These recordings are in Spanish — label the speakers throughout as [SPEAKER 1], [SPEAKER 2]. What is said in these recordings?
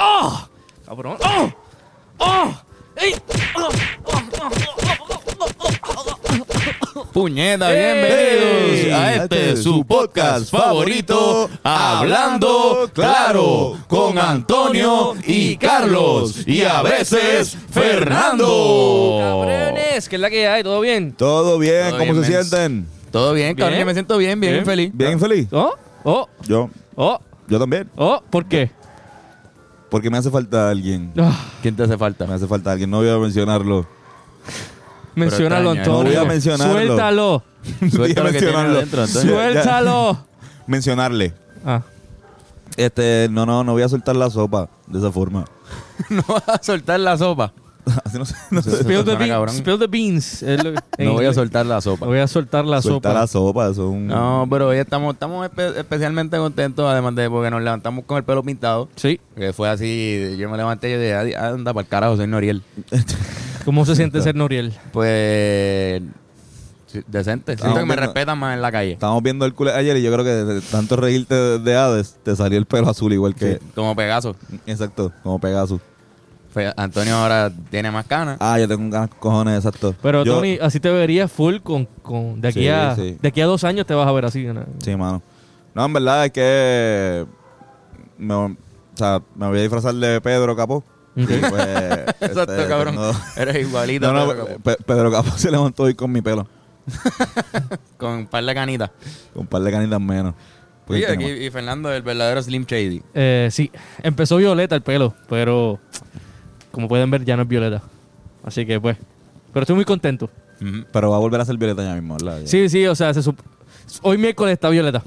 [SPEAKER 1] Oh. puñeta,
[SPEAKER 2] ¡Ey!
[SPEAKER 1] bienvenidos a este su podcast favorito, Hablando Claro, con Antonio y Carlos y a veces Fernando.
[SPEAKER 2] Cabrones, que es la que hay, ¿todo bien?
[SPEAKER 3] Todo bien,
[SPEAKER 1] Todo
[SPEAKER 3] ¿cómo
[SPEAKER 1] bien,
[SPEAKER 3] se
[SPEAKER 1] mens.
[SPEAKER 3] sienten?
[SPEAKER 1] Todo bien, cabrón,
[SPEAKER 2] Bien.
[SPEAKER 1] yo me siento bien, bien,
[SPEAKER 2] Bien.
[SPEAKER 1] feliz.
[SPEAKER 3] ¿Bien feliz?
[SPEAKER 2] ¿Oh? ¿Oh?
[SPEAKER 3] Yo,
[SPEAKER 2] ¿Oh?
[SPEAKER 3] yo también.
[SPEAKER 2] ¿Oh? ¿Por qué?
[SPEAKER 3] Porque me hace falta alguien.
[SPEAKER 2] Ah,
[SPEAKER 1] ¿Quién te hace falta?
[SPEAKER 3] Me hace falta alguien, no voy a mencionarlo.
[SPEAKER 2] menciónalo,
[SPEAKER 1] extraña, ¿no?
[SPEAKER 2] Antonio.
[SPEAKER 3] Voy a mencionarlo.
[SPEAKER 2] Suéltalo.
[SPEAKER 1] Suelta lo que tiene
[SPEAKER 3] mencionarlo.
[SPEAKER 1] adentro, Antonio.
[SPEAKER 3] Suel-
[SPEAKER 2] Suéltalo.
[SPEAKER 3] Mencionarle.
[SPEAKER 2] Ah.
[SPEAKER 3] Este, no, no, no voy a soltar la sopa de esa forma.
[SPEAKER 1] No vas a soltar la sopa.
[SPEAKER 3] Así no sé, no sé.
[SPEAKER 2] Spill the,
[SPEAKER 1] Suéltala,
[SPEAKER 2] beans,
[SPEAKER 1] cabrón.
[SPEAKER 2] spill the beans. es lo que- en
[SPEAKER 1] No voy a
[SPEAKER 2] inglés.
[SPEAKER 1] soltar la sopa.
[SPEAKER 2] No voy a soltar la
[SPEAKER 3] Suelta
[SPEAKER 2] sopa.
[SPEAKER 3] la sopa, eso es un...
[SPEAKER 1] No, pero hoy estamos, estamos espe- especialmente contentos, además de porque nos levantamos con el pelo pintado.
[SPEAKER 2] Sí.
[SPEAKER 1] Que fue así, yo me levanté y yo dije, "Adi- anda para el carajo, soy Noriel.
[SPEAKER 2] ¿Cómo se siente ser Noriel?
[SPEAKER 1] Pues sí, decente. Siento
[SPEAKER 3] Estamos
[SPEAKER 1] que me
[SPEAKER 3] viendo-
[SPEAKER 1] respetan más en la calle.
[SPEAKER 3] Estábamos viendo el culo ayer y yo creo que de tanto reírte de, de Hades te salió el pelo azul igual que...
[SPEAKER 1] Como Pegaso.
[SPEAKER 3] Exacto, como Pegaso.
[SPEAKER 1] Fe- Antonio ahora tiene más canas.
[SPEAKER 3] Ah, yo tengo ganas cojones, exacto.
[SPEAKER 2] Pero
[SPEAKER 3] Yo-
[SPEAKER 2] Tony, así te verías full con, con de aquí
[SPEAKER 3] Sí,
[SPEAKER 2] a
[SPEAKER 3] sí.
[SPEAKER 2] de aquí a dos años te vas a ver así. ¿no?
[SPEAKER 3] Sí, mano. No, en verdad es que... Me, o sea, me voy a disfrazar de Pedro Capó. Y,
[SPEAKER 2] Ok.
[SPEAKER 3] pues,
[SPEAKER 1] Exacto,
[SPEAKER 3] este,
[SPEAKER 1] cabrón.
[SPEAKER 3] tengo-
[SPEAKER 1] Eres igualito.
[SPEAKER 3] No, no,
[SPEAKER 1] pero
[SPEAKER 3] Pe- Pedro Capó se levantó hoy con mi pelo.
[SPEAKER 1] con un par de canitas.
[SPEAKER 3] Con un par de canitas menos. Porque
[SPEAKER 1] Oye,
[SPEAKER 3] tiene
[SPEAKER 1] aquí-
[SPEAKER 3] más.
[SPEAKER 1] y Fernando, el verdadero Slim Shady.
[SPEAKER 2] Eh, sí, empezó violeta el pelo, pero como pueden ver ya no es violeta. Así que pues, pero estoy muy contento.
[SPEAKER 1] Ujú.
[SPEAKER 3] Pero va a volver a ser violeta ya mismo, ¿verdad?
[SPEAKER 2] Sí, sí, o sea, se sup- hoy miércoles está violeta.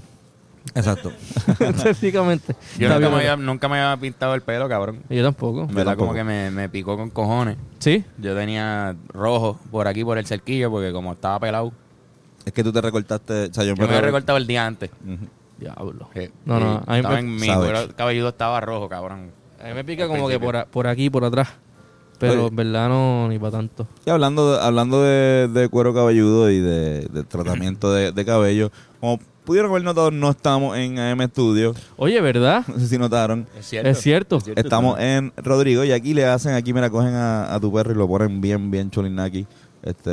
[SPEAKER 3] Exacto.
[SPEAKER 2] Técnicamente.
[SPEAKER 1] Yo nunca me,
[SPEAKER 2] está violeta.
[SPEAKER 1] había, nunca me había pintado el pelo, cabrón.
[SPEAKER 2] Yo tampoco.
[SPEAKER 1] En verdad,
[SPEAKER 3] tampoco.
[SPEAKER 1] como que me, me picó con cojones.
[SPEAKER 2] Sí.
[SPEAKER 1] Yo tenía rojo por aquí, por el cerquillo, porque como estaba pelado.
[SPEAKER 3] Es que tú te recortaste... O sea, yo,
[SPEAKER 1] Yo me había
[SPEAKER 3] recor-
[SPEAKER 1] recortado el día antes.
[SPEAKER 3] Ujú.
[SPEAKER 2] Diablo.
[SPEAKER 1] que-
[SPEAKER 2] No, no,
[SPEAKER 1] y
[SPEAKER 2] a mí
[SPEAKER 1] estaba
[SPEAKER 2] me-
[SPEAKER 1] en mi
[SPEAKER 3] Savage.
[SPEAKER 1] cuero- cabelludo estaba rojo, cabrón.
[SPEAKER 2] A mí me pica
[SPEAKER 1] Al
[SPEAKER 2] como que
[SPEAKER 1] principio.
[SPEAKER 2] por, a- por aquí, por atrás. Pero
[SPEAKER 3] Oye.
[SPEAKER 2] en verdad no, ni para tanto.
[SPEAKER 3] Y hablando de, hablando de, de cuero cabelludo y de, de tratamiento de, de cabello, como pudieron haber notado, no estamos en AM Studio.
[SPEAKER 2] Oye, ¿verdad?
[SPEAKER 3] No sé si notaron.
[SPEAKER 1] Es cierto.
[SPEAKER 2] Es cierto.
[SPEAKER 3] Estamos en Rodrigo y aquí le hacen, aquí mira, cogen a, a tu perro y lo ponen bien, bien cholinaki. Este,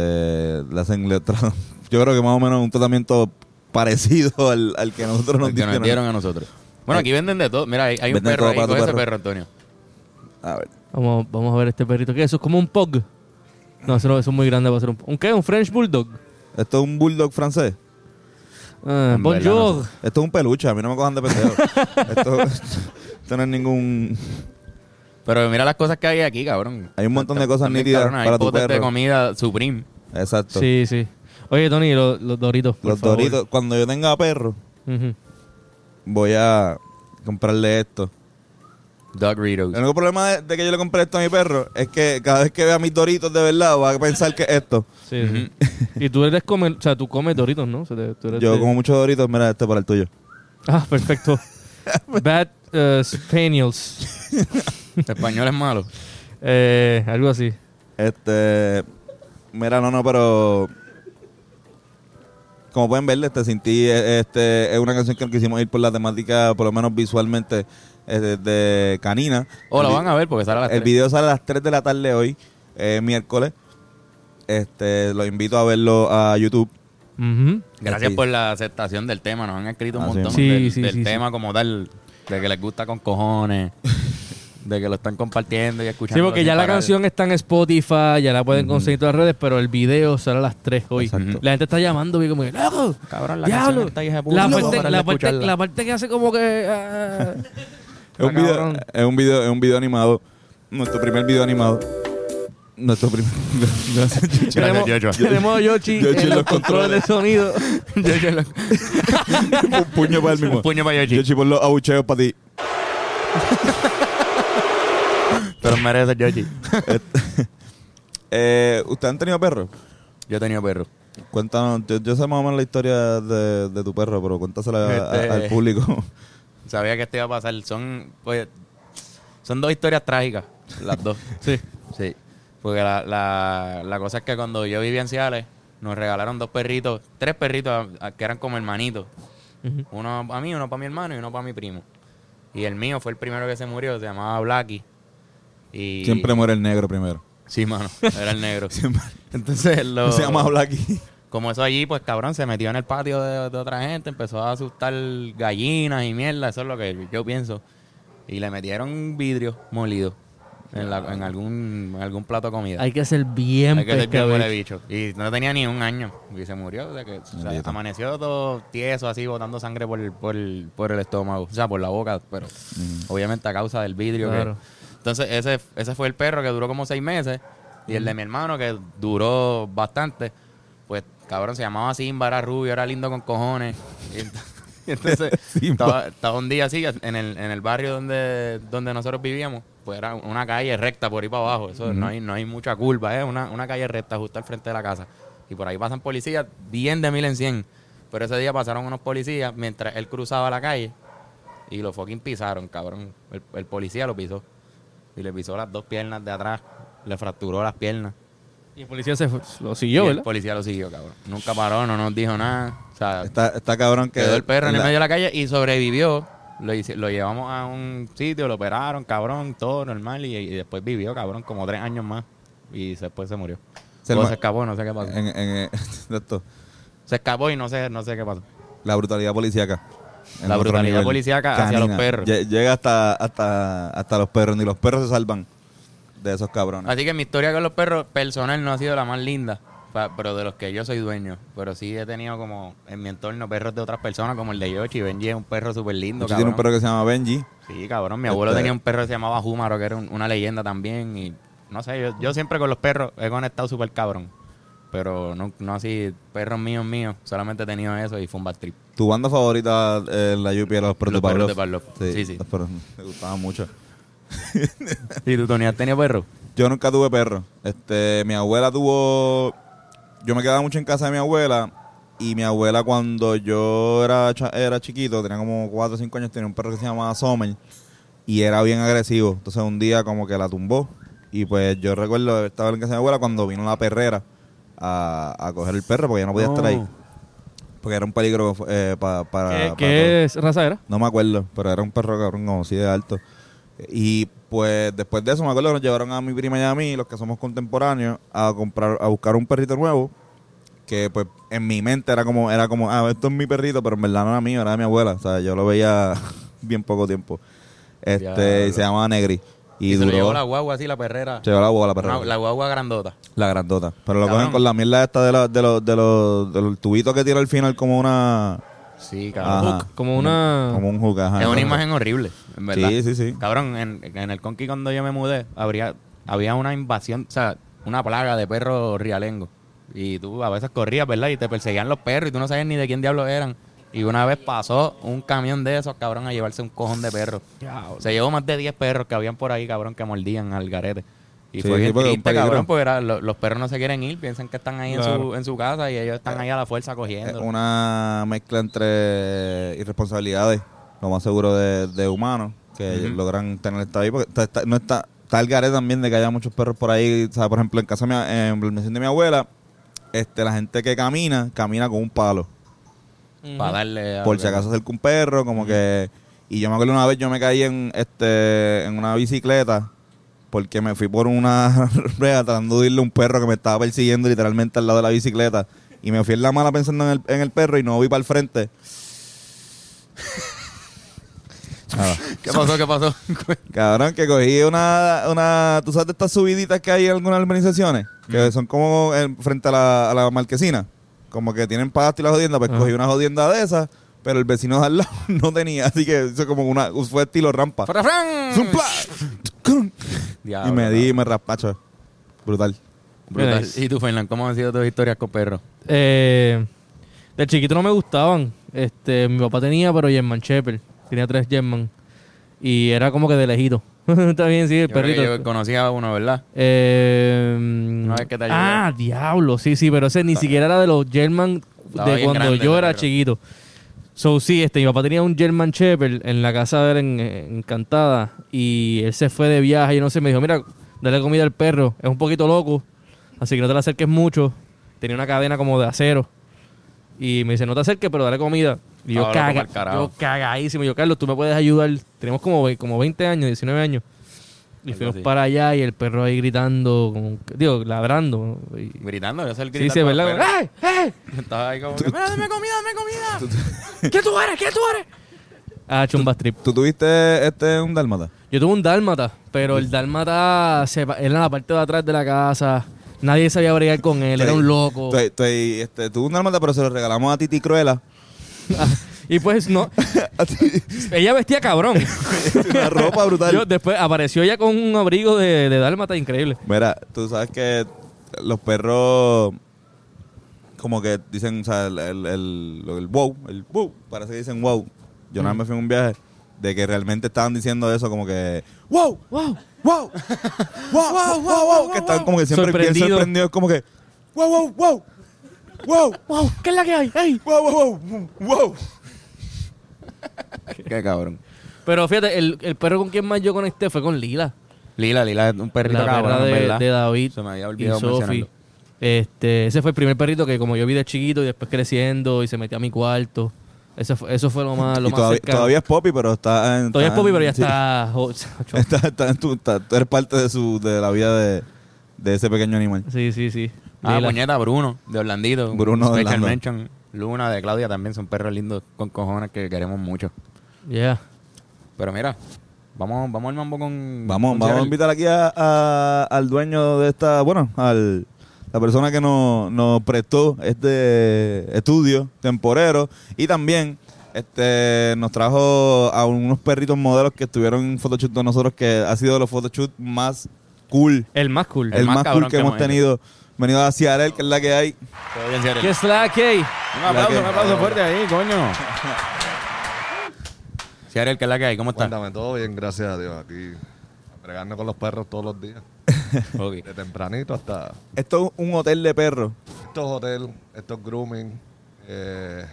[SPEAKER 3] le hacen letra. Yo creo que más o menos un tratamiento parecido al, al que nosotros nos
[SPEAKER 1] Porque nos
[SPEAKER 3] dieron. Eh,
[SPEAKER 1] dieron a nosotros. Bueno, aquí venden de todo. Mira, hay, hay un
[SPEAKER 3] Venden
[SPEAKER 1] perro
[SPEAKER 3] todo
[SPEAKER 1] ahí
[SPEAKER 3] para tu
[SPEAKER 1] con ese
[SPEAKER 3] perro.
[SPEAKER 1] perro, Antonio.
[SPEAKER 3] A ver,
[SPEAKER 2] Vamos, vamos a ver este perrito. ¿Qué es eso? ¿Es como un pug? No, eso, no- eso es muy grande para ser un pug. ¿Un qué? ¿Un French Bulldog?
[SPEAKER 3] esto es un bulldog francés.
[SPEAKER 2] Ah,
[SPEAKER 1] En verdad,
[SPEAKER 2] bonjour.
[SPEAKER 3] Esto es un peluche, a mí no me cojan de pendejo. esto, esto no es ningún.
[SPEAKER 1] Pero mira las cosas que hay aquí, cabrón.
[SPEAKER 3] Hay un montón de
[SPEAKER 1] Están-
[SPEAKER 3] cosas
[SPEAKER 1] están bien
[SPEAKER 3] nítidas
[SPEAKER 1] cabronas.
[SPEAKER 3] para
[SPEAKER 1] hay
[SPEAKER 3] tu
[SPEAKER 1] potes de
[SPEAKER 3] perro.
[SPEAKER 1] comida Supreme.
[SPEAKER 3] Exacto.
[SPEAKER 2] Sí, sí. Oye, Tony, lo- los, doritos. por
[SPEAKER 3] Los
[SPEAKER 2] favor.
[SPEAKER 3] doritos, cuando yo tenga perro,
[SPEAKER 2] Ujú.
[SPEAKER 3] voy a comprarle esto.
[SPEAKER 1] Dog Ritos.
[SPEAKER 3] El único problema de, de que yo le compré esto a mi perro es que cada vez que vea mis doritos de verdad, va a pensar que es esto.
[SPEAKER 2] Sí, sí. Y tú eres comer, o sea, tú comes doritos, ¿no? O sea, te- tú eres
[SPEAKER 3] Yo
[SPEAKER 2] de-
[SPEAKER 3] como muchos doritos, mira, este para el tuyo.
[SPEAKER 2] Ah, perfecto. Bad eh, Spaniels.
[SPEAKER 1] Español es malo.
[SPEAKER 2] Eh, algo así.
[SPEAKER 3] Este. Mira, no, no, pero. Como pueden verle, este, sin ti, eh, este, es una canción que quisimos ir por la temática, por lo menos visualmente, eh, de, de Canina.
[SPEAKER 1] O lo
[SPEAKER 3] El-
[SPEAKER 1] van a ver porque sale a las
[SPEAKER 3] El
[SPEAKER 1] tres.
[SPEAKER 3] video sale a las 3 de la tarde hoy, eh, miércoles. Este, los invito a verlo a YouTube.
[SPEAKER 2] Ujú.
[SPEAKER 1] Gracias
[SPEAKER 3] Sí.
[SPEAKER 1] por la aceptación del tema. Nos han escrito un
[SPEAKER 3] Así
[SPEAKER 1] montón
[SPEAKER 3] es.
[SPEAKER 2] Sí,
[SPEAKER 1] del,
[SPEAKER 2] sí,
[SPEAKER 1] del
[SPEAKER 2] sí, sí.
[SPEAKER 1] tema como tal. De que les gusta con cojones. de que lo están compartiendo y escuchando.
[SPEAKER 2] Sí, porque
[SPEAKER 1] sin
[SPEAKER 2] ya la
[SPEAKER 1] parar.
[SPEAKER 2] canción está en Spotify, ya la pueden conseguir en todas las redes, pero el video sale a las 3 hoy.
[SPEAKER 3] Exacto.
[SPEAKER 2] La gente está llamando y como que, ¡Loco!
[SPEAKER 1] Cabrón, la
[SPEAKER 2] ¡Diablo!
[SPEAKER 1] canción está hija de puta.
[SPEAKER 2] La
[SPEAKER 1] no puedo
[SPEAKER 2] parte,
[SPEAKER 1] parar de
[SPEAKER 2] la, parte,
[SPEAKER 1] escucharla.
[SPEAKER 2] la parte que hace como que... ah.
[SPEAKER 3] Es un,
[SPEAKER 2] Está
[SPEAKER 3] video,
[SPEAKER 2] cabrón.
[SPEAKER 3] es un video, es un video animado. Nuestro primer video animado. Nuestro primer. Gracias, Chicho.
[SPEAKER 2] tenemos,
[SPEAKER 1] Yocho.
[SPEAKER 2] tenemos a Yoshi,
[SPEAKER 3] Yoshi
[SPEAKER 2] en los controles de sonido.
[SPEAKER 1] Yo- yo lo-
[SPEAKER 3] un puño para él mismo.
[SPEAKER 1] Un puño para Yoshi.
[SPEAKER 3] Yo chipo los abucheos para ti.
[SPEAKER 1] Pero merece Yoshi.
[SPEAKER 3] Eh, ¿Ustedes han tenido perros?
[SPEAKER 1] Yo he tenido perro.
[SPEAKER 3] Cuéntanos, yo, yo sé más o menos la historia de, de tu perro, pero cuéntasela a-
[SPEAKER 1] Este-
[SPEAKER 3] a- al público.
[SPEAKER 1] Sabía que esto iba a pasar. Son, pues, son dos historias trágicas, las dos.
[SPEAKER 2] Sí.
[SPEAKER 1] sí. Porque la, la, la cosa es que cuando yo vivía en Ciales, nos regalaron dos perritos, tres perritos a- a- que eran como hermanitos.
[SPEAKER 2] Ujú.
[SPEAKER 1] Uno para mí, uno para mi hermano y uno para mi primo. Y el mío fue el primero que se murió, se llamaba Blacky. Y...
[SPEAKER 3] Siempre muere el negro primero.
[SPEAKER 1] Sí, mano, era el negro.
[SPEAKER 3] Siempre.
[SPEAKER 1] Entonces lo...
[SPEAKER 3] Se llama Blacky.
[SPEAKER 1] como eso allí, pues cabrón, se metió en el patio de, de otra gente, empezó a asustar gallinas y mierda, eso es lo que yo, yo pienso. Y le metieron vidrio molido en, la- en algún, en algún plato de comida.
[SPEAKER 2] Hay que ser bien
[SPEAKER 1] Hay que ser bien
[SPEAKER 2] pescabel.
[SPEAKER 1] huele bicho. Y no tenía ni un año. Y se murió. O sea, que, o sea,
[SPEAKER 3] Bendito.
[SPEAKER 1] amaneció todo tieso, así, botando sangre por, el- por, el- por el estómago. O sea, por la boca, pero obviamente a causa del vidrio. que-
[SPEAKER 2] Claro.
[SPEAKER 1] Entonces, ese, ese fue el perro que duró como seis meses. Y el de mi hermano, que duró bastante. Pues, cabrón, se llamaba Simba, era rubio, era lindo con cojones. Y ent- y entonces,
[SPEAKER 3] Simba.
[SPEAKER 1] estaba, estaba un día así, en el, en el barrio donde, donde nosotros vivíamos, pues era una calle recta por ahí para abajo. Eso, no, hay, no hay mucha curva, es una, una calle recta justo al frente de la casa. Y por ahí pasan policías, bien de mil en cien. Pero ese día pasaron unos policías mientras él cruzaba la calle y lo fucking pisaron, cabrón. El, el policía lo pisó. Y le pisó las dos piernas de atrás, le fracturó las piernas.
[SPEAKER 2] Y el policía se fue- lo
[SPEAKER 1] y
[SPEAKER 2] siguió,
[SPEAKER 1] el
[SPEAKER 2] ¿verdad?
[SPEAKER 1] policía lo siguió, cabrón. Nunca paró, no nos dijo nada. O sea,
[SPEAKER 3] Está, está cabrón que.
[SPEAKER 1] quedó el perro en el
[SPEAKER 3] la-
[SPEAKER 1] medio de la calle y sobrevivió. Lo, hice- lo llevamos a un sitio, lo operaron, cabrón, todo normal. Y, y después vivió, cabrón, como tres años más. Y después se murió.
[SPEAKER 3] Se
[SPEAKER 1] O
[SPEAKER 3] ma-
[SPEAKER 1] se escapó, no sé qué pasó.
[SPEAKER 3] en- en- exacto.
[SPEAKER 1] Se escapó y no sé, no sé qué pasó.
[SPEAKER 3] La brutalidad policíaca.
[SPEAKER 1] La
[SPEAKER 3] otro
[SPEAKER 1] brutalidad
[SPEAKER 3] nivel.
[SPEAKER 1] policíaca hacia los perros.
[SPEAKER 3] Lle- Llega hasta, hasta, hasta los perros. Ni los perros se salvan de esos cabrones.
[SPEAKER 1] Así que mi historia con los perros personal no ha sido la más linda, pa- pero de los que yo soy dueño. Pero sí he tenido como en mi entorno perros de otras personas, como el de Yoshi. Benji es un perro súper
[SPEAKER 3] Yo
[SPEAKER 1] lindo,
[SPEAKER 3] tiene
[SPEAKER 1] cabrón.
[SPEAKER 3] un perro que se llama Benji.
[SPEAKER 1] Sí, cabrón. Mi abuelo
[SPEAKER 3] Este-
[SPEAKER 1] tenía un perro que se llamaba Júmaro, que era un- una leyenda también. Y no sé, yo, yo siempre con los perros he conectado súper cabrón. Pero no, no así, perros míos míos. Solamente he tenido eso y fue un bad trip.
[SPEAKER 3] Tu banda favorita en la UP era los perros de Pablo.
[SPEAKER 1] Los perros de Pavlov. Sí, sí.
[SPEAKER 3] Los perros me gustaban mucho.
[SPEAKER 1] ¿Y tú, Tony, has tenido perro?
[SPEAKER 3] Yo nunca tuve perro. Este, mi abuela tuvo. Yo me quedaba mucho en casa de mi abuela. Y mi abuela, cuando yo era, cha- era chiquito, tenía como 4 o 5 años, tenía un perro que se llamaba Sommer. Y era bien agresivo. Entonces, un día, como que la tumbó. Y pues yo recuerdo haber estado en casa de mi abuela cuando vino la perrera a, a coger el perro porque ya no podía estar ahí.
[SPEAKER 1] Oh.
[SPEAKER 3] Porque era un peligro eh, pa- para.
[SPEAKER 2] ¿Qué,
[SPEAKER 3] para todos.
[SPEAKER 2] qué es raza era?
[SPEAKER 3] No me acuerdo, pero era un perro cabrón como así de alto. Y pues después de eso me acuerdo que nos llevaron a mi prima y a mí, los que somos contemporáneos, a comprar, a buscar un perrito nuevo. Que pues en mi mente era como, era como, ah, esto es mi perrito, pero en verdad no era mío, era de mi abuela. O sea, yo lo veía bien poco tiempo. Este, y
[SPEAKER 1] Diablo.
[SPEAKER 3] se llamaba Negri. Y,
[SPEAKER 1] Y, se
[SPEAKER 3] duró.
[SPEAKER 1] lo llevó la guagua así, la perrera. Ah,
[SPEAKER 3] se llevó la guagua, la perra.
[SPEAKER 1] Una- la guagua grandota.
[SPEAKER 3] La grandota. Pero lo
[SPEAKER 1] Cabrón.
[SPEAKER 3] cogen con la mierda esta de, la, de, los de, los de los tubitos que tira al final como una.
[SPEAKER 1] Sí,
[SPEAKER 3] Ajá.
[SPEAKER 1] cabrón.
[SPEAKER 2] Como una...
[SPEAKER 3] Como un hook, ajá.
[SPEAKER 1] Es una imagen horrible, en verdad.
[SPEAKER 3] Sí, sí, sí.
[SPEAKER 1] Cabrón, en, en el Conqui cuando yo me mudé, habría, había una invasión, o sea, una plaga de perros rialengos. Y tú a veces corrías, ¿verdad? Y te perseguían los perros y tú no sabías ni de quién diablos eran. Y una vez pasó un camión de esos, cabrón, a llevarse un cojón de perros. Se llevó más de 10 perros que habían por ahí, cabrón, que mordían al garete. Y
[SPEAKER 3] Sí,
[SPEAKER 1] fue
[SPEAKER 3] sí,
[SPEAKER 1] bien
[SPEAKER 3] porque es un
[SPEAKER 1] triste,
[SPEAKER 3] peligro.
[SPEAKER 1] cabrón, porque era- lo- los perros no se quieren ir, piensan que están ahí en, su,
[SPEAKER 2] Claro.
[SPEAKER 1] en su casa y ellos están ahí a la fuerza
[SPEAKER 3] Es
[SPEAKER 1] cogiendo.
[SPEAKER 3] Eh, una mezcla entre irresponsabilidades, lo más seguro de, de humanos, que logran tener esta vida. Porque está, está- no está, está el garete también de que haya muchos perros por ahí. O sea, por ejemplo, en casa de mi, a- en la mansión de mi abuela, este, la gente que camina, camina con un palo.
[SPEAKER 1] Para darle... a-
[SPEAKER 3] Por si acaso acerca un perro, como que... Y yo me acuerdo una vez yo me caí en, este, en una bicicleta porque me fui por una rueda tratando de irle a un perro que me estaba persiguiendo literalmente al lado de la bicicleta. Y me fui en la mala pensando en el, en el perro y no vi para el frente. Nada.
[SPEAKER 1] ¿Qué pasó? ¿Qué pasó?
[SPEAKER 3] Pues, Cabrón, que cogí una, una... ¿Tú sabes de estas subiditas que hay en algunas urbanizaciones? Que son como en- frente a la, a la marquesina. Como que tienen pasto y la jodienda. Pues
[SPEAKER 2] Ajá.
[SPEAKER 3] cogí una jodienda de esas, pero el vecino de al lado no tenía. Así que hizo como una... Fue estilo rampa.
[SPEAKER 1] ¡Frafran!
[SPEAKER 3] ¡Zumpla!
[SPEAKER 1] Diablo,
[SPEAKER 3] y me di y me raspacho. Brutal.
[SPEAKER 1] Brutal.
[SPEAKER 2] Nice.
[SPEAKER 1] ¿Y tú, Fernán, cómo han sido tus historias con perros?
[SPEAKER 2] Eh, de chiquito no me gustaban. Este, mi papá tenía, pero German Shepherd. Tenía tres German. Y era como que de lejito. Está bien, sí,
[SPEAKER 1] Yo creo
[SPEAKER 2] el
[SPEAKER 1] que
[SPEAKER 2] perrito.
[SPEAKER 1] Yo conocía a uno, ¿verdad?
[SPEAKER 2] Eh,
[SPEAKER 1] vez que te ayudé.
[SPEAKER 2] ah, diablo, sí, sí, pero ese ni siquiera era de los German
[SPEAKER 1] Estaba
[SPEAKER 2] de
[SPEAKER 1] bien
[SPEAKER 2] cuando
[SPEAKER 1] grande
[SPEAKER 2] yo
[SPEAKER 1] ese
[SPEAKER 2] era
[SPEAKER 1] perro.
[SPEAKER 2] chiquito. So, sí, este, mi papá tenía un German Shepherd en la casa de él en, en Encantada y él se fue de viaje y no sé, me dijo, mira, dale comida al perro, es un poquito loco, así que no te le acerques mucho. Tenía una cadena como de acero y me dice, no te acerques, pero dale comida. Y yo,
[SPEAKER 1] Ahora como
[SPEAKER 2] caga,
[SPEAKER 1] el carajo.
[SPEAKER 2] yo cagadísimo, yo, Carlos, tú me puedes ayudar. Tenemos como, ve- como 20 años, 19 años. Y
[SPEAKER 1] Algo
[SPEAKER 2] fuimos
[SPEAKER 1] así.
[SPEAKER 2] para allá y el perro ahí gritando, como que- digo, ladrando. y-
[SPEAKER 1] Gritando, yo sé el grito.
[SPEAKER 2] sí, sí, ¿verdad? ¡Ey! ¡Ey!
[SPEAKER 1] Estaba ahí como, que, "Mira, dame comida, dame comida!
[SPEAKER 2] ¿Qué tú eres? ¿Qué tú eres? Ah, chumba trip.
[SPEAKER 3] ¿Tú tuviste este un dálmata?
[SPEAKER 2] Yo tuve un dálmata, pero el dálmata se, pa- era en la parte de atrás de la casa. Nadie sabía bregar con él, era un loco.
[SPEAKER 3] Estoy- estoy- este, tuve un dálmata, pero se lo regalamos a Titi Cruella.
[SPEAKER 2] Y pues no,
[SPEAKER 3] A ti-
[SPEAKER 2] ella vestía cabrón.
[SPEAKER 3] una ropa brutal.
[SPEAKER 2] Yo, después Pues, apareció ella con un abrigo de, de dálmata increíble.
[SPEAKER 3] Mira, tú sabes que los perros como que dicen, o sea, el, el, el- el wow, el wow, parece que dicen wow. Yo nada más me fui en un viaje de que realmente estaban diciendo eso como que wow,
[SPEAKER 2] Wow.
[SPEAKER 3] wow, wow, wow, wow, wow, que están como que siempre bien
[SPEAKER 2] Sorprendido.
[SPEAKER 3] sorprendidos como que wow, wow, wow, wow,
[SPEAKER 2] Wow, ¿qué es la que hay? ¡Ey!
[SPEAKER 3] wow, wow, wow, wow. Qué cabrón.
[SPEAKER 2] Pero fíjate, el, el perro con quien más yo conecté fue con Lila.
[SPEAKER 1] Lila, Lila es un perrito
[SPEAKER 2] la
[SPEAKER 1] cabrón,
[SPEAKER 2] perra de,
[SPEAKER 1] ¿verdad?
[SPEAKER 2] de David
[SPEAKER 1] Se me había
[SPEAKER 2] y
[SPEAKER 1] olvidado
[SPEAKER 2] Sofi.
[SPEAKER 1] mencionarlo.
[SPEAKER 2] Este, ese fue el primer perrito que como yo vi de chiquito y después creciendo y se metió a mi cuarto. Eso fue, eso fue lo más, lo
[SPEAKER 3] Y
[SPEAKER 2] más
[SPEAKER 3] todavía,
[SPEAKER 2] cercano.
[SPEAKER 3] todavía es Poppy, pero está en,
[SPEAKER 2] Todavía
[SPEAKER 3] está
[SPEAKER 2] es
[SPEAKER 3] en-
[SPEAKER 2] Poppy, pero ya
[SPEAKER 3] sí.
[SPEAKER 2] está... jo- chacho.
[SPEAKER 3] Está, está en tu- está- tú eres parte de su de la vida de, de ese pequeño animal.
[SPEAKER 2] Sí, sí, sí.
[SPEAKER 1] Ah,
[SPEAKER 2] Lila.
[SPEAKER 1] puñeta, Bruno, de Orlandito.
[SPEAKER 3] Bruno de
[SPEAKER 1] Special
[SPEAKER 3] Orlando.
[SPEAKER 1] Mention. Luna, de Claudia también son perros lindos con cojones que queremos mucho.
[SPEAKER 2] Yeah.
[SPEAKER 1] Pero mira, vamos, vamos al mambo con.
[SPEAKER 3] Vamos,
[SPEAKER 1] con
[SPEAKER 3] vamos a
[SPEAKER 1] Ciel.
[SPEAKER 3] invitar aquí a- a- al dueño de esta, bueno, al la persona que nos, nos prestó este estudio temporero y también este nos trajo a unos perritos modelos que estuvieron en photoshoot con nosotros que ha sido de los photoshoot más cool,
[SPEAKER 2] El más cool.
[SPEAKER 3] el,
[SPEAKER 1] más
[SPEAKER 3] más, cool que,
[SPEAKER 1] cabrón que
[SPEAKER 3] hemos
[SPEAKER 1] hemos hecho.
[SPEAKER 3] tenido. Venido a Ciarel, que es la que hay.
[SPEAKER 1] Todo bien, Ciel.
[SPEAKER 2] ¿Qué es la que?
[SPEAKER 1] Un
[SPEAKER 3] La que-
[SPEAKER 1] aplauso, un aplauso fuerte ahí, coño. Ciel, ¿qué es la que hay? ¿Cómo estás?
[SPEAKER 4] Cuéntame todo bien, gracias a Dios. Aquí, bregando con los perros todos los días.
[SPEAKER 1] Ok.
[SPEAKER 4] De tempranito hasta
[SPEAKER 3] Esto es un hotel de perros.
[SPEAKER 4] estos hoteles, estos grooming. eh,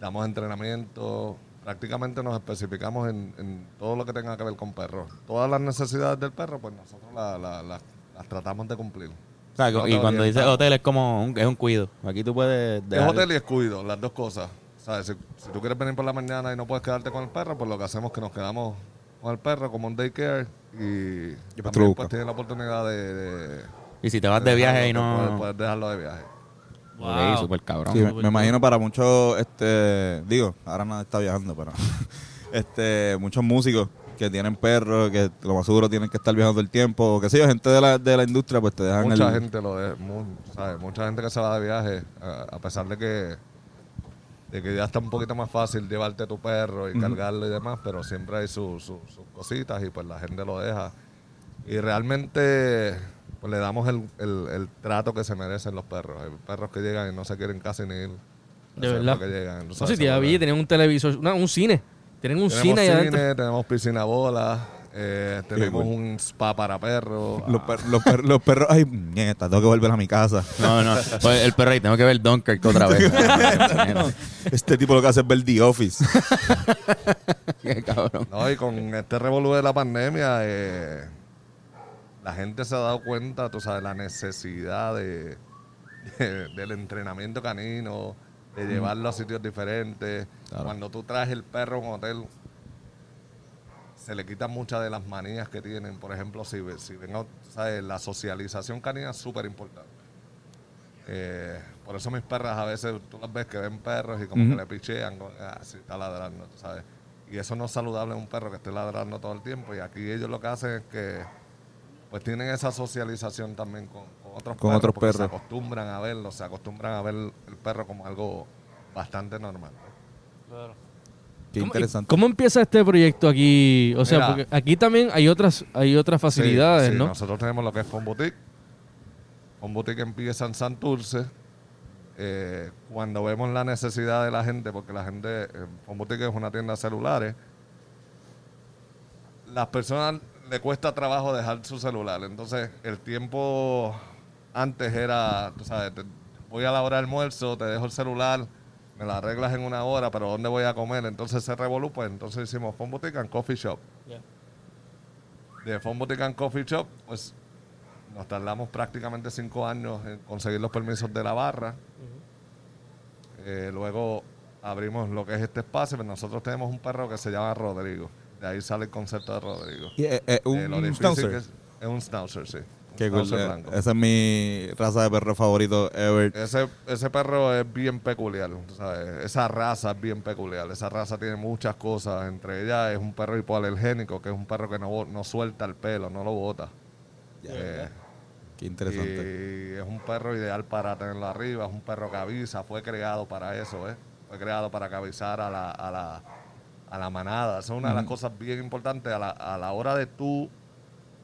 [SPEAKER 4] damos entrenamiento. Prácticamente nos especificamos en, en todo lo que tenga que ver con perros. Todas las necesidades del perro, pues nosotros la- la- la- las tratamos de cumplir.
[SPEAKER 1] O sea,
[SPEAKER 4] No,
[SPEAKER 1] y
[SPEAKER 4] todo
[SPEAKER 1] cuando
[SPEAKER 4] bien,
[SPEAKER 1] dices
[SPEAKER 4] todo.
[SPEAKER 1] hotel es como un, es un cuido. Aquí tú puedes.
[SPEAKER 4] Es
[SPEAKER 1] dejar-
[SPEAKER 4] hotel y es cuido, las dos cosas. ¿Sabes? Si, si tú quieres venir por la mañana y no puedes quedarte con el perro, pues lo que hacemos es que nos quedamos con el perro como un daycare y también
[SPEAKER 3] truco.
[SPEAKER 4] pues, tienes la oportunidad de, de-
[SPEAKER 1] Y si te vas de viaje y
[SPEAKER 4] de poder-
[SPEAKER 1] no.
[SPEAKER 4] poder dejarlo de viaje.
[SPEAKER 1] Ok, súper cabrón.
[SPEAKER 3] Sí, me,
[SPEAKER 2] Súper
[SPEAKER 3] me
[SPEAKER 2] cool.
[SPEAKER 3] imagino para muchos, este, digo, ahora no está viajando, pero este, muchos músicos que tienen perros, que lo más seguro tienen que estar viajando el tiempo, o qué sé yo, gente de la, de la industria, pues te dejan
[SPEAKER 4] Mucha
[SPEAKER 3] el...
[SPEAKER 4] gente lo es, mu- ¿sabes? Mucha gente que se va de viaje, a, a pesar de que, de que ya está un poquito más fácil llevarte tu perro y cargarlo y demás, pero siempre hay su- su- sus cositas y pues la gente lo deja. Y realmente pues, le damos el, el- el trato que se merecen los perros. Hay perros que llegan y no se quieren casi ni ir. Eso
[SPEAKER 2] De
[SPEAKER 4] es
[SPEAKER 2] verdad.
[SPEAKER 4] lo que llegan,
[SPEAKER 2] No
[SPEAKER 4] tú
[SPEAKER 2] sé
[SPEAKER 4] sabes,
[SPEAKER 2] si te
[SPEAKER 4] se
[SPEAKER 2] da
[SPEAKER 4] vuelven-
[SPEAKER 2] billete, tienen un televisor, no, un cine. Tienen un
[SPEAKER 4] tenemos
[SPEAKER 2] cine ahí adentro.
[SPEAKER 4] cine, tenemos piscina bola, eh, tenemos
[SPEAKER 3] cool.
[SPEAKER 4] un spa para perros.
[SPEAKER 3] Los, per- los per- los perros, ay, nieta, tengo que volver a mi casa.
[SPEAKER 1] No, no. Pues el perro ahí, tengo que ver Dunkirk otra vez.
[SPEAKER 3] Este tipo lo que hace es ver The Office.
[SPEAKER 1] Qué cabrón.
[SPEAKER 4] No, y con este revolú de la pandemia, eh, la gente se ha dado cuenta, tú sabes, la necesidad de, de- del entrenamiento canino, de llevarlo a sitios diferentes.
[SPEAKER 3] Claro.
[SPEAKER 4] Cuando tú traes el perro a un hotel, se le quitan muchas de las manías que tienen. Por ejemplo, si, ve- si ven, a- tú sabes, la socialización canina es súper importante. Eh, por eso mis perras a veces tú las ves que ven perros y como que le pichean, como, ah, sí, está ladrando, tú sabes. Y eso no es saludable a un perro que esté ladrando todo el tiempo. Y aquí ellos lo que hacen es que pues tienen esa socialización también con, con otros
[SPEAKER 3] Con
[SPEAKER 4] perros.
[SPEAKER 3] otros
[SPEAKER 4] porque Se
[SPEAKER 3] perros.
[SPEAKER 4] acostumbran a verlo, se acostumbran a ver el perro como algo bastante normal.
[SPEAKER 3] Qué
[SPEAKER 2] ¿Cómo-
[SPEAKER 3] interesante.
[SPEAKER 2] ¿Cómo empieza este proyecto aquí? O sea,
[SPEAKER 4] Mira.
[SPEAKER 2] porque aquí también hay otras hay otras
[SPEAKER 4] Sí,
[SPEAKER 2] facilidades,
[SPEAKER 4] sí,
[SPEAKER 2] ¿no?
[SPEAKER 4] Nosotros tenemos lo que es Pon Boutique. Pon Boutique empieza en Santurce. Eh, cuando vemos la necesidad de la gente, porque la gente, eh, Pon Boutique es una tienda de celulares, las personas le cuesta trabajo dejar su celular. Entonces, el tiempo antes era, tú sabes, te- voy a la hora de almuerzo, te dejo el celular, me la arreglas en una hora, pero ¿dónde voy a comer? Entonces se revolú, pues entonces hicimos Pon Boutique and Coffee Shop de Phone Boutique and Coffee Shop, pues nos tardamos prácticamente cinco años en conseguir los permisos de la barra.
[SPEAKER 5] Mm-hmm.
[SPEAKER 4] pues, Eh, luego abrimos lo que es este espacio, pero nosotros tenemos un perro que se llama Rodrigo. De ahí sale el concepto de Rodrigo.
[SPEAKER 3] Y, eh, eh,
[SPEAKER 4] Eh,
[SPEAKER 3] un,
[SPEAKER 4] lo
[SPEAKER 3] un
[SPEAKER 4] difícil
[SPEAKER 3] schnauzer.
[SPEAKER 4] que es, es un schnauzer, sí. Un
[SPEAKER 3] Qué cool.
[SPEAKER 4] schnauzer
[SPEAKER 3] Eh,
[SPEAKER 4] blanco.
[SPEAKER 3] Esa es mi raza de perro favorito ever.
[SPEAKER 4] Ese, ese perro es bien peculiar, tú ¿sabes? Esa raza es bien peculiar. Esa raza tiene muchas cosas. Entre ellas es un perro hipoalergénico, que es un perro que no, bo- no suelta el pelo, no lo bota. Eh,
[SPEAKER 3] Qué interesante.
[SPEAKER 4] Y es un perro ideal para tenerlo arriba, es un perro que avisa, fue creado para eso, ¿eh? Fue creado para que avisara a la, a la, a la manada. Esa es una de las cosas bien importantes. A la, a la hora de tú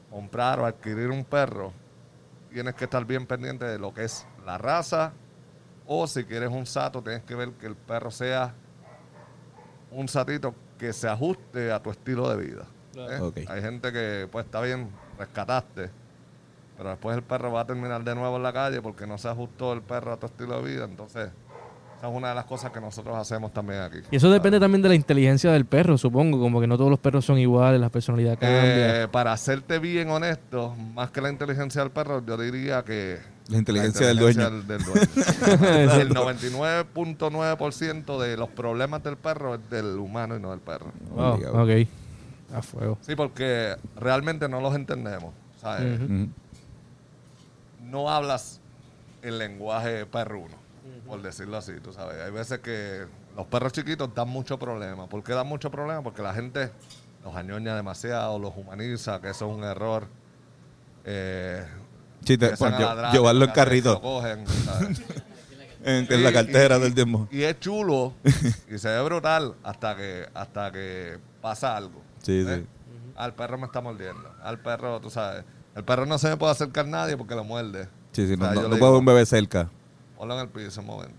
[SPEAKER 4] comprar o adquirir un perro, tienes que estar bien pendiente de lo que es la raza o si quieres un sato, tienes que ver que el perro sea un satito que se ajuste a tu estilo de vida. ¿eh?
[SPEAKER 3] Ok.
[SPEAKER 4] Hay gente que, pues, está bien, rescataste, pero después el perro va a terminar de nuevo en la calle porque no se ajustó el perro a tu estilo de vida. Entonces, esa es una de las cosas que nosotros hacemos también aquí.
[SPEAKER 2] Y eso depende también de la inteligencia del perro, supongo. Como que no todos los perros son iguales, la personalidad cambia.
[SPEAKER 4] Eh, para serte bien honesto, más que la inteligencia del perro, yo diría que
[SPEAKER 3] La inteligencia del dueño.
[SPEAKER 4] del- del dueño. el 99.9% de los problemas del perro es del humano y no del perro.
[SPEAKER 2] Wow,
[SPEAKER 3] Obligado.
[SPEAKER 2] ok. A fuego.
[SPEAKER 4] Sí, porque realmente no los entendemos. ¿sabes?
[SPEAKER 2] Ujú.
[SPEAKER 3] Ujú.
[SPEAKER 4] No hablas el lenguaje perruno, por decirlo así, tú sabes. Hay veces que los perros chiquitos dan mucho problema. ¿Por qué dan mucho problema? Porque la gente los añoña demasiado, los humaniza, que eso es un error. Eh,
[SPEAKER 3] Chiste,
[SPEAKER 4] empiezan
[SPEAKER 3] bueno,
[SPEAKER 4] a
[SPEAKER 3] lle-
[SPEAKER 4] ladrar,
[SPEAKER 3] pues, llevarlo en
[SPEAKER 4] cada vez que
[SPEAKER 3] carrito,
[SPEAKER 4] lo cogen, ¿sabes?
[SPEAKER 3] en, en
[SPEAKER 4] Sí,
[SPEAKER 3] la cartera
[SPEAKER 4] y-
[SPEAKER 3] del tiempo.
[SPEAKER 4] Y es chulo y se ve brutal hasta que hasta que pasa algo.
[SPEAKER 3] Sí,
[SPEAKER 4] ¿eh?
[SPEAKER 3] sí.
[SPEAKER 4] Al perro me está mordiendo. Al perro, tú sabes. El perro no se me puede acercar nadie porque lo muerde.
[SPEAKER 3] Sí, sí,
[SPEAKER 4] O
[SPEAKER 3] no,
[SPEAKER 4] sea,
[SPEAKER 3] no-
[SPEAKER 4] yo
[SPEAKER 3] no
[SPEAKER 4] le
[SPEAKER 3] puedo
[SPEAKER 4] digo,
[SPEAKER 3] ver un bebé cerca.
[SPEAKER 4] Ponlo en el piso un momento.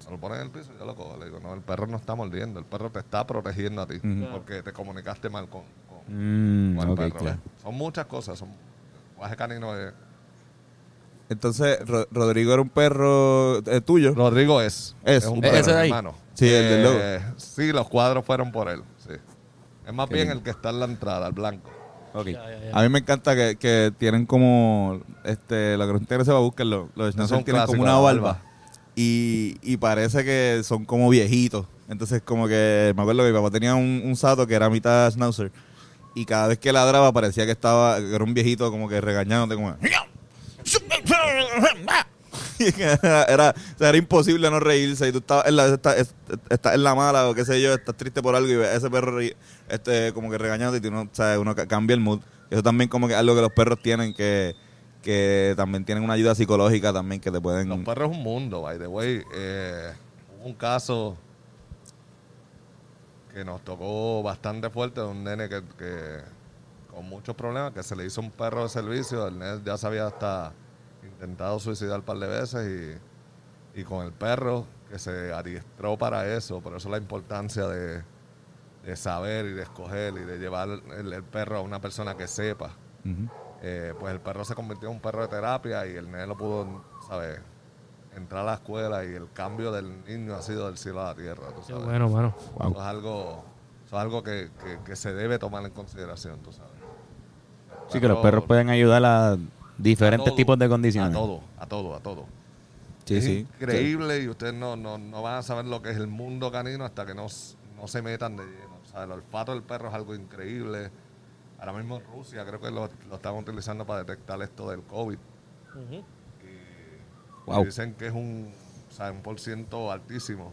[SPEAKER 4] Se lo ponen en el piso yo lo cojo. Le digo, no, el perro no está mordiendo. El perro te está protegiendo a ti porque te comunicaste mal con, con- con el
[SPEAKER 3] ok,
[SPEAKER 4] perro.
[SPEAKER 3] claro.
[SPEAKER 4] ¿ves? Son muchas cosas. Son, lenguaje canino de...
[SPEAKER 3] Entonces, Ro- Rodrigo era un perro eh, tuyo.
[SPEAKER 4] Rodrigo es.
[SPEAKER 3] Es.
[SPEAKER 4] un
[SPEAKER 3] Eh,
[SPEAKER 4] perro,
[SPEAKER 1] ese de ahí.
[SPEAKER 4] hermano. Eh,
[SPEAKER 3] Sí, el del logo.
[SPEAKER 4] Sí, los cuadros fueron por él. sí. Es más
[SPEAKER 3] Qué
[SPEAKER 4] bien
[SPEAKER 3] lindo.
[SPEAKER 4] el que está en la entrada, el blanco.
[SPEAKER 3] Ok. A mí me encanta que, que tienen como este la que se va a buscarlo. Los Schnauzer
[SPEAKER 4] un
[SPEAKER 3] tienen como
[SPEAKER 4] clásico,
[SPEAKER 3] una
[SPEAKER 4] la
[SPEAKER 3] barba.
[SPEAKER 4] barba.
[SPEAKER 3] Y, y parece que son como viejitos. Entonces, como que me acuerdo que mi papá tenía un, un sato que era mitad Schnauzer. Y cada vez que ladraba parecía que estaba que era un viejito como que regañándote como era, era, o sea, era imposible no reírse y tú estabas en la, esta- es- estás en la mala o qué sé yo, estás triste por algo y ves a ese perro ri- este, como que regañándote y tú no, o sea, uno ca- cambia el mood. Eso también como que es algo que los perros tienen que, que también tienen una ayuda psicológica también que te pueden...
[SPEAKER 4] Los perros es un mundo, by the way. Eh, hubo un caso que nos tocó bastante fuerte de un nene que, que con muchos problemas, que se le hizo un perro de servicio. El nene ya se había hasta intentado suicidar un par de veces y, y con el perro que se adiestró para eso. Por eso la importancia de, de saber y de escoger y de llevar el- el perro a una persona que sepa
[SPEAKER 3] Ujú.
[SPEAKER 4] eh, pues el perro se convirtió en un perro de terapia y el nene lo pudo, ¿sabes? Entrar a la escuela y el cambio del niño ha sido del cielo a la tierra, tú
[SPEAKER 2] Qué
[SPEAKER 4] sabes.
[SPEAKER 2] bueno, mano.
[SPEAKER 3] Wow.
[SPEAKER 4] Eso es algo, eso es algo que, que- que se debe tomar en consideración, tú sabes.
[SPEAKER 1] Sí, que los perros pueden ayudar a diferentes
[SPEAKER 4] A todo,
[SPEAKER 1] tipos de
[SPEAKER 4] A
[SPEAKER 1] condiciones.
[SPEAKER 4] todo, a todo, a todo.
[SPEAKER 3] Sí,
[SPEAKER 4] es
[SPEAKER 3] sí.
[SPEAKER 4] increíble y ustedes no, no, no van a saber lo que es el mundo canino hasta que no, s- no se metan de lleno. O sea, el olfato del perro es algo increíble. Ahora mismo en Rusia creo que lo, lo están utilizando para detectar esto del COVID. Y
[SPEAKER 3] Wow.
[SPEAKER 4] Dicen que es un, o sea, un por ciento altísimo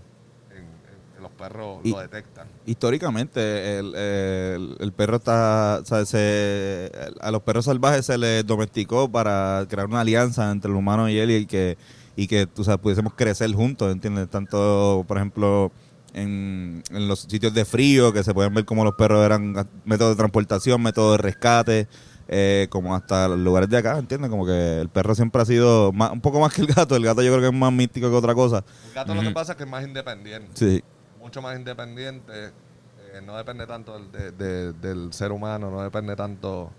[SPEAKER 4] en, en que los perros
[SPEAKER 3] Y-
[SPEAKER 4] lo detectan.
[SPEAKER 3] Históricamente el, el- el perro está, o sea, se- a los perros salvajes se les domesticó para crear una alianza entre el humano y él y que y que tú sabes, pudiésemos crecer juntos, ¿entiendes? Tanto, por ejemplo, en, en los sitios de frío que se pueden ver como los perros eran método de transportación, método de rescate, eh, como hasta los lugares de acá, ¿entiendes? Como que el perro siempre ha sido más- un poco más que el gato, el gato yo creo que es más místico que otra cosa.
[SPEAKER 4] El gato lo que pasa es que es más independiente.
[SPEAKER 3] Sí.
[SPEAKER 4] mucho más independiente, eh, no depende tanto del, de- de- del ser humano, no depende tanto...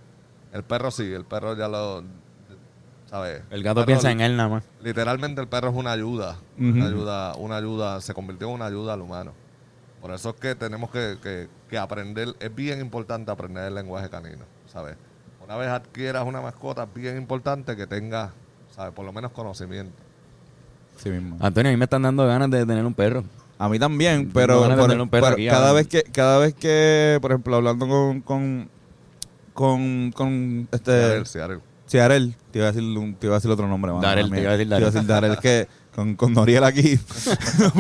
[SPEAKER 4] El perro sí, el perro ya lo... ¿Sabes?
[SPEAKER 1] El gato piensa en él nada más.
[SPEAKER 4] Literalmente el perro es una ayuda, una ayuda, una ayuda, se convirtió en una ayuda al humano. Por eso es que tenemos que, que- que aprender, es bien importante aprender el lenguaje canino, ¿sabes? Una vez adquieras una mascota, es bien importante que tengas, ¿sabes? Por lo menos conocimiento.
[SPEAKER 3] Sí mismo.
[SPEAKER 1] Antonio, a mí me están dando ganas de tener un perro.
[SPEAKER 3] A mí también, pero,
[SPEAKER 1] van a
[SPEAKER 3] por-
[SPEAKER 1] meterle un perro
[SPEAKER 3] pero
[SPEAKER 1] aquí, ah.
[SPEAKER 3] cada
[SPEAKER 1] ahora.
[SPEAKER 3] vez que, cada vez que, por ejemplo, hablando con, con, con, con este,
[SPEAKER 4] Seattle, Seattle.
[SPEAKER 3] Sí, Darel. Te iba a decir, un- te iba a decir otro nombre. mano,
[SPEAKER 1] Darel,
[SPEAKER 3] mala
[SPEAKER 1] te iba a decir
[SPEAKER 3] mía. Te iba a decir Darel, que con, con Noriel aquí.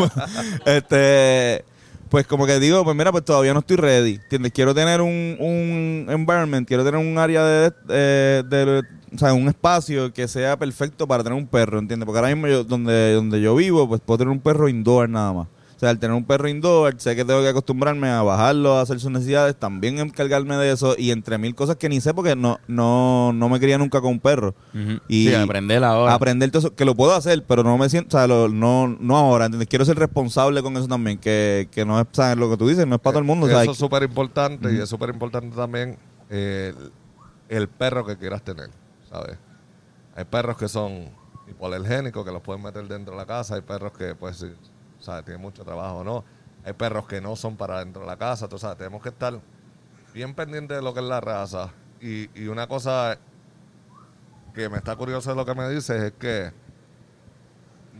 [SPEAKER 3] este, pues como que digo, pues mira, pues todavía no estoy ready. ¿Entiendes? Quiero tener un, un environment, quiero tener un área de, eh, de- O sea, un espacio que sea perfecto para tener un perro, ¿entiendes? Porque ahora mismo yo- donde, donde yo vivo, pues puedo tener un perro indoor nada más. O sea, al tener un perro indoor, sé que tengo que acostumbrarme a bajarlo, a hacer sus necesidades, también encargarme de eso y entre mil cosas que ni sé porque no, no, no me crié nunca con un perro.
[SPEAKER 1] Ujú.
[SPEAKER 3] Y-
[SPEAKER 4] ah.
[SPEAKER 1] sí, aprender ahora.
[SPEAKER 3] Aprender todo eso, que lo puedo hacer, pero no me siento, o sea, lo- no, no ahora, ¿entiendes? Quiero ser responsable con eso también, que, que no es, o sea, lo que tú dices, no es para todo el mundo, o sea,
[SPEAKER 4] Eso es súper importante y es súper importante también eh, el, el perro que quieras tener, ¿sabes? Hay perros que son hipoalergénicos, que los pueden meter dentro de la casa, hay perros que, pues, sí, ¿sabes? Tienen mucho trabajo o no. Hay perros que no son para dentro de la casa, tú sabes, tenemos que estar bien pendientes de lo que es la raza. Y, y una cosa que me está curioso de lo que me dices es que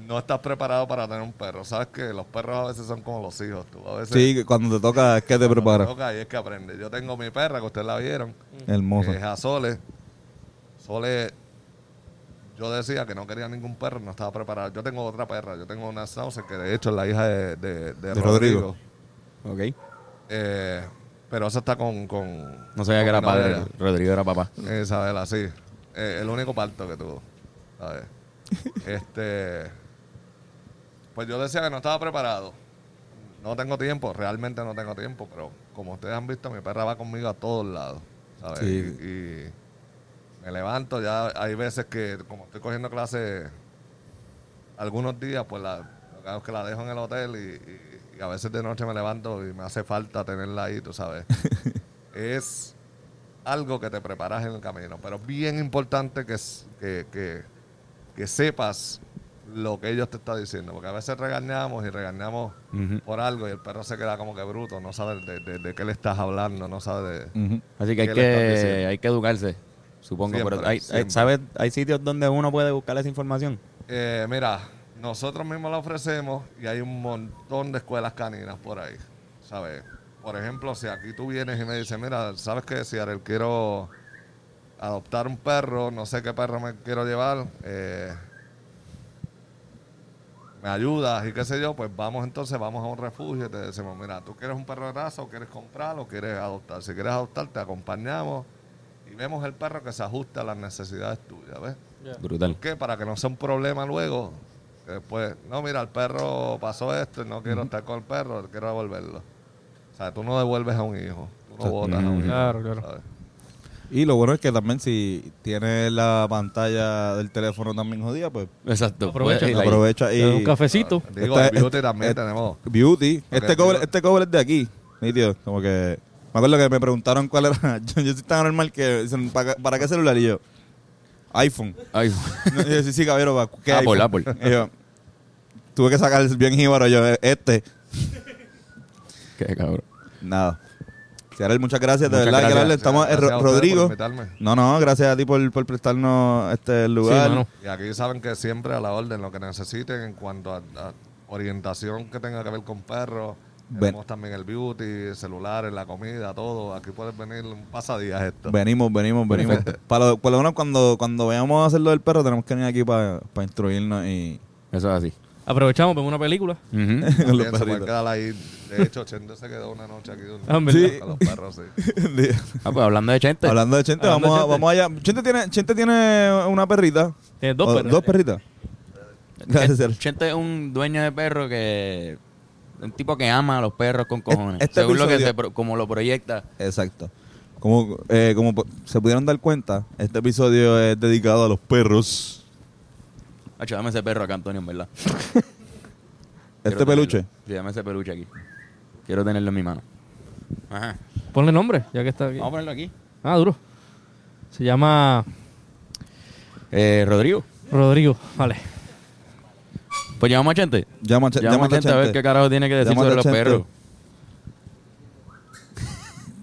[SPEAKER 4] no estás preparado para tener un perro. Sabes que los perros a veces son como los hijos, tú. A veces
[SPEAKER 3] sí, que cuando te toca es que te preparas.
[SPEAKER 4] Ok, es que aprende. Yo tengo mi perra, que ustedes la vieron, que es
[SPEAKER 3] Hermosa.
[SPEAKER 4] a Sole. Sole, yo decía que no quería ningún perro, no estaba preparado. Yo tengo otra perra, yo tengo una Schnauzer, que de hecho es la hija de, de- de
[SPEAKER 3] Rodrigo.
[SPEAKER 4] Rodrigo.
[SPEAKER 1] Ok.
[SPEAKER 4] Eh, pero esa está con... con
[SPEAKER 1] No sabía
[SPEAKER 4] con
[SPEAKER 1] que era
[SPEAKER 4] mi
[SPEAKER 1] padre.
[SPEAKER 4] novia.
[SPEAKER 1] Rodrigo era papá.
[SPEAKER 4] Isabela, sí. Eh, el único parto que tuvo. ¿sabes? este. Pues yo decía que no estaba preparado. No tengo tiempo, realmente no tengo tiempo, pero como ustedes han visto, mi perra va conmigo a todos lados. ¿sabes?
[SPEAKER 3] Sí.
[SPEAKER 4] Y, y me levanto, ya hay veces que, como estoy cogiendo clases algunos días, pues la, lo que hago es que la dejo en el hotel y- y- y a veces de noche me levanto y me hace falta tenerla ahí, tú sabes. es algo que te preparas en el camino. Pero es bien importante que, s- que, que- que sepas lo que ellos te están diciendo. Porque a veces regañamos y regañamos
[SPEAKER 1] Ujú.
[SPEAKER 4] por algo y el perro se queda como que bruto, no sabe de, de- de qué le estás hablando, no sabe de...
[SPEAKER 3] Ujú.
[SPEAKER 1] Así que hay
[SPEAKER 4] ¿Qué le están
[SPEAKER 1] que,
[SPEAKER 4] diciendo?
[SPEAKER 1] hay que educarse, supongo.
[SPEAKER 4] Siempre,
[SPEAKER 1] pero hay, hay-
[SPEAKER 4] siempre.
[SPEAKER 1] ¿sabes? Hay sitios donde uno puede buscar esa información.
[SPEAKER 4] Eh, mira, nosotros mismos la ofrecemos y hay un montón de escuelas caninas por ahí, ¿sabes? Por ejemplo, si aquí tú vienes y me dices, mira, ¿sabes qué? Si Ariel quiero adoptar un perro, no sé qué perro me quiero llevar, eh, me ayudas y qué sé yo, pues vamos entonces, vamos a un refugio y te decimos, mira, ¿tú quieres un perro de raza o quieres comprarlo o quieres adoptar? Si quieres adoptar, te acompañamos y vemos el perro que se ajusta a las necesidades tuyas, ¿ves?
[SPEAKER 1] Brutal.
[SPEAKER 4] ¿Por qué? Para que no sea un problema luego. Que Después, no, mira, el perro pasó esto y no quiero estar con el perro, quiero devolverlo. O sea, tú no devuelves a un hijo, tú no botas a un hijo.
[SPEAKER 2] Claro, claro.
[SPEAKER 4] ¿sabes?
[SPEAKER 3] Y lo bueno es que también si tienes la pantalla del teléfono tambibién jodida, pues
[SPEAKER 1] Exacto.
[SPEAKER 2] Aprovecha.
[SPEAKER 1] Puedes ir ahí.
[SPEAKER 3] aprovecha y... Este
[SPEAKER 2] Te doy un cafecito.
[SPEAKER 4] Digo,
[SPEAKER 3] Esta-
[SPEAKER 4] el beauty
[SPEAKER 3] esta-
[SPEAKER 4] también
[SPEAKER 3] esta-
[SPEAKER 4] tenemos.
[SPEAKER 3] Beauty. Este,
[SPEAKER 4] Ok,
[SPEAKER 3] cover,
[SPEAKER 4] pero-
[SPEAKER 3] este cover es de aquí. Nítido. Como que. Me acuerdo que me preguntaron cuál era. Yo, yo soy tan normal que dicen, ¿para, para qué celular? Y yo, iPhone.
[SPEAKER 1] Ay,
[SPEAKER 3] Y yo, sí, sí, caballero, ¿para qué
[SPEAKER 4] Ah,
[SPEAKER 1] Apple,
[SPEAKER 3] iPhone?" Y yo, tuve que sacar el bien jíbaro yo, "Eh, este.
[SPEAKER 1] qué cabrón.
[SPEAKER 3] Nada. Ciarel, muchas gracias, de
[SPEAKER 1] Muchas
[SPEAKER 3] verdad.
[SPEAKER 1] gracias.
[SPEAKER 3] Gracias. Estamos, eh,
[SPEAKER 4] Gracias a
[SPEAKER 3] Ro-
[SPEAKER 4] ustedes
[SPEAKER 3] Rodrigo.
[SPEAKER 4] por invitarme.
[SPEAKER 3] No, no, gracias a ti por, por prestarnos este
[SPEAKER 2] Sí,
[SPEAKER 3] lugar.
[SPEAKER 2] mano.
[SPEAKER 4] Y aquí saben que siempre a la orden, lo que necesiten en cuanto a, a orientación que tenga que ver con perros.
[SPEAKER 3] Ven.
[SPEAKER 4] Tenemos también el beauty, celulares, la comida, todo. Aquí puedes venir un pasadías esto.
[SPEAKER 3] Venimos, venimos, venimos. Para, lo- por lo menos cuando, cuando vayamos a hacer lo del perro, tenemos que venir aquí para instruirnos y.
[SPEAKER 1] Eso es así.
[SPEAKER 2] Aprovechamos, vemos una película.
[SPEAKER 3] con
[SPEAKER 1] Ujú.
[SPEAKER 4] También
[SPEAKER 3] los
[SPEAKER 4] se pueden
[SPEAKER 3] perritos.
[SPEAKER 4] quedar ahí. De hecho, Chende se quedó una noche aquí durmiendo
[SPEAKER 2] Ah, en verdad.
[SPEAKER 4] con los perros, sí.
[SPEAKER 1] Ah, pues hablando de gente.
[SPEAKER 3] Hablando de Chente,
[SPEAKER 2] Hablando
[SPEAKER 3] vamos,
[SPEAKER 2] de
[SPEAKER 3] a- vamos allá. Chente tiene, Chente tiene una perrita.
[SPEAKER 2] Tienes dos
[SPEAKER 3] O-
[SPEAKER 2] perros.
[SPEAKER 3] Dos perritas. Gracias, Ser.
[SPEAKER 1] Chente es un dueño de perro que. Un tipo que ama a los perros con cojones.
[SPEAKER 3] este
[SPEAKER 1] según lo que
[SPEAKER 3] episodio-
[SPEAKER 1] se pro- como lo proyecta.
[SPEAKER 3] Exacto. Como, eh, como po- se pudieron dar cuenta, este episodio es dedicado a los perros.
[SPEAKER 1] Hacho, dame ese perro acá, Antonio, en verdad. Quiero
[SPEAKER 3] Este
[SPEAKER 1] tenerlo.
[SPEAKER 3] peluche.
[SPEAKER 1] Sí, dame ese Este peluche aquí. Quiero tenerlo en mi mano. Ajá.
[SPEAKER 2] Ponle nombre, ya que está aquí.
[SPEAKER 1] Vamos a ponerlo aquí.
[SPEAKER 2] Ah, duro. Se llama
[SPEAKER 1] Eh, Rodrigo.
[SPEAKER 2] Rodrigo. Vale.
[SPEAKER 1] Pues llamamos a Chente.
[SPEAKER 3] Llama, a Ch-
[SPEAKER 1] Llamamos a
[SPEAKER 3] llámate
[SPEAKER 1] Chente a ver qué carajo tiene que decir
[SPEAKER 3] Llámate
[SPEAKER 1] sobre
[SPEAKER 3] a
[SPEAKER 1] los
[SPEAKER 3] Chente.
[SPEAKER 1] perros.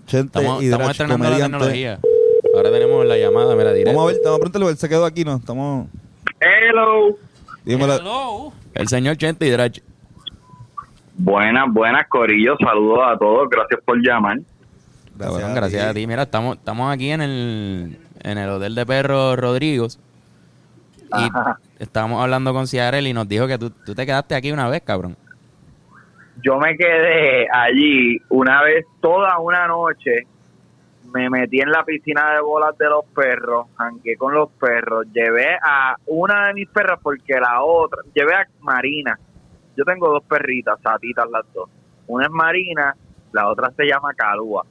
[SPEAKER 3] Chente
[SPEAKER 1] Estamos,
[SPEAKER 3] y
[SPEAKER 1] estamos
[SPEAKER 3] Drach,
[SPEAKER 1] estrenando la
[SPEAKER 3] comediante.
[SPEAKER 1] tecnología. Ahora tenemos la llamada, mira, directa.
[SPEAKER 3] Vamos a ver, vamos a preguntarle, él se quedó aquí, ¿no? Estamos...
[SPEAKER 6] Hello.
[SPEAKER 3] Dímelo.
[SPEAKER 1] El señor Chente Hidrach.
[SPEAKER 6] Buenas, buenas, Corillo. Saludos a todos. Gracias por llamar.
[SPEAKER 1] Gracias, gracias a ti. Mira, estamos, estamos aquí en el, en el Hotel de Perros Rodríguez. Y estábamos hablando con Ciarel y nos dijo que tú, tú te quedaste aquí una vez, cabrón.
[SPEAKER 6] Yo me quedé allí una vez, toda una noche. Me metí en la piscina de bolas de los perros, jangué con los perros. Llevé a una de mis perras porque la otra, llevé a Marina. Yo tengo dos perritas, satitas las dos. Una es Marina, la otra se llama Calúa.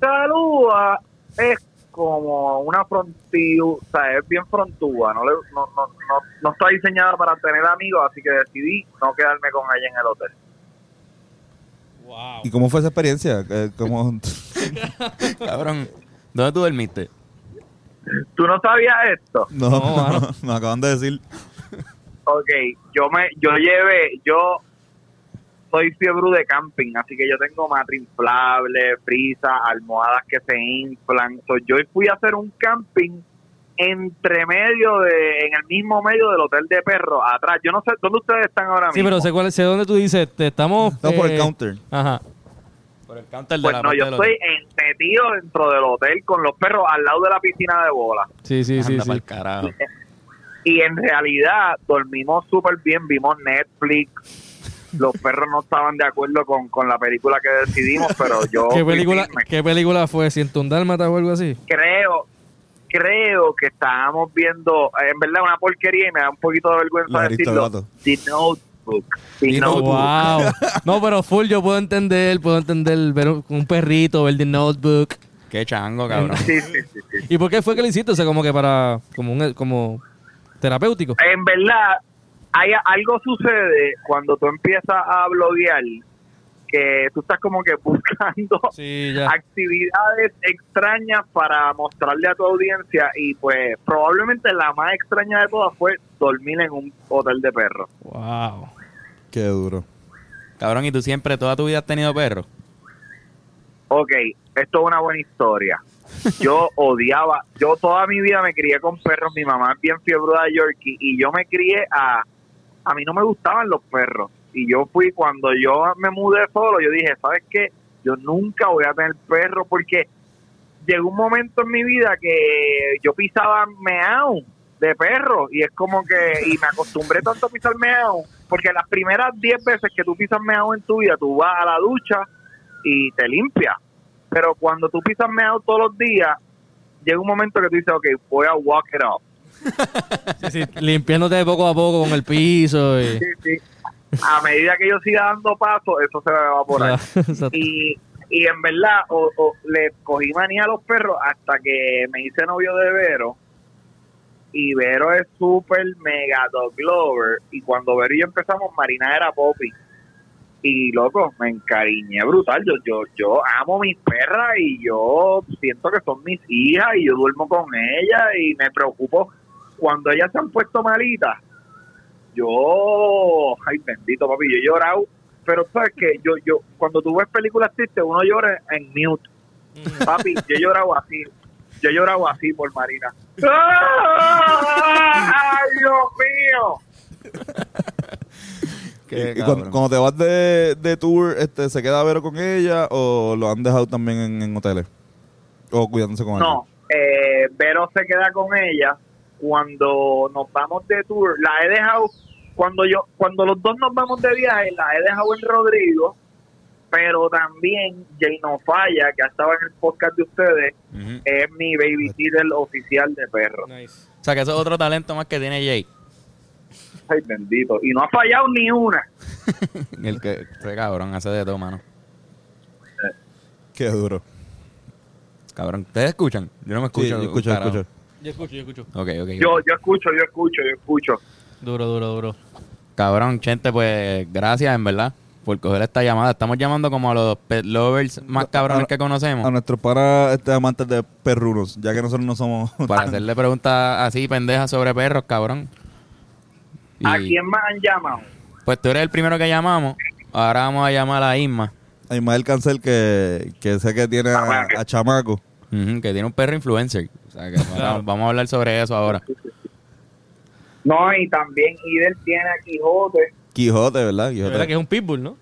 [SPEAKER 6] Calúa es como una frontú, o sea, es bien frontúa, no, le- no, no, no, no está diseñada para tener amigos, así que decidí no quedarme con ella en el hotel.
[SPEAKER 3] ¿Y cómo fue esa experiencia? Eh, ¿Cómo?
[SPEAKER 1] Cabrón, ¿dónde tú dormiste?
[SPEAKER 6] ¿Tú no sabías esto?
[SPEAKER 3] No, no, nos acaban de decir.
[SPEAKER 6] Ok, yo me, yo llevé, yo soy fiebre de camping, así que yo tengo matra inflable, frisa, almohadas que se inflan. So, yo fui a hacer un camping entre medio de, en el mismo medio del hotel de perro, atrás. Yo no sé dónde ustedes están ahora
[SPEAKER 2] Sí,
[SPEAKER 6] mismo.
[SPEAKER 2] pero sé, cuál, sé dónde tú dices, te estamos...
[SPEAKER 3] Estamos por el
[SPEAKER 2] eh,
[SPEAKER 3] counter.
[SPEAKER 2] Ajá.
[SPEAKER 1] Por el counter de
[SPEAKER 6] Pues
[SPEAKER 1] la
[SPEAKER 6] no,
[SPEAKER 1] parte
[SPEAKER 6] yo
[SPEAKER 1] del
[SPEAKER 6] estoy
[SPEAKER 1] hotel.
[SPEAKER 6] en- metido dentro del hotel con los perros al lado de la piscina de bola.
[SPEAKER 2] Sí, sí, sí,
[SPEAKER 1] Anda
[SPEAKER 2] sí.
[SPEAKER 1] pa'l carajo.
[SPEAKER 6] Y en realidad dormimos súper bien, vimos Netflix. Los perros no estaban de acuerdo con, con la película que decidimos, pero yo
[SPEAKER 2] ¿Qué
[SPEAKER 6] fui
[SPEAKER 2] película,
[SPEAKER 6] firme.
[SPEAKER 2] ¿Qué película fue? ¿Siento un dálmata o algo así?
[SPEAKER 6] creo creo que estábamos viendo, eh, en verdad, una porquería y me da un poquito de vergüenza
[SPEAKER 3] Los
[SPEAKER 6] decirlo.
[SPEAKER 3] Aristogatos.
[SPEAKER 6] The Notebook. The
[SPEAKER 1] The
[SPEAKER 6] Notebook.
[SPEAKER 2] Wow. No, pero full yo puedo entender, puedo entender ver un un perrito, ver The Notebook.
[SPEAKER 1] Qué chango, cabrón.
[SPEAKER 6] Sí, sí, sí, sí.
[SPEAKER 2] ¿Y por qué fue que lo hiciste? O sea, como que para... Como un... Como terapéutico.
[SPEAKER 6] en verdad, hay algo sucede cuando tú empiezas a bloguear que tú estás como que buscando
[SPEAKER 2] Sí, ya.
[SPEAKER 6] actividades extrañas para mostrarle a tu audiencia y pues probablemente la más extraña de todas fue dormir en un hotel de perros.
[SPEAKER 2] Wow.
[SPEAKER 3] Qué duro.
[SPEAKER 1] Cabrón, ¿y tú siempre, toda tu vida has tenido perros?
[SPEAKER 6] ok, esto es una buena historia. Yo odiaba, yo toda mi vida me crié con perros, mi mamá es bien fiebre de Yorkie y yo me crié a, a mí no me gustaban los perros y yo fui cuando yo me mudé solo, yo dije, ¿sabes qué? Yo nunca voy a tener perro porque llegó un momento en mi vida que yo pisaba meao de perro y es como que y me acostumbré tanto a pisar meao porque las primeras 10 veces que tú pisas meao en tu vida tú vas a la ducha y te limpia pero cuando tú pisas meao todos los días llega un momento que tú dices ok voy a walk it up
[SPEAKER 2] Sí, sí, limpiándote poco a poco con el piso. Y...
[SPEAKER 6] Sí, sí. a medida que yo siga dando pasos eso se va a evaporar
[SPEAKER 2] Exacto.
[SPEAKER 6] y, y en verdad o, o le cogí manía a los perros hasta que me hice novio de Vero y Vero es súper mega dog lover y cuando Vero y yo empezamos Marina era Poppy y loco me encariñé brutal yo yo yo amo mis perras y yo siento que son mis hijas y yo duermo con ellas y me preocupo cuando ellas se han puesto malitas yo ay bendito papi yo he llorado pero sabes que yo yo cuando tú ves películas tristes uno llora en mute papi yo he llorado así yo he llorado así por Marina ay Dios mío
[SPEAKER 1] Qué
[SPEAKER 3] y cuando,
[SPEAKER 1] cabrón.
[SPEAKER 3] cuando te vas de, de tour, este, ¿se queda Vero con ella o lo han dejado también en, en hoteles? ¿O cuidándose con
[SPEAKER 6] No, eh, Vero se queda con ella cuando nos vamos de tour. La he dejado cuando yo, cuando los dos nos vamos de viaje, la he dejado en Rodrigo, pero también Jay No Falla, que ha estado en el podcast de ustedes,
[SPEAKER 1] Ujú.
[SPEAKER 6] es mi babysitter oficial de perro.
[SPEAKER 2] Nice.
[SPEAKER 1] O sea, que eso es otro talento más que tiene Jay.
[SPEAKER 6] Ay, bendito. Y no ha fallado ni una.
[SPEAKER 1] El que, ese cabrón hace de todo, mano.
[SPEAKER 3] alguien? Qué duro.
[SPEAKER 1] Cabrón, ¿ustedes escuchan? Yo no me escucho.
[SPEAKER 3] Sí, yo escucho,
[SPEAKER 1] carajo.
[SPEAKER 3] escucho.
[SPEAKER 2] Yo escucho, yo escucho.
[SPEAKER 1] Ok, ok.
[SPEAKER 6] Yo, yo escucho, yo escucho, yo escucho.
[SPEAKER 2] Duro, duro, duro.
[SPEAKER 1] Cabrón, Chente, pues gracias, en verdad, por coger esta llamada. Estamos llamando como a los pet lovers más cabrones que
[SPEAKER 3] A
[SPEAKER 1] conocemos
[SPEAKER 3] nuestros para este, amantes de perrunos, ya que nosotros no somos.
[SPEAKER 1] para hacerle preguntas así pendejas sobre perros, cabrón. Y,
[SPEAKER 6] ¿A quién más han llamado?
[SPEAKER 1] Pues tú eres el primero que llamamos. Ahora vamos a llamar a Isma,
[SPEAKER 3] A Ismael Cancel, que, que sé que tiene a, a Chamaco.
[SPEAKER 1] ujú, que tiene un perro influencer. O sea, que ahora
[SPEAKER 2] Claro.
[SPEAKER 1] vamos a hablar sobre eso ahora.
[SPEAKER 6] No, y también Ider tiene a Quijote.
[SPEAKER 3] Quijote, ¿verdad? Quijote.
[SPEAKER 2] verdad que es un pitbull, ¿no?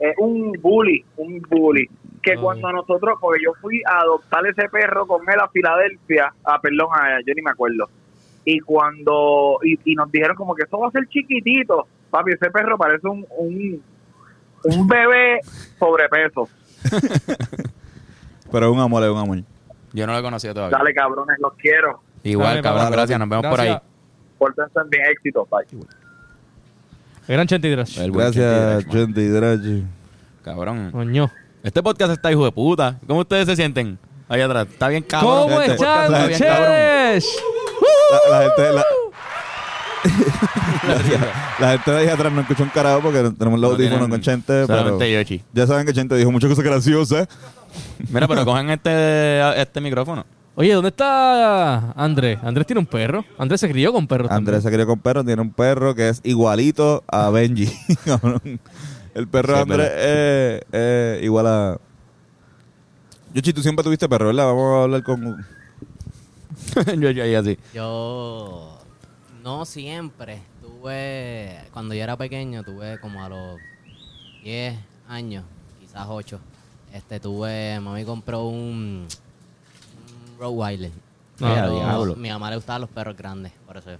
[SPEAKER 6] es un bully, un bully. Que
[SPEAKER 2] Ah.
[SPEAKER 6] cuando nosotros, porque yo fui a adoptar ese perro con él a Filadelfia, a perdón, a, yo ni me acuerdo. Y cuando, y, y nos dijeron como que eso va a ser chiquitito. Papi, ese perro parece un, un, un bebé sobrepeso.
[SPEAKER 3] Pero es un amor, es un amor.
[SPEAKER 1] Yo no lo he conocido todavía.
[SPEAKER 6] Dale, cabrones, los quiero.
[SPEAKER 1] Igual,
[SPEAKER 2] Dale,
[SPEAKER 1] cabrón,
[SPEAKER 2] papá.
[SPEAKER 1] gracias. Nos vemos por ahí.
[SPEAKER 2] Gracias.
[SPEAKER 6] Pórtense bien, éxito. Bye.
[SPEAKER 2] El gran Chentidras.
[SPEAKER 1] El buen
[SPEAKER 3] Gracias,
[SPEAKER 1] Chente Drash, man.
[SPEAKER 3] Chente y Drachi.
[SPEAKER 1] Cabrón.
[SPEAKER 2] Coño.
[SPEAKER 1] Este podcast está hijo de puta. ¿Cómo ustedes se sienten? Ahí atrás. Está bien cabrón.
[SPEAKER 2] ¿Cómo
[SPEAKER 3] este
[SPEAKER 2] están ¡Uh!
[SPEAKER 3] podcast está bien,
[SPEAKER 2] ustedes?
[SPEAKER 3] La, la gente, la, la- la gente de ahí atrás no escuchó un carajo porque no tenemos el audífono
[SPEAKER 1] tienen-
[SPEAKER 3] con Chente. Pero
[SPEAKER 1] solamente Yoshi.
[SPEAKER 3] ya saben que Chente dijo muchas cosas graciosas.
[SPEAKER 1] Mira, pero cojan este, este micrófono.
[SPEAKER 2] Oye, ¿dónde está Andrés? Andrés tiene un perro. Andrés se crió con perros.
[SPEAKER 3] Andrés
[SPEAKER 2] también.
[SPEAKER 3] se crió con perro, tiene un perro que es igualito a Benji. cabrón. el perro de
[SPEAKER 1] Sí, es
[SPEAKER 3] Andrés es es igual a. Yochi, tú siempre tuviste perro, ¿verdad? Vamos a hablar con.
[SPEAKER 1] Yoshi ahí así.
[SPEAKER 5] Yo no siempre tuve, cuando yo era pequeño, tuve como a los 10 años, quizás 8. Este tuve, mami compró un, un Rottweiler.
[SPEAKER 2] Ah,
[SPEAKER 5] Pero
[SPEAKER 1] diablo.
[SPEAKER 5] mi mamá le gustaban los perros grandes, por eso.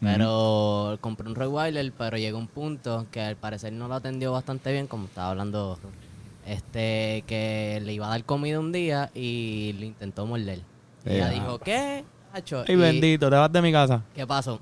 [SPEAKER 5] Pero compré un Rottweiler, pero llegó un punto que al parecer no lo atendió bastante bien, como estaba hablando, este que le iba a dar comida un día y lo intentó morder. Y ella
[SPEAKER 1] Ya.
[SPEAKER 5] dijo, ¿qué? macho?"
[SPEAKER 1] Ay,
[SPEAKER 5] Y-
[SPEAKER 1] bendito, te vas de mi casa.
[SPEAKER 5] ¿Qué pasó?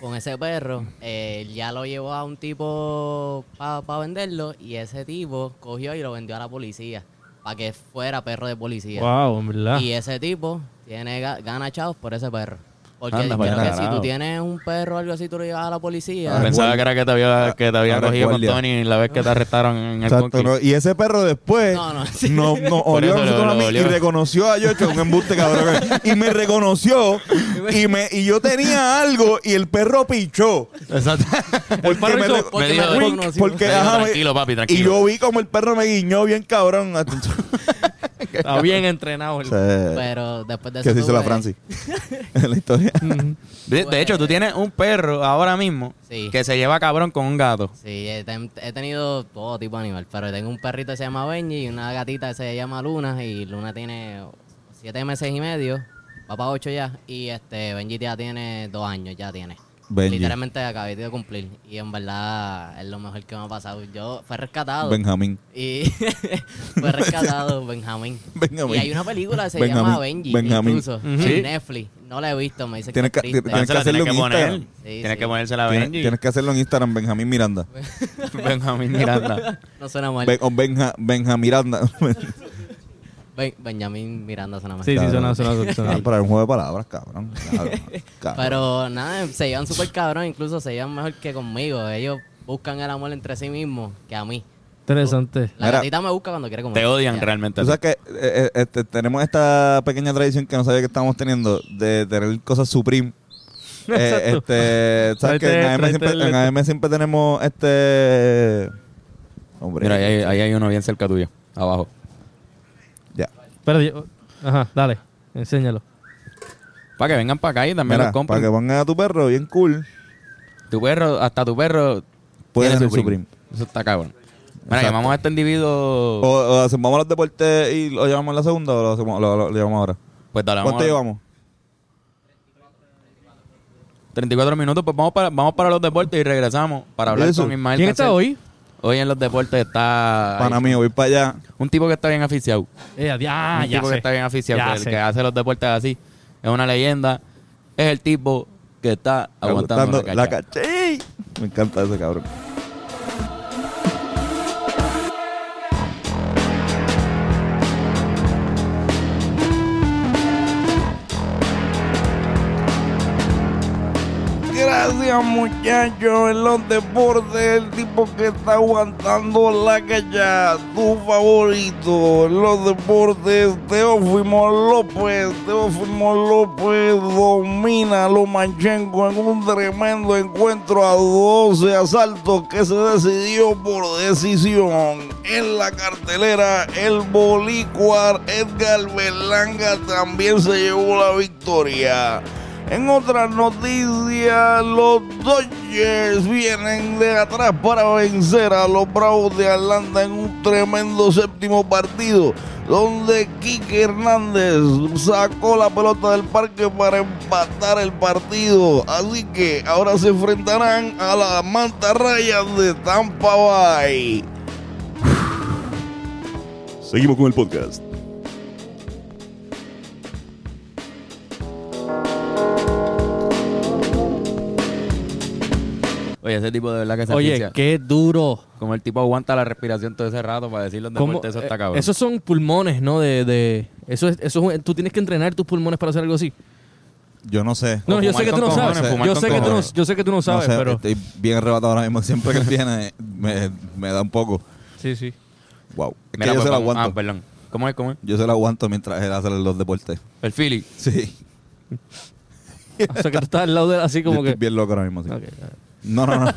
[SPEAKER 5] Con ese perro, eh, ya lo llevó a un tipo para venderlo y ese tipo cogió y lo vendió a la policía para que fuera perro de policía.
[SPEAKER 2] Wow, en verdad.
[SPEAKER 5] Y ese tipo tiene ga- gana chavos por ese perro. Porque
[SPEAKER 1] Anda, pues,
[SPEAKER 5] creo
[SPEAKER 1] vaya
[SPEAKER 5] que si
[SPEAKER 1] carajo.
[SPEAKER 5] tú tienes un perro o algo así, tú lo llevas a la policía.
[SPEAKER 3] Ah,
[SPEAKER 1] Pensaba
[SPEAKER 3] guardia.
[SPEAKER 1] que era que te había, que te había
[SPEAKER 3] Ahora es
[SPEAKER 1] cogido con
[SPEAKER 3] guardia.
[SPEAKER 1] Tony la vez que te arrestaron en el
[SPEAKER 3] Exacto,
[SPEAKER 1] Conquist.
[SPEAKER 3] ¿no? Y ese perro después
[SPEAKER 5] No, no, sí.
[SPEAKER 3] no, no,
[SPEAKER 1] Por
[SPEAKER 3] olió a
[SPEAKER 1] eso lo-
[SPEAKER 3] nosotros a
[SPEAKER 1] lo
[SPEAKER 3] mí y
[SPEAKER 1] olió.
[SPEAKER 3] reconoció a Yocho un embuste cabrón. Y me reconoció y me y yo tenía algo y el perro pichó.
[SPEAKER 1] Exacto.
[SPEAKER 3] Porque me,
[SPEAKER 2] hizo-
[SPEAKER 3] re-
[SPEAKER 5] porque
[SPEAKER 1] me
[SPEAKER 5] me
[SPEAKER 1] dijo-
[SPEAKER 5] reconoció.
[SPEAKER 3] porque,
[SPEAKER 1] Me dijo,
[SPEAKER 3] ajá, me-
[SPEAKER 1] tranquilo, papi, tranquilo.
[SPEAKER 3] Y yo vi como el perro me guiñó bien cabrón.
[SPEAKER 2] Está bien entrenado. el-
[SPEAKER 3] O sea,
[SPEAKER 5] Pero después de eso.
[SPEAKER 3] que se hizo la
[SPEAKER 5] tuve-
[SPEAKER 3] Francis en la historia.
[SPEAKER 1] De, de hecho, tú tienes un perro ahora mismo
[SPEAKER 5] Sí.
[SPEAKER 1] que se lleva cabrón con un gato.
[SPEAKER 5] Sí, he, ten- he tenido todo tipo de animal, pero tengo un perrito que se llama Benji y una gatita que se llama Luna y Luna tiene siete meses y medio, va para ocho ya y este Benji ya tiene dos años, ya tiene.
[SPEAKER 3] Benji.
[SPEAKER 5] Literalmente acabé de cumplir y en verdad es lo mejor que me ha pasado. Yo fue rescatado
[SPEAKER 3] Benjamín.
[SPEAKER 5] y fue rescatado Benjamín.
[SPEAKER 3] Benjamín.
[SPEAKER 5] Y hay una película que se
[SPEAKER 3] Benjamín,
[SPEAKER 5] llama Benji,
[SPEAKER 3] Benjamín.
[SPEAKER 5] incluso en
[SPEAKER 1] Sí.
[SPEAKER 5] Netflix. No la he visto, me dice que
[SPEAKER 3] Tienes
[SPEAKER 5] es
[SPEAKER 3] que-
[SPEAKER 5] triste.
[SPEAKER 3] tienes-
[SPEAKER 1] Se la
[SPEAKER 3] hacerle un
[SPEAKER 1] que poner.
[SPEAKER 3] Instagram.
[SPEAKER 5] Sí,
[SPEAKER 1] tienes
[SPEAKER 5] sí.
[SPEAKER 1] que ponérsela a
[SPEAKER 3] Tienes,
[SPEAKER 1] Benji.
[SPEAKER 3] tienes que hacerlo en Instagram, Benjamín Miranda.
[SPEAKER 1] Benjamín Miranda.
[SPEAKER 5] No suena mal.
[SPEAKER 3] Ben- o Benja, Benja Miranda.
[SPEAKER 5] Ben- Benjamín Miranda suena mal.
[SPEAKER 2] Sí, sí, suena, suena, suena.
[SPEAKER 3] Ah, pero es un juego de palabras, cabrón. Cabrón. Cabrón.
[SPEAKER 5] Pero nada, se llevan súper cabrón, incluso se llevan mejor que conmigo. Ellos buscan el amor entre sí mismos que a mí.
[SPEAKER 2] Interesante.
[SPEAKER 5] La
[SPEAKER 3] Mira.
[SPEAKER 5] gatita me busca cuando quiere comer.
[SPEAKER 1] Te odian
[SPEAKER 5] Ya.
[SPEAKER 1] realmente.
[SPEAKER 3] Tú sabes que eh, eh, este, tenemos esta pequeña tradición que no sabía que estábamos teniendo de tener cosas Supreme. Eh,
[SPEAKER 2] Exacto.
[SPEAKER 3] este, sabes que en
[SPEAKER 2] Tráete-
[SPEAKER 3] AM, siempre,
[SPEAKER 2] tráete el-
[SPEAKER 3] en AM siempre tenemos este. Hombre,
[SPEAKER 1] Mira, ahí, hay- ahí hay uno bien cerca tuyo, abajo.
[SPEAKER 3] ya.
[SPEAKER 2] Espérate, yo- Ajá, dale. Enséñalo.
[SPEAKER 1] Para que vengan para acá y también
[SPEAKER 3] Mira,
[SPEAKER 1] los
[SPEAKER 3] para
[SPEAKER 1] compren.
[SPEAKER 3] que pongan a tu perro bien cool.
[SPEAKER 1] Tu perro, hasta tu perro.
[SPEAKER 3] Puede
[SPEAKER 1] tiene
[SPEAKER 3] ser Supreme.
[SPEAKER 1] Eso está cabrón. Mira,
[SPEAKER 3] Exacto.
[SPEAKER 1] llamamos a este
[SPEAKER 3] O,
[SPEAKER 1] individuo.
[SPEAKER 3] o hacemos los deportes y lo llevamos en la segunda o lo, hacemos, lo, lo- lo llevamos ahora.
[SPEAKER 1] pues dale, vamos
[SPEAKER 3] ¿Cuánto
[SPEAKER 1] a-
[SPEAKER 3] llevamos?
[SPEAKER 1] 34 minutos. Pues vamos para, vamos para los deportes y regresamos para hablar
[SPEAKER 3] Eso.
[SPEAKER 1] con Ismael.
[SPEAKER 2] ¿Quién está
[SPEAKER 1] Cancel.
[SPEAKER 2] hoy?
[SPEAKER 1] Hoy en los deportes está.
[SPEAKER 3] Para mí, voy para allá.
[SPEAKER 1] Un tipo que está bien aficiado.
[SPEAKER 2] Eh, ya,
[SPEAKER 1] un
[SPEAKER 2] ya
[SPEAKER 1] tipo
[SPEAKER 2] sé.
[SPEAKER 1] que está bien aficiado,
[SPEAKER 2] Ya
[SPEAKER 1] que, el
[SPEAKER 2] sé.
[SPEAKER 1] que hace los deportes así. Es una leyenda. Es el tipo que está aguantando
[SPEAKER 3] Aguantando
[SPEAKER 1] la
[SPEAKER 3] la
[SPEAKER 1] cacha.
[SPEAKER 3] cacha. ¡Ey! Me encanta ese cabrón. Gracias muchachos en los deportes, el tipo que está aguantando la cacha, tu favorito en los deportes, Teófimo López, Teófimo López domina a Lomachenko en un tremendo encuentro a 12 asaltos que se decidió por decisión. En la cartelera el Bolícuar Edgar Berlanga también se llevó la victoria. En otras noticias, los Dodgers vienen de atrás para vencer a los Bravos de Atlanta en un tremendo séptimo partido, donde Kike Hernández sacó la pelota del parque para empatar el partido. Así que ahora se enfrentarán a las mantarrayas de Tampa Bay. Seguimos con el podcast.
[SPEAKER 1] Oye, ese tipo de verdad que se
[SPEAKER 2] Oye,
[SPEAKER 1] asfixia.
[SPEAKER 2] qué duro.
[SPEAKER 1] Como el tipo aguanta la respiración todo ese rato para decirle un
[SPEAKER 2] ¿Cómo-
[SPEAKER 1] deporte, eso está
[SPEAKER 2] eh,
[SPEAKER 1] cabrón.
[SPEAKER 2] esos son pulmones, ¿no? De, de- eso es, eso es un- tú tienes que entrenar tus pulmones para hacer algo así.
[SPEAKER 3] Yo no sé.
[SPEAKER 2] No,
[SPEAKER 1] O
[SPEAKER 2] yo
[SPEAKER 1] fumar
[SPEAKER 2] sé que tú
[SPEAKER 1] con
[SPEAKER 2] no
[SPEAKER 1] cojones,
[SPEAKER 2] sabes.
[SPEAKER 1] fumar
[SPEAKER 2] Yo
[SPEAKER 1] con
[SPEAKER 2] sé que tú no,
[SPEAKER 1] cojones.
[SPEAKER 2] yo sé que tú no sabes,
[SPEAKER 3] No sé,
[SPEAKER 2] pero
[SPEAKER 3] Estoy bien arrebatado ahora mismo. Siempre que él viene me, me da un poco.
[SPEAKER 2] sí, sí.
[SPEAKER 3] Wow. Es que
[SPEAKER 1] Mira,
[SPEAKER 3] yo
[SPEAKER 1] pues,
[SPEAKER 3] se lo
[SPEAKER 1] vamos-
[SPEAKER 3] aguanto.
[SPEAKER 1] Ah, perdón. ¿Cómo es? ¿Cómo es?
[SPEAKER 3] Yo se lo aguanto mientras él hace los deportes.
[SPEAKER 1] El Philly.
[SPEAKER 3] Sí.
[SPEAKER 2] O sea que tú estás al lado de él así como
[SPEAKER 3] yo
[SPEAKER 2] que
[SPEAKER 3] estoy bien loco ahora mismo. sí.
[SPEAKER 2] Ok.
[SPEAKER 3] No, no, no.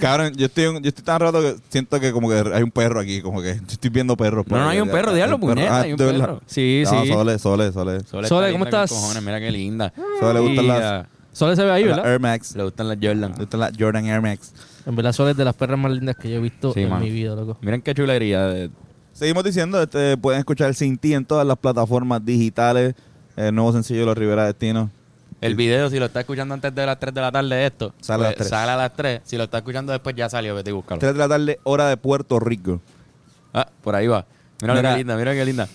[SPEAKER 3] Cabrón, yo estoy, yo estoy tan rato que siento que como que hay un perro aquí. Como que estoy viendo perros. pues,
[SPEAKER 1] No, no hay un perro, diablo, puñeta, hay un
[SPEAKER 3] ah, de verdad.
[SPEAKER 1] perro.
[SPEAKER 2] Sí,
[SPEAKER 3] No,
[SPEAKER 2] sí.
[SPEAKER 3] Sole, Sole, Sole.
[SPEAKER 1] Sole,
[SPEAKER 2] Sole,
[SPEAKER 1] está
[SPEAKER 2] ¿cómo
[SPEAKER 1] linda con
[SPEAKER 2] estás?
[SPEAKER 1] cojones, mira qué linda.
[SPEAKER 3] Sole le gustan
[SPEAKER 1] Y,
[SPEAKER 3] las,
[SPEAKER 1] ah,
[SPEAKER 2] Solo se ve ahí,
[SPEAKER 3] las
[SPEAKER 2] ¿verdad?
[SPEAKER 3] Air Max.
[SPEAKER 1] Le gustan las
[SPEAKER 3] Le
[SPEAKER 1] Jordan.
[SPEAKER 3] gustan las Jordan Air Max.
[SPEAKER 2] En verdad, Sol es de las perras más lindas que yo he visto
[SPEAKER 1] Sí,
[SPEAKER 2] en
[SPEAKER 1] mano.
[SPEAKER 2] mi vida, loco.
[SPEAKER 1] Miren qué chulería. de-
[SPEAKER 3] Seguimos diciendo, este, pueden escuchar Sin Ti en todas las plataformas digitales. El nuevo sencillo de los Rivera Destino.
[SPEAKER 1] El video, si lo está escuchando antes de las 3 de la tarde, esto
[SPEAKER 3] Sale a las 3.
[SPEAKER 1] pues, sale a las 3. Si lo está escuchando después, ya salió. Vete y búscalo.
[SPEAKER 3] 3 de la tarde, hora de Puerto Rico.
[SPEAKER 1] Ah, por ahí va. Mira, lo
[SPEAKER 3] Mira.
[SPEAKER 1] qué linda, mira qué linda.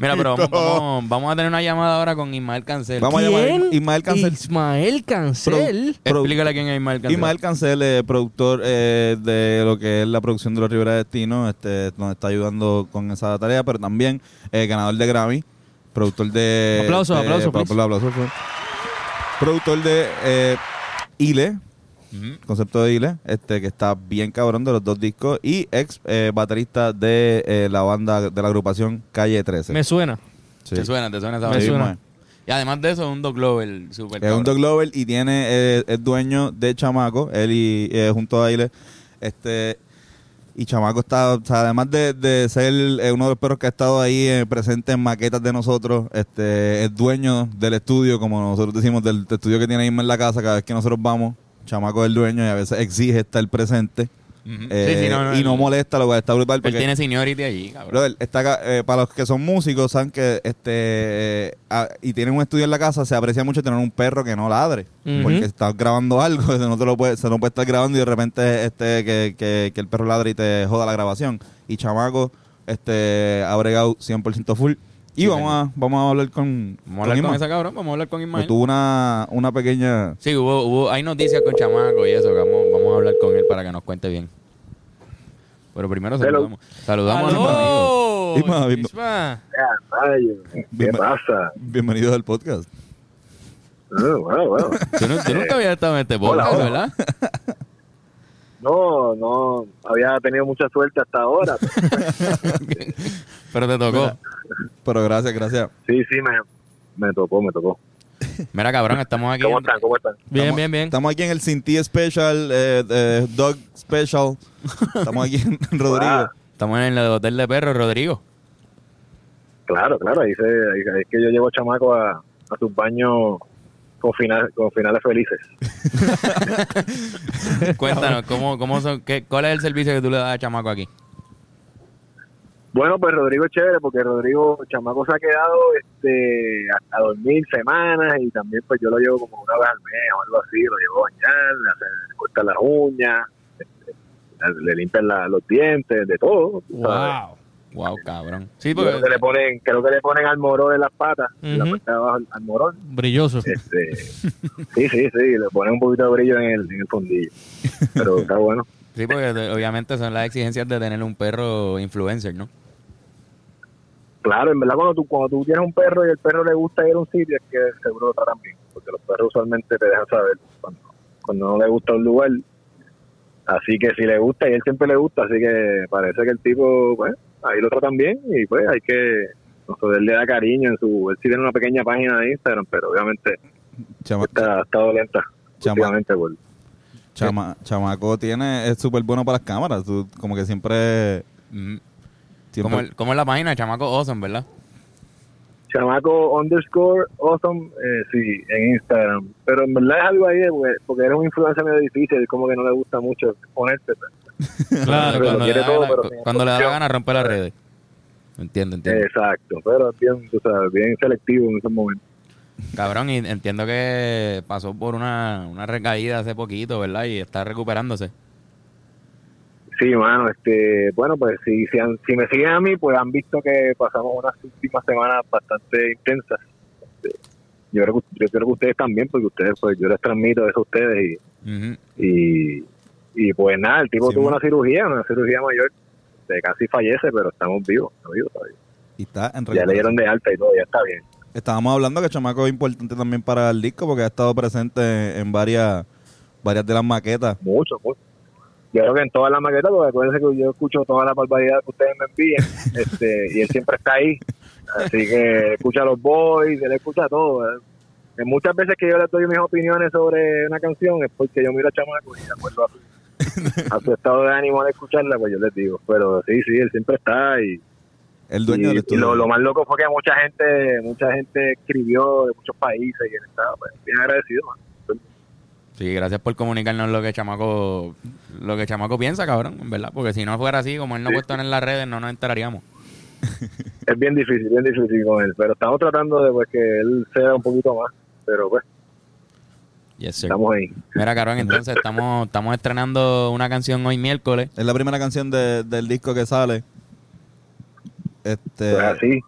[SPEAKER 1] mira, pero vamos, vamos, vamos a tener una llamada ahora con Ismael Cancel.
[SPEAKER 3] Vamos a llamar a Ismael Cancel.
[SPEAKER 2] Ismael Cancel.
[SPEAKER 3] Pro-
[SPEAKER 1] Explícale quién es Ismael Cancel.
[SPEAKER 3] Ismael Cancel, eh, productor eh, de lo que es la producción de los Rivera Destino, este, nos está ayudando con esa tarea, pero también eh, ganador de Grammy, productor de...
[SPEAKER 2] Aplausos,
[SPEAKER 3] de-
[SPEAKER 2] aplausos,
[SPEAKER 3] pa-
[SPEAKER 2] please.
[SPEAKER 3] aplausos, aplausos. Productor de eh, Ile,
[SPEAKER 1] Ujú.
[SPEAKER 3] concepto de Ile, este, que está bien cabrón de los dos discos, y ex eh, baterista de eh, la banda, de la agrupación Calle 13.
[SPEAKER 2] Me suena.
[SPEAKER 3] Sí.
[SPEAKER 1] Te suena, te suena esa
[SPEAKER 2] Me
[SPEAKER 1] voz.
[SPEAKER 3] Sí,
[SPEAKER 2] suena.
[SPEAKER 3] mae.
[SPEAKER 1] Y además de eso, es un Doc Glover super
[SPEAKER 3] Es un Doc Glover y tiene, eh, es dueño de Chamaco, él y eh, junto a Aile. Este, y Chamaco está, o sea, además de, de ser eh, uno de los perros que ha estado ahí eh, presente en maquetas de nosotros, este, es dueño del estudio, como nosotros decimos, del estudio que tiene Isma en la casa, cada vez que nosotros vamos, Chamaco es el dueño y a veces exige estar presente. eh, y no molesta, lo cual está brutal.
[SPEAKER 1] Él
[SPEAKER 3] Porque
[SPEAKER 1] tiene seniority allí, cabrón.
[SPEAKER 3] Brother, está acá, eh, para los que son músicos, saben que este eh, a- y tienen un estudio en la casa, se aprecia mucho tener un perro que no ladre.
[SPEAKER 2] Ujú.
[SPEAKER 3] Porque estás grabando algo, no te lo puede, se no puede estar grabando y de repente este que, que- que el perro ladre y te joda la grabación. Y chamaco, este ha bregado 100% full. Y
[SPEAKER 1] Sí,
[SPEAKER 3] vamos a, vamos a hablar con,
[SPEAKER 1] Vamos a hablar con
[SPEAKER 3] Isma.
[SPEAKER 1] esa cabrón, vamos a hablar con
[SPEAKER 3] Pues
[SPEAKER 1] Ismael.
[SPEAKER 3] tuvo una, una pequeña
[SPEAKER 1] Sí, hubo, hubo, hay noticias con Chamaco y eso, que vamos, vamos a hablar con él para que nos cuente bien. Pero primero
[SPEAKER 7] Hello.
[SPEAKER 1] saludamos, saludamos a nuestro amigo.
[SPEAKER 2] ¡Aló!
[SPEAKER 3] Isma, Isma.
[SPEAKER 2] Isma.
[SPEAKER 7] Ah, rayo, ¿Qué
[SPEAKER 3] Bien-
[SPEAKER 7] pasa?
[SPEAKER 3] bienvenido al podcast.
[SPEAKER 7] Ah, bueno, bueno. Eh,
[SPEAKER 1] Tú, nu- tú nunca habías estado en este podcast,
[SPEAKER 7] hola.
[SPEAKER 1] ¿verdad?
[SPEAKER 7] No, no, había tenido mucha suerte hasta ahora.
[SPEAKER 1] Pero te tocó.
[SPEAKER 3] Mira. Pero gracias, gracias.
[SPEAKER 7] Sí, sí, me, me tocó, me tocó.
[SPEAKER 1] Mira, cabrón, estamos aquí.
[SPEAKER 7] ¿Cómo están? ¿Cómo están?
[SPEAKER 2] Bien,
[SPEAKER 3] Estamos-
[SPEAKER 2] bien, bien.
[SPEAKER 3] Estamos aquí en el Cinti Special, eh, eh, Dog Special. Estamos aquí en, en Rodrigo.
[SPEAKER 7] Ah,
[SPEAKER 1] Estamos en el hotel de perros, Rodrigo.
[SPEAKER 7] claro, claro, ahí, se, ahí es que yo llevo chamaco a, a sus baños con, final, con finales felices.
[SPEAKER 1] Cuéntanos, ¿cómo, cómo son, qué, ¿cuál es el servicio que tú le das a Chamaco aquí?
[SPEAKER 7] Bueno, pues Rodrigo es chévere porque Rodrigo Chamaco se ha quedado este, a, a dormir semanas y también pues yo lo llevo como una vez al mes o algo así, lo llevo a bañar, le hace- le corta las uñas, este, le limpian la- los dientes, de todo. tú sabes.
[SPEAKER 2] Wow.
[SPEAKER 1] Wow, cabrón. Sí,
[SPEAKER 7] Yo Creo que le ponen, creo que le ponen al morón en las patas, en la
[SPEAKER 2] Ujú.
[SPEAKER 7] parte de abajo al, al morón.
[SPEAKER 2] Brilloso.
[SPEAKER 7] Este, sí, sí, sí, le ponen un poquito de brillo en el, en el fondillo. Pero está bueno.
[SPEAKER 1] Sí, porque te- obviamente son las exigencias de tener un perro influencer, ¿no?
[SPEAKER 7] Claro, en verdad cuando tú, cuando tú tienes un perro y el perro le gusta ir a un sitio es que seguro lo tratan bien, porque los perros usualmente te dejan saber cuando, cuando no le gusta un lugar. Así que si le gusta y él siempre le gusta, así que parece que el tipo, pues, ahí lo tratan bien y pues hay que, no sé, él le da cariño en su, él sí tiene una pequeña página de Instagram, pero obviamente
[SPEAKER 3] Chama-
[SPEAKER 7] está, está dolenta
[SPEAKER 3] Chama-
[SPEAKER 7] últimamente por,
[SPEAKER 3] chama- chamaco tiene, es súper bueno para las cámaras. Tú, como que siempre.
[SPEAKER 1] Ujú.
[SPEAKER 3] siempre-
[SPEAKER 1] Como, el- como en la página, Chamaco Awesome, ¿verdad?
[SPEAKER 7] chamaco underscore awesome, eh, sí, en Instagram. Pero en verdad es algo ahí, de, pues, porque eres un influencer medio difícil, como que no le gusta mucho ponerte. pues.
[SPEAKER 1] Claro,
[SPEAKER 7] Pero
[SPEAKER 1] cuando le
[SPEAKER 7] quiere
[SPEAKER 1] da
[SPEAKER 7] todo,
[SPEAKER 1] gana-
[SPEAKER 7] pero
[SPEAKER 1] cu-
[SPEAKER 7] sin
[SPEAKER 1] cuando le da la
[SPEAKER 7] opción.
[SPEAKER 1] gana romper las redes. Entiendo, entiendo.
[SPEAKER 7] Exacto, pero bien, tú sabes, bien selectivo en esos momentos.
[SPEAKER 1] Cabrón, y entiendo que pasó por una, una recaída hace poquito, ¿verdad? Y está recuperándose.
[SPEAKER 7] Sí, mano, este, bueno, pues si, si, han- si me siguen a mí, pues han visto que pasamos unas últimas semanas bastante intensas. Este, yo, creo que, yo creo que ustedes también, porque ustedes, pues yo les transmito eso a ustedes y,
[SPEAKER 1] Ujú.
[SPEAKER 7] y, y pues nada, el tipo
[SPEAKER 3] Sí,
[SPEAKER 7] tuvo
[SPEAKER 3] ma.
[SPEAKER 7] una cirugía, una cirugía mayor, de casi fallece, pero estamos vivos, estamos vivos todavía.
[SPEAKER 3] Y está en
[SPEAKER 7] Ya le dieron de alta y todo, ya está bien.
[SPEAKER 3] Estábamos hablando que Chamaco es importante también para el disco porque ha estado presente en varias varias de las maquetas.
[SPEAKER 7] Mucho, mucho. Yo creo que en todas las maquetas, porque acuérdense que yo escucho toda la barbaridad que ustedes me envían, este, y él siempre está ahí. Así que escucha a los boys, él escucha todo. ¿verdad? Y Muchas veces que yo le doy mis opiniones sobre una canción es porque yo miro a Chamaco y de acuerdo a su, a su estado de ánimo al escucharla, pues yo les digo. Pero sí, sí, él siempre está y
[SPEAKER 3] El dueño
[SPEAKER 7] y,
[SPEAKER 3] del
[SPEAKER 7] y
[SPEAKER 3] estudio.
[SPEAKER 7] lo, lo más loco fue que mucha gente mucha gente escribió de muchos países y él estaba pues, bien agradecido man.
[SPEAKER 1] Sí, gracias por comunicarnos lo que Chamaco lo que Chamaco piensa, cabrón, en verdad. Porque si no fuera así, como él no ha puesto en las redes, no nos enteraríamos.
[SPEAKER 7] es bien difícil bien difícil con él pero estamos tratando de pues, que él sea un poquito más pero pues
[SPEAKER 1] Yes, sir.
[SPEAKER 7] estamos ahí
[SPEAKER 1] Mira, cabrón, entonces estamos, estamos estrenando una canción hoy miércoles.
[SPEAKER 3] Es la primera canción de- del disco que sale. Este,
[SPEAKER 7] pues así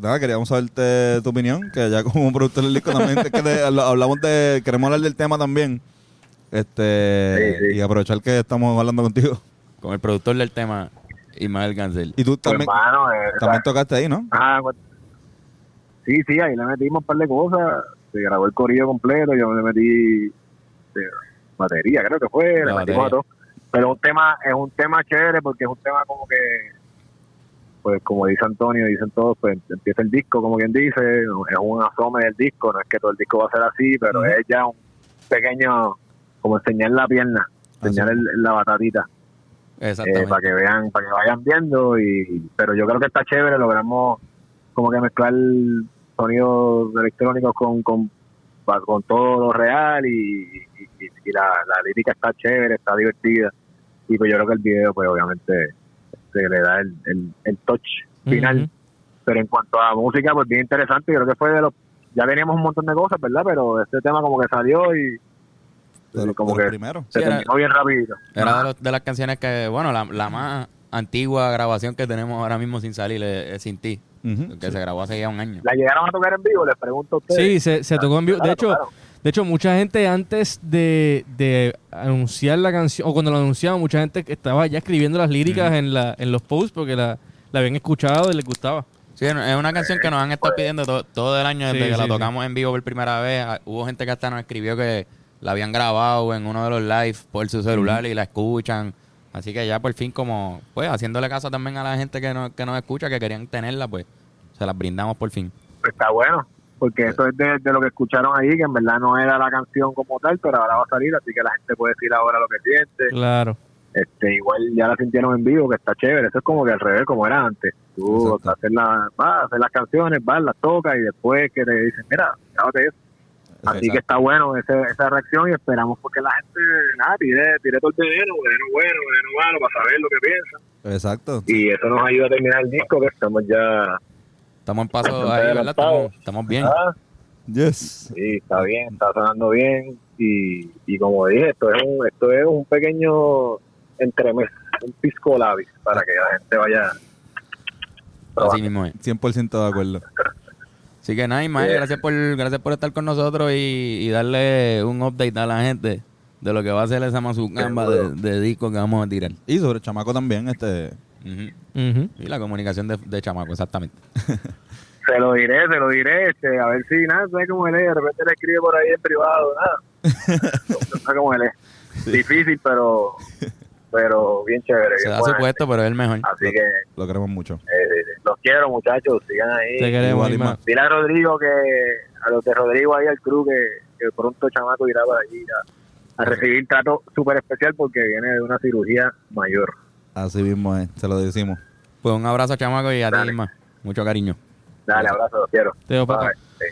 [SPEAKER 3] nada, queríamos saberte tu opinión, que ya como productor del disco también es que te- habl- hablamos de, queremos hablar del tema también. Este,
[SPEAKER 7] Sí, sí.
[SPEAKER 3] y aprovechar que estamos hablando contigo.
[SPEAKER 1] con el productor del tema, Ismael Gancel.
[SPEAKER 3] Y tú
[SPEAKER 7] pues,
[SPEAKER 3] también,
[SPEAKER 7] mano, eh,
[SPEAKER 3] también tocaste ahí, ¿no?
[SPEAKER 7] Ah, bueno. Sí, sí, ahí le metimos un par de cosas. Se grabó el corrido completo, yo le metí eh, batería, creo que fue,
[SPEAKER 1] La
[SPEAKER 7] le metimos
[SPEAKER 1] batería.
[SPEAKER 7] a todo. Pero un tema, es un tema chévere porque es un tema como que, pues como dice Antonio, dicen todos, pues empieza el disco, como quien dice, es un asome del disco, no es que todo el disco va a ser así, pero es ya un pequeño, como enseñar la pierna, enseñar el- la batatita eh,
[SPEAKER 1] Exactamente.
[SPEAKER 7] para que vean, para que vayan viendo. y Pero yo creo que está chévere, logramos como que mezclar sonidos electrónicos con, con, pa- con todo lo real y, y- y- y la, la lírica está chévere, está divertida. Y pues yo creo que el video, pues obviamente, se le da el, el, el touch final.
[SPEAKER 2] Ujú.
[SPEAKER 7] Pero en cuanto a música, pues bien interesante. Yo creo que fue de los. Ya teníamos un montón de cosas, ¿verdad? Pero este tema como que salió y
[SPEAKER 3] De los-
[SPEAKER 7] como
[SPEAKER 3] de los
[SPEAKER 7] que-
[SPEAKER 3] primeros.
[SPEAKER 7] se
[SPEAKER 1] Sí, era-
[SPEAKER 7] terminó bien rápido.
[SPEAKER 1] Era de, los- de las canciones que, bueno, la, la más antigua grabación que tenemos ahora mismo sin salir es, es Sin Ti,
[SPEAKER 3] Ujú.
[SPEAKER 1] que se grabó hace ya un año.
[SPEAKER 7] ¿La llegaron a tocar en vivo? Les pregunto a ustedes.
[SPEAKER 2] Sí, se, se tocó en vivo.
[SPEAKER 7] Ah,
[SPEAKER 2] De
[SPEAKER 7] la
[SPEAKER 2] hecho,
[SPEAKER 7] tocaron.
[SPEAKER 2] de hecho, mucha gente antes de, de anunciar la canción, o cuando la anunciaban, mucha gente que estaba ya escribiendo las líricas
[SPEAKER 1] Mm.
[SPEAKER 2] en, la, en los posts porque la, la habían escuchado y les gustaba.
[SPEAKER 1] Sí, es una canción que nos han estado pidiendo to- todo el año desde
[SPEAKER 2] Sí,
[SPEAKER 1] que la
[SPEAKER 2] sí,
[SPEAKER 1] tocamos en vivo por primera vez. Ah, Hubo gente que hasta nos escribió que la habían grabado en uno de los live por su celular y la escuchan. Así que ya por fin como, pues, haciéndole caso también a la gente que nos, que nos escucha, que querían tenerla, pues, se las brindamos por fin.
[SPEAKER 7] Pues está bueno, porque eso es de, de lo que escucharon ahí, que en verdad no era la canción como tal, pero ahora va a salir, así que la gente puede decir ahora lo que siente.
[SPEAKER 2] Claro.
[SPEAKER 7] Este, igual ya la sintieron en vivo, que está chévere. Eso es como que al revés, como era antes. Tú
[SPEAKER 3] Exacto.
[SPEAKER 7] haces la, vas a hacer las canciones, vas, las tocas y después que te dicen, mira, grabate eso. Así que está bueno ese- esa reacción y esperamos porque la gente, nada, tire, tire todo el veneno, veneno bueno, veneno malo, para saber lo que piensa.
[SPEAKER 3] Exacto.
[SPEAKER 7] Y eso nos ayuda a terminar el disco, que estamos ya.
[SPEAKER 1] Estamos en paso
[SPEAKER 7] Bastante
[SPEAKER 1] ahí, ¿verdad?
[SPEAKER 7] adelantado.
[SPEAKER 1] Estamos, estamos bien.
[SPEAKER 7] Ah,
[SPEAKER 3] Yes.
[SPEAKER 7] Sí, está bien, está sonando bien y, y como dije, esto es un, esto es un pequeño entremés, un pisco labis para que la gente vaya.
[SPEAKER 1] Así mismo es.
[SPEAKER 3] 100% de acuerdo.
[SPEAKER 1] Así que nada, Ismael,
[SPEAKER 3] Eh,
[SPEAKER 7] Yeah.
[SPEAKER 1] gracias por, gracias por estar con nosotros y, y darle un update a la gente de lo que va a ser esa mazucamba de, de disco que vamos a tirar.
[SPEAKER 3] Y sobre Chamaco también, este...
[SPEAKER 1] Ujú.
[SPEAKER 2] Ujú.
[SPEAKER 1] Y la comunicación de, de chamaco, exactamente.
[SPEAKER 7] Se lo diré, se lo diré, este, a ver si nada, sé cómo él es, de repente le escribe por ahí en privado, nada. No sé cómo él es. Difícil, pero, pero bien chévere.
[SPEAKER 1] Se
[SPEAKER 7] bien
[SPEAKER 1] da su
[SPEAKER 7] buena
[SPEAKER 1] puesto, pero es el mejor.
[SPEAKER 7] gente. pues. Así que
[SPEAKER 3] Lo queremos mucho.
[SPEAKER 7] eh, los quiero, muchachos, sigan ahí.
[SPEAKER 2] Te queremos,
[SPEAKER 3] Igual,
[SPEAKER 2] Isma.
[SPEAKER 3] Isma.
[SPEAKER 7] Dile a Rodrigo que, a los de Rodrigo ahí al crew que, que pronto Chamaco irá para allí a, a recibir trato súper especial porque viene de una cirugía mayor.
[SPEAKER 3] Así mismo es, se lo decimos.
[SPEAKER 1] Pues un abrazo, chamaco, y a ti,
[SPEAKER 7] Dale.
[SPEAKER 1] Isma. Mucho cariño.
[SPEAKER 7] Dale, abrazo, los quiero.
[SPEAKER 2] Te veo, papá.
[SPEAKER 7] Bye.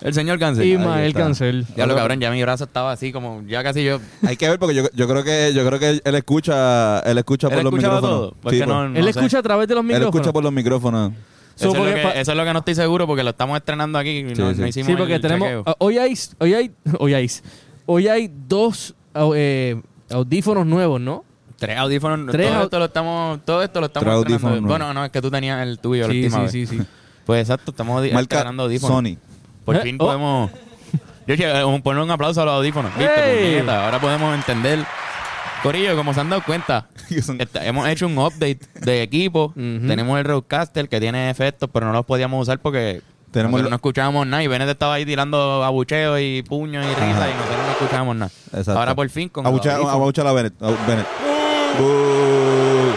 [SPEAKER 1] El señor Cancel.
[SPEAKER 2] Y Ismael Cancel.
[SPEAKER 1] Ya lo cabrón, ya mi brazo estaba así como, ya casi yo.
[SPEAKER 3] Hay que ver porque yo, yo creo que yo creo que él escucha él escucha por
[SPEAKER 1] Él
[SPEAKER 3] los
[SPEAKER 1] escuchaba
[SPEAKER 3] micrófonos.
[SPEAKER 1] todo. Porque
[SPEAKER 3] Sí, pues.
[SPEAKER 1] no, no
[SPEAKER 2] Él
[SPEAKER 1] sé.
[SPEAKER 2] escucha a través de los
[SPEAKER 3] él
[SPEAKER 2] micrófonos.
[SPEAKER 3] escucha por los micrófonos.
[SPEAKER 2] So,
[SPEAKER 1] Eso, es lo
[SPEAKER 2] porque pa-
[SPEAKER 1] que, eso es lo que no estoy seguro porque lo estamos estrenando aquí y no,
[SPEAKER 3] Sí, sí.
[SPEAKER 1] no hicimos
[SPEAKER 2] Sí, porque
[SPEAKER 1] el
[SPEAKER 2] tenemos.
[SPEAKER 1] chequeo.
[SPEAKER 2] ah, Hoy hay, hoy hay, hoy hay, hoy hay dos au- eh, audífonos nuevos, ¿no?
[SPEAKER 1] Tres audífonos.
[SPEAKER 2] Tres
[SPEAKER 1] todo,
[SPEAKER 2] au-
[SPEAKER 1] esto lo estamos, todo esto lo estamos
[SPEAKER 3] Tres
[SPEAKER 1] estrenando.
[SPEAKER 3] audífonos, ¿no?
[SPEAKER 1] Bueno, no, es que tú tenías el tuyo la
[SPEAKER 2] sí,
[SPEAKER 1] última
[SPEAKER 2] sí,
[SPEAKER 1] vez.
[SPEAKER 2] sí, sí.
[SPEAKER 1] Pues exacto, estamos audi-
[SPEAKER 3] Marca
[SPEAKER 1] estrenando audífonos.
[SPEAKER 3] Sony.
[SPEAKER 1] Por
[SPEAKER 2] Eh,
[SPEAKER 1] fin
[SPEAKER 2] oh.
[SPEAKER 1] podemos. Yo dije, eh, un- ponle un aplauso a los audífonos. ¿Viste?
[SPEAKER 2] ¡Ey!
[SPEAKER 1] puñeta, ahora podemos entender. Corillo, como se han dado cuenta, esta- hemos hecho un update de equipo.
[SPEAKER 2] Ujú.
[SPEAKER 1] Tenemos el Roadcaster que tiene efectos, pero no los podíamos usar porque
[SPEAKER 3] Tenemos
[SPEAKER 1] nosotros
[SPEAKER 3] lo-
[SPEAKER 1] no escuchábamos nada. Y Benet estaba ahí tirando abucheos y puños y risas y nosotros no escuchábamos nada.
[SPEAKER 3] Exacto.
[SPEAKER 1] Ahora por fin con los
[SPEAKER 3] Abucha,
[SPEAKER 1] audífonos.
[SPEAKER 3] abucha la Bennett. a- Bennett. Boo.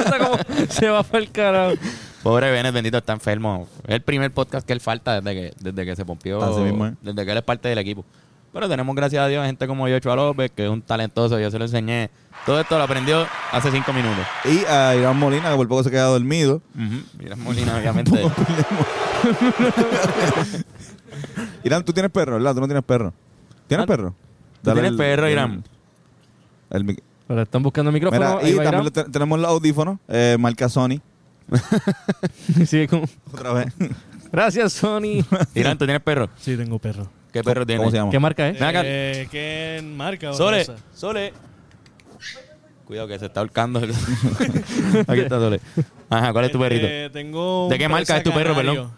[SPEAKER 2] Está como- se va para el carajo.
[SPEAKER 1] Pobre Benet, bendito, está enfermo. Es el primer podcast que él falta desde que, desde que se pompió.
[SPEAKER 3] Así mismo, ¿eh?
[SPEAKER 1] Desde que él es parte del equipo. Pero tenemos, gracias a Dios, gente como Yochoa López, que es un talentoso. Yo se lo enseñé. Todo esto lo aprendió hace cinco minutos.
[SPEAKER 3] Y a Irán Molina, que por poco se queda dormido.
[SPEAKER 1] Mira, Molina, obviamente.
[SPEAKER 3] Irán, tú tienes perro, ¿verdad? Tú no tienes perro. ¿Tienes
[SPEAKER 1] Ah,
[SPEAKER 3] perro?
[SPEAKER 1] ¿Tú
[SPEAKER 3] Dale
[SPEAKER 1] tienes
[SPEAKER 3] el-
[SPEAKER 1] perro,
[SPEAKER 3] el-
[SPEAKER 1] Irán?
[SPEAKER 3] el mic-
[SPEAKER 2] Ahora están buscando el micrófono.
[SPEAKER 3] Mira,
[SPEAKER 2] ahí
[SPEAKER 3] y
[SPEAKER 2] va
[SPEAKER 3] también
[SPEAKER 2] Irán.
[SPEAKER 3] lo te- tenemos los audífonos, eh, marca Sony.
[SPEAKER 2] Sigue como-
[SPEAKER 3] Otra vez.
[SPEAKER 2] Gracias, Sony.
[SPEAKER 1] Irán, ¿tú tienes perro?
[SPEAKER 8] Sí, tengo perro.
[SPEAKER 1] ¿Qué perro tienes?
[SPEAKER 3] ¿Cómo se llama?
[SPEAKER 2] ¿Qué marca es?
[SPEAKER 1] Ven acá.
[SPEAKER 8] Eh, ¿Qué marca? o
[SPEAKER 1] Sole,
[SPEAKER 8] raza?
[SPEAKER 1] Sole. Cuidado que se está ahorcando. Aquí está Sole. Ajá, ¿cuál es tu perrito?
[SPEAKER 8] Eh, tengo
[SPEAKER 1] ¿De
[SPEAKER 8] un
[SPEAKER 1] qué marca
[SPEAKER 8] presa
[SPEAKER 1] es tu perro,
[SPEAKER 8] canario.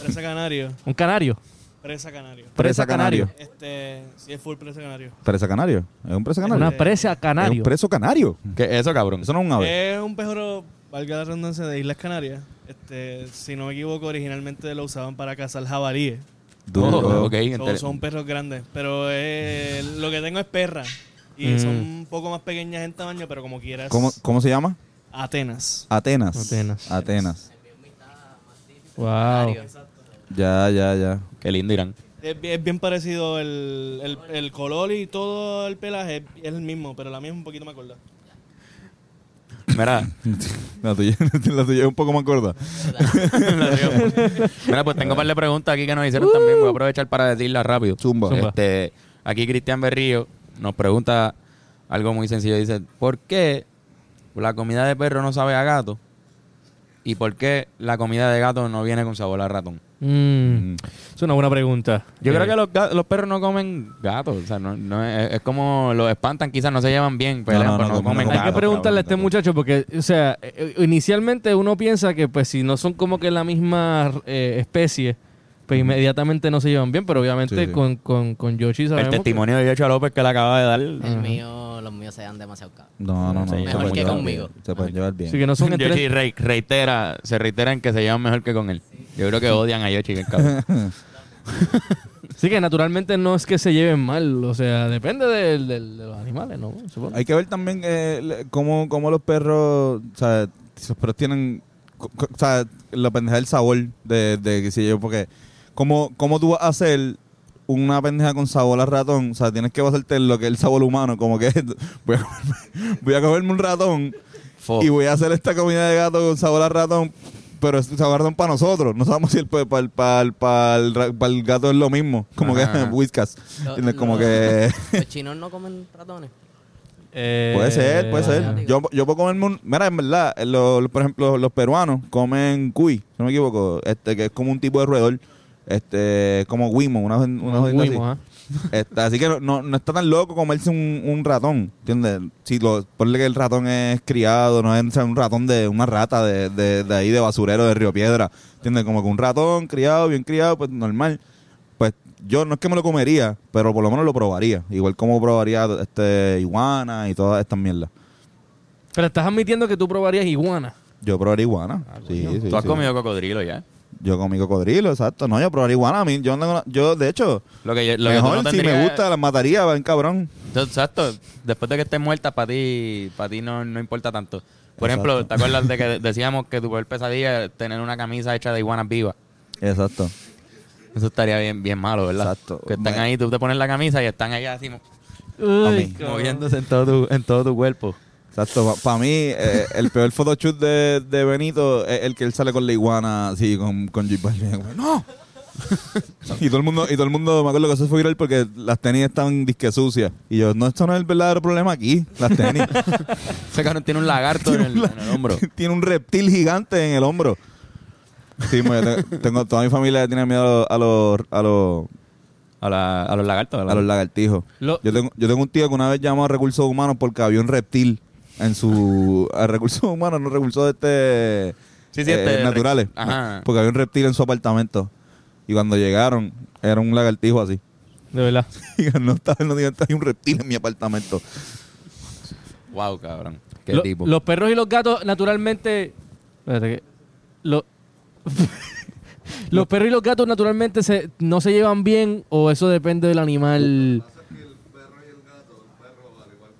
[SPEAKER 8] Presa canario.
[SPEAKER 2] Un canario.
[SPEAKER 8] Presa canario.
[SPEAKER 3] Presa canario.
[SPEAKER 8] Este, sí es full presa canario.
[SPEAKER 3] Presa canario. Es un presa canario.
[SPEAKER 2] Una presa
[SPEAKER 3] Es
[SPEAKER 2] canario.
[SPEAKER 3] un preso canario.
[SPEAKER 1] ¿Qué es eso, cabrón? Eh,
[SPEAKER 3] Eso no es un ave.
[SPEAKER 8] Es un perro, valga la redundancia, de Islas Canarias. Este, si no me equivoco, originalmente lo usaban para cazar jabalíes.
[SPEAKER 3] Duro.
[SPEAKER 1] Oh, ok,
[SPEAKER 8] So,
[SPEAKER 1] ente-
[SPEAKER 8] son perros grandes, pero eh, lo que tengo es perra. Y
[SPEAKER 2] Mm.
[SPEAKER 8] son un poco más pequeñas en tamaño, pero como quieras.
[SPEAKER 3] ¿Cómo, ¿Cómo se llama?
[SPEAKER 8] Atenas.
[SPEAKER 3] Atenas.
[SPEAKER 2] Atenas.
[SPEAKER 3] Atenas.
[SPEAKER 2] Wow.
[SPEAKER 3] Ya, ya, ya.
[SPEAKER 1] Qué lindo, Irán.
[SPEAKER 8] Es, bi- es bien parecido el, el, el color y todo el pelaje es, es el mismo, pero la mía es un poquito más corta.
[SPEAKER 1] Mira,
[SPEAKER 3] La tuya, la tuya es un poco más corta.
[SPEAKER 1] La río. Mira, pues tengo un par de preguntas aquí que nos hicieron también. Voy a aprovechar para decirlas rápido.
[SPEAKER 3] Zumba. Zumba.
[SPEAKER 1] Este, aquí Cristian Berrío nos pregunta algo muy sencillo. Dice, ¿por qué la comida de perro no sabe a gato? ¿Y por qué la comida de gato no viene con sabor a ratón?
[SPEAKER 2] Mm, Es una buena pregunta.
[SPEAKER 1] Yo creo
[SPEAKER 2] Eh,
[SPEAKER 1] que los, ga- los perros no comen gatos. O sea, no, no es, es como los espantan, quizás no se llevan bien, pero
[SPEAKER 3] No, no,
[SPEAKER 1] pero
[SPEAKER 3] no
[SPEAKER 1] no,
[SPEAKER 3] comen-
[SPEAKER 1] comen
[SPEAKER 3] no
[SPEAKER 2] Hay
[SPEAKER 3] Claro,
[SPEAKER 2] que
[SPEAKER 1] gato.
[SPEAKER 2] preguntarle a este
[SPEAKER 3] claro,
[SPEAKER 2] muchacho porque, o sea, eh, eh, inicialmente uno piensa que pues si no son como que la misma eh, especie, pues inmediatamente no se llevan bien, pero obviamente
[SPEAKER 3] Sí, sí.
[SPEAKER 2] Con, con, con Yoshi sabemos
[SPEAKER 1] El testimonio de Yocho López que le acaba de dar.
[SPEAKER 5] El mío, los míos se dan demasiado caros.
[SPEAKER 3] No, no, no. se
[SPEAKER 1] Sí, mejor
[SPEAKER 3] pueden
[SPEAKER 1] que
[SPEAKER 3] llevar
[SPEAKER 5] conmigo.
[SPEAKER 3] bien. Se pueden llevar
[SPEAKER 2] que,
[SPEAKER 3] bien.
[SPEAKER 2] así que no son entre-
[SPEAKER 1] Yoshi re- reitera, se reitera en que se llevan mejor que con él. Yo creo que odian a Yoshi, que es cabrón.
[SPEAKER 2] así que naturalmente no es que se lleven mal, o sea, depende del- del- de, los animales, ¿no? Supongo.
[SPEAKER 3] Hay que ver también eh, le- cómo, cómo los perros, o sea, si los perros tienen, co- co- o sea, la pendeja del sabor de, de qué sé yo, porque cómo, cómo tú vas a hacer una pendeja con sabor a ratón, o sea, tienes que basarte en lo que es el sabor humano, como que voy a comerme, voy a comerme un ratón
[SPEAKER 1] Fo.
[SPEAKER 3] y voy a hacer esta comida de gato con sabor a ratón, pero es sabor a ratón para nosotros, no sabemos si el para el, pa- el- pa- el ra- pa' el gato es lo mismo, como
[SPEAKER 1] Ajá,
[SPEAKER 3] que
[SPEAKER 1] ajá.
[SPEAKER 3] whiskas,
[SPEAKER 5] Lo-
[SPEAKER 3] ¿entiendes? como
[SPEAKER 5] lo-
[SPEAKER 3] que...
[SPEAKER 5] Los chinos no comen ratones.
[SPEAKER 2] Eh,
[SPEAKER 3] Puede ser, puede ser.
[SPEAKER 5] asiático.
[SPEAKER 3] Yo, yo puedo comerme un... Mira, en verdad, eh, lo- lo- por ejemplo, los peruanos comen cuy, si no me equivoco, este que es como un tipo de roedor, este como guimo, una, una jodida así.
[SPEAKER 2] Fuimos, ¿ah?
[SPEAKER 3] Este, así que no, no, no está tan loco comerse un, un ratón, ¿entiendes? Si lo, ponle que el ratón es criado, no es o sea, un ratón de una rata de, de, de ahí, de basurero, de Río Piedra, ¿entiendes? Como que un ratón criado, bien criado, pues normal. Pues yo no es que me lo comería, pero por lo menos lo probaría. Igual como probaría este iguana y todas estas mierdas.
[SPEAKER 2] Pero estás admitiendo que tú probarías iguana.
[SPEAKER 3] Yo probaría iguana.
[SPEAKER 1] Ah,
[SPEAKER 3] sí, sí,
[SPEAKER 1] Tú has
[SPEAKER 3] sí.
[SPEAKER 1] comido cocodrilo ya.
[SPEAKER 3] Yo comí cocodrilo, exacto. No, yo probaría iguana. A mí, yo, no- yo de hecho,
[SPEAKER 1] Lo que, yo- lo que tú
[SPEAKER 3] mejor
[SPEAKER 1] no
[SPEAKER 3] si me
[SPEAKER 1] tendrías-
[SPEAKER 3] gusta, las mataría, van cabrón.
[SPEAKER 1] Tú- Exacto. Después de que estés muerta, para ti, para ti no, no importa tanto. Por
[SPEAKER 3] Exacto.
[SPEAKER 1] ejemplo, ¿te acuerdas de que de- decíamos que tu peor pesadilla es tener una camisa hecha de iguanas vivas?
[SPEAKER 3] Exacto.
[SPEAKER 1] Eso estaría bien, bien malo, ¿verdad?
[SPEAKER 3] Exacto.
[SPEAKER 1] Que están
[SPEAKER 3] Me-
[SPEAKER 1] ahí, tú te pones la camisa y están allá así mo-
[SPEAKER 2] Ay,
[SPEAKER 3] mí.
[SPEAKER 2] cabrón.
[SPEAKER 1] moviéndose en todo, tu, en todo tu cuerpo.
[SPEAKER 3] Exacto, para mí eh, el peor photoshoot de, de Benito es el que él sale con la iguana así con, con J Balvin. Como, ¡No! y todo el mundo, y todo el mundo, me acuerdo que eso fue viral porque las tenis estaban disque sucias. Y yo, no, esto no es el verdadero problema aquí, las tenis.
[SPEAKER 1] Ese cabrón tiene un lagarto en el, en el hombro.
[SPEAKER 3] tiene un reptil gigante en el hombro. Sí, mo, yo te- tengo, toda mi familia le tiene miedo a los, a los,
[SPEAKER 9] A, la- a los lagartos,
[SPEAKER 3] a los lagartijos.
[SPEAKER 2] Lo-
[SPEAKER 3] Yo, tengo, yo tengo un tío que una vez llamó a recursos humanos porque había un reptil en su. a recursos humanos, no recursos de este.
[SPEAKER 1] Sí, sí, este-
[SPEAKER 3] naturales.
[SPEAKER 1] Ajá.
[SPEAKER 3] Porque había un reptil en su apartamento. Y cuando llegaron, era un lagartijo así.
[SPEAKER 2] De verdad.
[SPEAKER 3] Y no estaba no digan, hay un reptil en mi apartamento.
[SPEAKER 1] Wow, Oh, cabrón. Qué
[SPEAKER 2] Lo-
[SPEAKER 1] tipo.
[SPEAKER 2] Los perros y los gatos, naturalmente. espérate que- lo- los perros y los gatos, naturalmente, se, no se llevan bien o eso depende del animal.